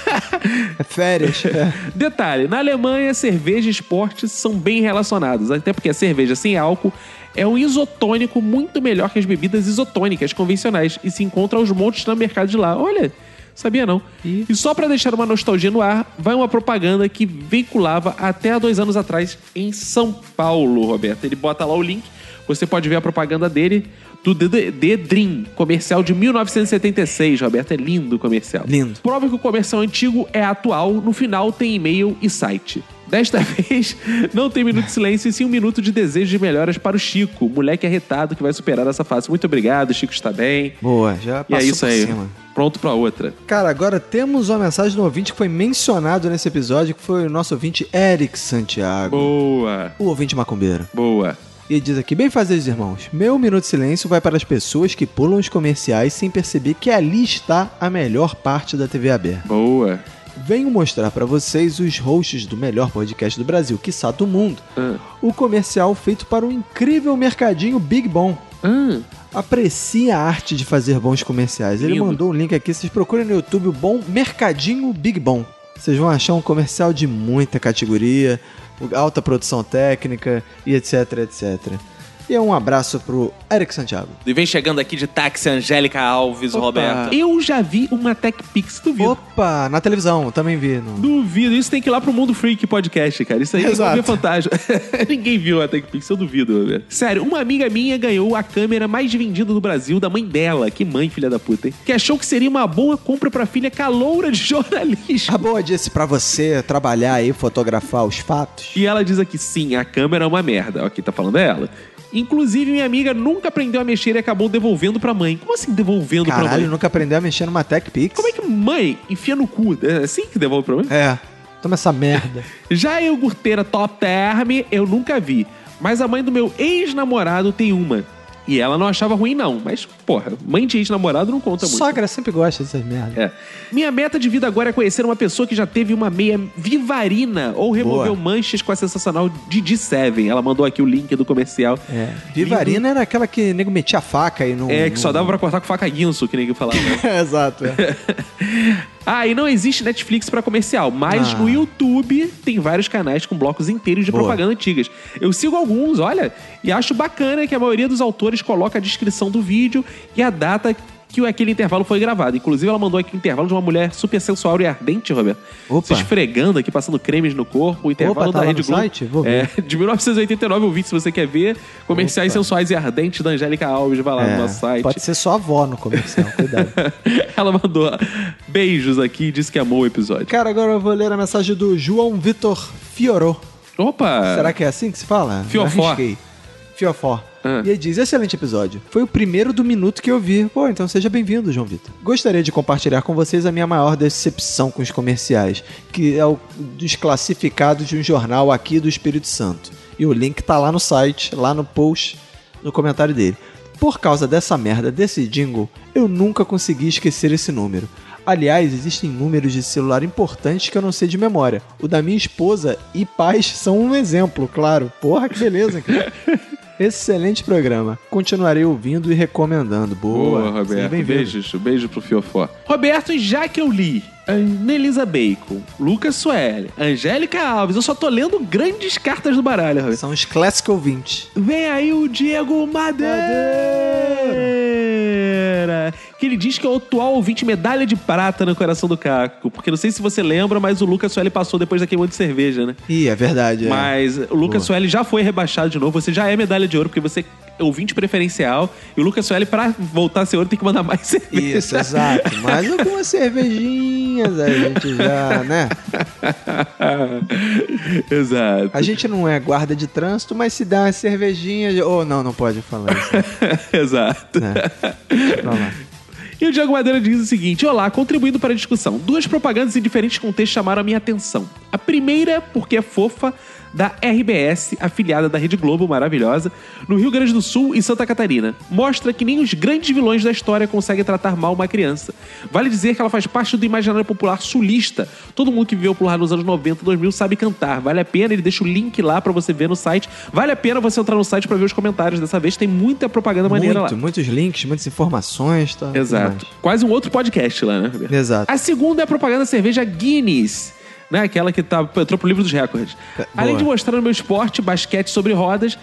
[SPEAKER 9] é férias. É.
[SPEAKER 1] Detalhe, na Alemanha, cerveja e esporte são bem relacionados, até porque a cerveja sem álcool é um isotônico muito melhor que as bebidas isotônicas convencionais e se encontra aos montes no mercado de lá. Olha, sabia não. E, só pra deixar uma nostalgia no ar, vai uma propaganda que veiculava até há dois anos atrás em São Paulo, Roberto. Ele bota lá o link, você pode ver a propaganda dele do The- The The Dream, comercial de 1976, Roberto. É lindo o comercial.
[SPEAKER 9] Lindo.
[SPEAKER 1] Prova que o comercial antigo é atual, no final tem e-mail e site. Desta vez, não tem minuto de silêncio e sim um minuto de desejo de melhoras para o Chico, moleque arretado que vai superar essa fase. Muito obrigado, Chico está bem.
[SPEAKER 9] Boa, já
[SPEAKER 1] E
[SPEAKER 9] passou
[SPEAKER 1] é isso
[SPEAKER 9] por
[SPEAKER 1] aí.
[SPEAKER 9] cima.
[SPEAKER 1] Pronto pra outra.
[SPEAKER 9] Cara, agora temos uma mensagem do ouvinte que foi mencionado nesse episódio, que foi o nosso ouvinte Eric Santiago,
[SPEAKER 1] Boa,
[SPEAKER 9] o ouvinte macumbeiro.
[SPEAKER 1] boa.
[SPEAKER 9] E diz aqui, bem fazeres irmãos, meu minuto de silêncio vai para as pessoas que pulam os comerciais sem perceber que ali está a melhor parte da TV aberta.
[SPEAKER 1] Boa.
[SPEAKER 9] Venho mostrar para vocês os hosts do melhor podcast do Brasil, quiçá do mundo.
[SPEAKER 1] Ah.
[SPEAKER 9] O comercial feito para o incrível mercadinho Big Bom.
[SPEAKER 1] Hum,
[SPEAKER 9] Aprecia a arte de fazer bons comerciais. Ele
[SPEAKER 1] Lindo.
[SPEAKER 9] mandou um link aqui, vocês procurem no YouTube o bom Mercadinho Big Bom. Vocês vão achar um comercial de muita categoria, alta produção técnica e etc, etc. E um abraço pro Eric Santiago.
[SPEAKER 1] e vem chegando aqui de táxi Angélica Alves,
[SPEAKER 9] Opa.
[SPEAKER 1] Roberto. Eu já vi uma Tech Pix, duvido.
[SPEAKER 9] Opa, na televisão, também vi. No...
[SPEAKER 1] Duvido, isso tem que ir lá pro Mundo Freak Podcast, cara. Isso aí
[SPEAKER 9] Exato.
[SPEAKER 1] é fantástico. Ninguém viu a TechPix, eu duvido, velho. Sério, uma amiga minha ganhou a câmera mais vendida do Brasil da mãe dela. Que mãe, filha da puta, hein? Que achou que seria uma boa compra pra filha caloura de jornalista.
[SPEAKER 9] A boa disse pra você trabalhar aí, fotografar os fatos.
[SPEAKER 1] E ela diz aqui, sim, a câmera é uma merda. Ó, quem tá falando é ela. Inclusive, minha amiga nunca aprendeu a mexer e acabou devolvendo pra mãe. Como assim devolvendo pra
[SPEAKER 9] Caralho,
[SPEAKER 1] mãe?
[SPEAKER 9] nunca aprendeu a mexer numa Tech Pix.
[SPEAKER 1] Como é que mãe enfia no cu? É assim que devolve pra mãe?
[SPEAKER 9] É, toma essa merda.
[SPEAKER 1] Já a iogurteira Top Term eu nunca vi, mas a mãe do meu ex-namorado tem uma. E ela não achava ruim, não. Mas, porra, mãe de ex-namorado não conta muito.
[SPEAKER 9] Sogra sempre gosta dessas merdas.
[SPEAKER 1] É. Minha meta de vida agora é conhecer uma pessoa que já teve uma meia vivarina ou
[SPEAKER 9] Boa.
[SPEAKER 1] removeu manchas com a sensacional Didi Seven. Ela mandou aqui o link do comercial.
[SPEAKER 9] É. Vivarina era aquela que nego metia a faca aí no.
[SPEAKER 1] É, que só
[SPEAKER 9] no-
[SPEAKER 1] dava pra cortar com faca guinso, que ninguém falava.
[SPEAKER 9] É, Exato. é.
[SPEAKER 1] ah, e não existe Netflix pra comercial, mas
[SPEAKER 9] Ah.
[SPEAKER 1] no YouTube tem vários canais com blocos inteiros de
[SPEAKER 9] Boa.
[SPEAKER 1] propaganda antigas. Eu sigo alguns, olha, e acho bacana que a maioria dos autores coloca a descrição do vídeo e a data que aquele intervalo foi gravado. Inclusive, ela mandou aqui o intervalo de uma mulher super sensual e ardente, Roberto.
[SPEAKER 9] Opa.
[SPEAKER 1] Se esfregando aqui, passando cremes no corpo. O intervalo
[SPEAKER 9] tá
[SPEAKER 1] da
[SPEAKER 9] lá
[SPEAKER 1] Rede
[SPEAKER 9] no
[SPEAKER 1] Globo.
[SPEAKER 9] site? Vou
[SPEAKER 1] É, de 1989, eu vi, se você quer ver. Comerciais sensuais e ardentes da Angélica Alves. Vai lá
[SPEAKER 9] É,
[SPEAKER 1] no nosso site.
[SPEAKER 9] Pode ser só avó no comercial, cuidado.
[SPEAKER 1] Ela mandou beijos aqui e disse que amou o episódio.
[SPEAKER 9] Cara, agora eu vou ler a mensagem do João Vitor Fiorô.
[SPEAKER 1] Opa!
[SPEAKER 9] Será que é assim que se fala?
[SPEAKER 1] Ah. Fiofó.
[SPEAKER 9] Arrisquei. Fiofó.
[SPEAKER 1] Ah.
[SPEAKER 9] E ele diz: excelente episódio. Foi o primeiro do minuto que eu vi. Pô, então seja bem-vindo, João Vitor. Gostaria de compartilhar com vocês a minha maior decepção com os comerciais, que é o dos classificados de um jornal aqui do Espírito Santo. E o link tá lá no site, lá no post, no comentário dele. Por causa dessa merda, desse jingle, eu nunca consegui esquecer esse número. Aliás, existem números de celular importantes que eu não sei de memória. O da minha esposa e pais são um exemplo, claro. Porra, que beleza, cara. Excelente programa. Continuarei ouvindo e recomendando. é Boa,
[SPEAKER 1] Boa,
[SPEAKER 9] Seja
[SPEAKER 1] Roberto.
[SPEAKER 9] bem-vindo.
[SPEAKER 1] Beijos, beijo pro Fiofó. Roberto, e já que eu li Anelisa Bacon, Lucas Sueli, Angélica Alves, eu só tô lendo grandes cartas do baralho, Roberto.
[SPEAKER 9] São os Classic ouvintes.
[SPEAKER 1] Vem aí o Diego Madeira, que ele diz que é o atual ouvinte medalha de prata no coração do Caco. Porque não sei se você lembra, mas o Lucas Sueli passou depois da queimada de cerveja, né?
[SPEAKER 9] Ih, é verdade. é.
[SPEAKER 1] Mas eh, o Lucas Sueli já foi rebaixado de novo. Você já é medalha de ouro, porque você é ouvinte preferencial. E o Lucas Sueli, pra voltar a ser ouro, tem que mandar mais cerveja.
[SPEAKER 9] Isso, exato. Mais algumas cervejinhas a gente já, né?
[SPEAKER 1] Exato.
[SPEAKER 9] A gente não é guarda de trânsito, mas se dá uma cervejinha. Ou não, não pode falar isso.
[SPEAKER 1] Tá Exato.
[SPEAKER 9] Vamos lá.
[SPEAKER 1] E o Diego Madeira diz o seguinte: Olá, contribuindo para a discussão. Duas propagandas em diferentes contextos chamaram a minha atenção. A primeira, porque é fofa, da RBS, afiliada da Rede Globo, maravilhosa, no Rio Grande do Sul e Santa Catarina. Mostra que nem os grandes vilões da história conseguem tratar mal uma criança. Vale dizer que ela faz parte do imaginário popular sulista. Todo mundo que viveu por lá nos anos 90, 2000 sabe cantar. Vale a pena, ele deixa o link lá para você ver no site. Vale a pena você entrar no site para ver os comentários dessa vez, tem muita propaganda maneira
[SPEAKER 9] Muito,
[SPEAKER 1] lá.
[SPEAKER 9] muitos links, muitas informações, tá?
[SPEAKER 1] Exato. Quase um outro podcast lá, né? Roberto?
[SPEAKER 9] Exato.
[SPEAKER 1] A segunda é a propaganda cerveja Guinness. Né? Aquela que tá, entrou pro livro dos recordes. Além de mostrar o meu esporte, basquete sobre rodas,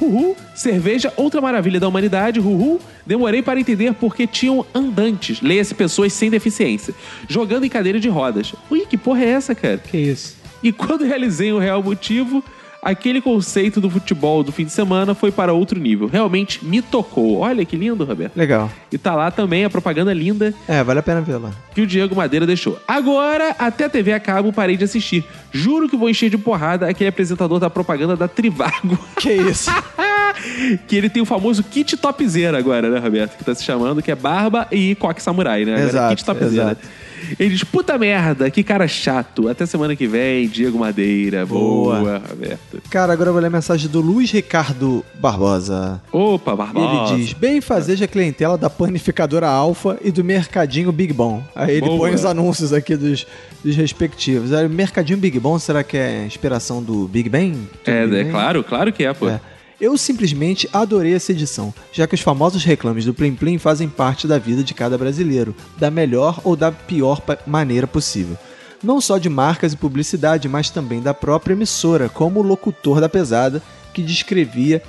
[SPEAKER 1] uhul, cerveja, outra maravilha da humanidade, uhul, demorei para entender porque tinham andantes, leia-se pessoas sem deficiência, jogando em cadeira de rodas. Ui, que porra é essa, cara?
[SPEAKER 4] Que isso?
[SPEAKER 1] E quando realizei o real motivo, aquele conceito do futebol do fim de semana foi para outro nível. Realmente me tocou. Olha que lindo, Roberto.
[SPEAKER 9] Legal.
[SPEAKER 1] E tá lá também a propaganda linda
[SPEAKER 9] É, vale a pena ver lá.
[SPEAKER 1] que o Diego Madeira deixou. Agora, até a TV a cabo, parei de assistir. Juro que vou encher de porrada aquele apresentador da propaganda da Trivago.
[SPEAKER 9] Que isso?
[SPEAKER 1] que ele tem o famoso kit topzera agora, né, Roberto? Que tá se chamando, que é barba e coque samurai, né? Agora é
[SPEAKER 9] Exato,
[SPEAKER 1] kit topzera.
[SPEAKER 9] exato.
[SPEAKER 1] Ele diz, puta merda, que cara chato. Até semana que vem, Diego Madeira. Boa,
[SPEAKER 9] Boa.
[SPEAKER 1] Roberto.
[SPEAKER 9] Cara, agora eu vou ler a mensagem do Luiz Ricardo Barbosa.
[SPEAKER 1] Opa, Barbosa.
[SPEAKER 9] Ele diz: bem fazer a clientela da panificadora Alfa e do Mercadinho Big Bom. Aí ele
[SPEAKER 1] Boa.
[SPEAKER 9] põe os anúncios aqui dos, dos respectivos. Aí, Mercadinho Big Bom, será que é inspiração do Big Ben? Do
[SPEAKER 1] É,
[SPEAKER 9] Big
[SPEAKER 1] é
[SPEAKER 9] Ben?
[SPEAKER 1] claro, claro que é, pô.
[SPEAKER 9] É. Eu simplesmente adorei essa edição, já que os famosos reclames do Plim Plim fazem parte da vida de cada brasileiro, da melhor ou da pior pa- maneira possível. Não só de marcas e publicidade, mas também da própria emissora, como o locutor da pesada, que descrevia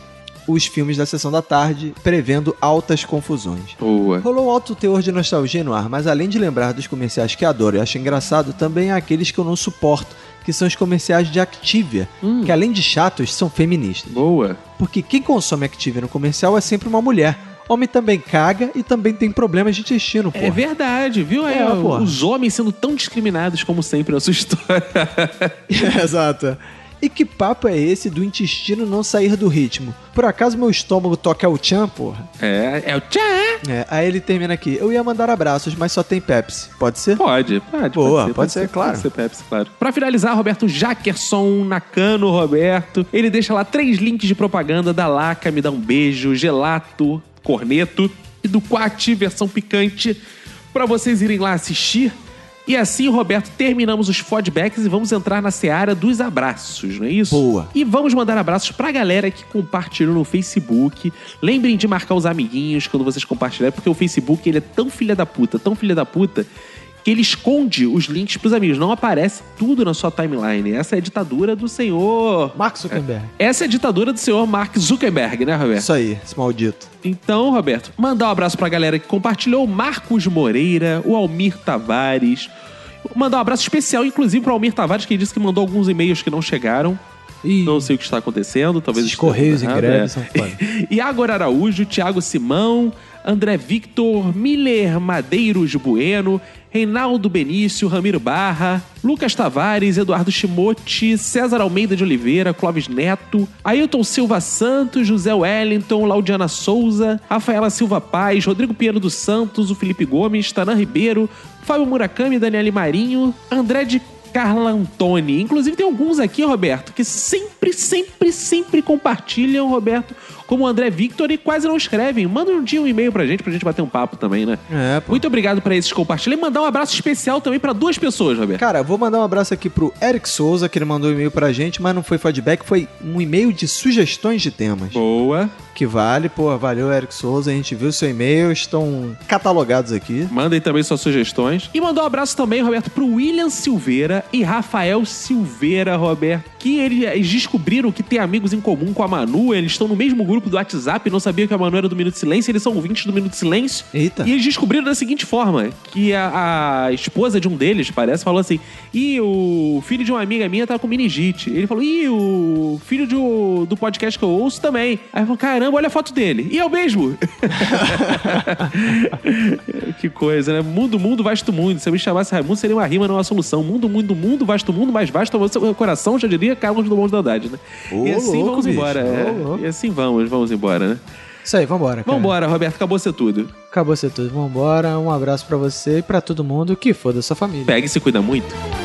[SPEAKER 9] os filmes da sessão da tarde, prevendo altas confusões.
[SPEAKER 1] Boa.
[SPEAKER 9] Rolou um alto teor de nostalgia no ar, mas além de lembrar dos comerciais que adoro e acho engraçado, também há aqueles que eu não suporto, que são os comerciais de Activia, que além de chatos, são feministas.
[SPEAKER 1] Boa.
[SPEAKER 9] Porque quem consome Activia no comercial é sempre uma mulher. Homem também caga e também tem problemas de intestino, pô.
[SPEAKER 1] É verdade, viu? É,
[SPEAKER 9] É, porra.
[SPEAKER 1] os homens sendo tão discriminados como sempre na sua história.
[SPEAKER 9] Exato. E que papo é esse do intestino não sair do ritmo? Por acaso meu estômago toca o tchan, porra?
[SPEAKER 1] É, é o tchá.
[SPEAKER 9] É, aí ele termina aqui. Eu ia mandar abraços, mas só tem Pepsi. Pode ser?
[SPEAKER 1] Pode, pode.
[SPEAKER 9] Boa, pode ser, claro.
[SPEAKER 1] Pode ser Pepsi, claro. Pra finalizar, Roberto Jackerson Nakano, Roberto. Ele deixa lá três links de propaganda da Laca, Me Dá Um Beijo, Gelato, Corneto e do Quati, versão picante, pra vocês irem lá assistir. E assim, Roberto, terminamos os fodbacks e vamos entrar na seara dos abraços, não é isso?
[SPEAKER 9] Boa.
[SPEAKER 1] E vamos mandar abraços pra galera que compartilhou no Facebook. Lembrem de marcar os amiguinhos quando vocês compartilharem, porque o Facebook ele é tão filha da puta, tão filha da puta, que ele esconde os links pros amigos. Não aparece tudo na sua timeline. Essa é a ditadura do senhor.
[SPEAKER 9] Mark Zuckerberg.
[SPEAKER 1] Essa é a ditadura do senhor Mark Zuckerberg, né, Roberto?
[SPEAKER 9] É. Isso aí, esse maldito.
[SPEAKER 1] Então, Roberto, mandar um abraço pra galera que compartilhou, o Marcos Moreira, o Almir Tavares. Mandar um abraço especial, inclusive, pro Almir Tavares, que disse que mandou alguns e-mails que não chegaram.
[SPEAKER 9] Ih.
[SPEAKER 1] Não sei o que está acontecendo, talvez
[SPEAKER 9] Esses
[SPEAKER 1] esteja
[SPEAKER 9] correios em
[SPEAKER 1] errado,
[SPEAKER 9] greve
[SPEAKER 1] é.
[SPEAKER 9] são foda.
[SPEAKER 1] Iagor Araújo, Thiago Simão, André Victor, Miller Madeiros Bueno, Reinaldo Benício, Ramiro Barra, Lucas Tavares, Eduardo Chimote, César Almeida de Oliveira, Clóvis Neto, Ailton Silva Santos, José Wellington, Laudiana Souza, Rafaela Silva Paz, Rodrigo Pinheiro dos Santos, o Felipe Gomes, Tanan Ribeiro, Fábio Murakami, Daniele Marinho, André de Carla Antoni. Inclusive, tem alguns aqui, Roberto, que sempre, sempre, sempre compartilham, Roberto, como o André Victor e quase não escrevem. Manda um dia um e-mail pra gente, pra gente bater um papo também, né?
[SPEAKER 9] É, pô.
[SPEAKER 1] Muito obrigado pra esses que compartilham. E mandar um abraço especial também pra duas pessoas, Roberto.
[SPEAKER 9] Cara, eu vou mandar um abraço aqui pro Eric Souza, que ele mandou um e-mail pra gente, mas não foi feedback, foi um e-mail de sugestões de temas.
[SPEAKER 1] Boa.
[SPEAKER 9] Que vale, pô, valeu Eric Souza, a gente viu seu e-mail, estão catalogados aqui.
[SPEAKER 1] Mandem também suas sugestões. E mandou um abraço também, Roberto, pro William Silveira e Rafael Silveira, Roberto. que eles descobriram que tem amigos em comum com a Manu, eles estão no mesmo grupo do WhatsApp, não sabiam que a Manu era do Minuto de Silêncio, eles são ouvintes do Minuto de Silêncio.
[SPEAKER 9] Eita.
[SPEAKER 1] E eles descobriram da seguinte forma: que a, a esposa de um deles, parece, falou assim: Ih, o filho de uma amiga minha tá com meningite. Ele falou: Ih, o filho de um- do podcast que eu ouço também. Aí falou: Caramba, olha a foto dele. E eu mesmo. que coisa, né? Mundo, mundo, vasto mundo. Se eu me chamasse Raimundo, seria uma rima, não uma solução. Mundo, mundo, mundo, vasto mundo, mais vasto é o seu coração, já diria Carlos Drummond de Andrade, né?
[SPEAKER 9] Ô,
[SPEAKER 1] e assim
[SPEAKER 9] louco,
[SPEAKER 1] vamos
[SPEAKER 9] bicho.
[SPEAKER 1] embora. é.
[SPEAKER 9] Ô, louco. É.
[SPEAKER 1] E assim vamos, vamos embora, né?
[SPEAKER 9] Isso aí, vambora. Cara.
[SPEAKER 1] Vambora, Roberto, acabou ser tudo.
[SPEAKER 9] Acabou ser tudo. Vambora. Um abraço pra você e pra todo mundo que foda sua família.
[SPEAKER 1] Pega e se cuida muito.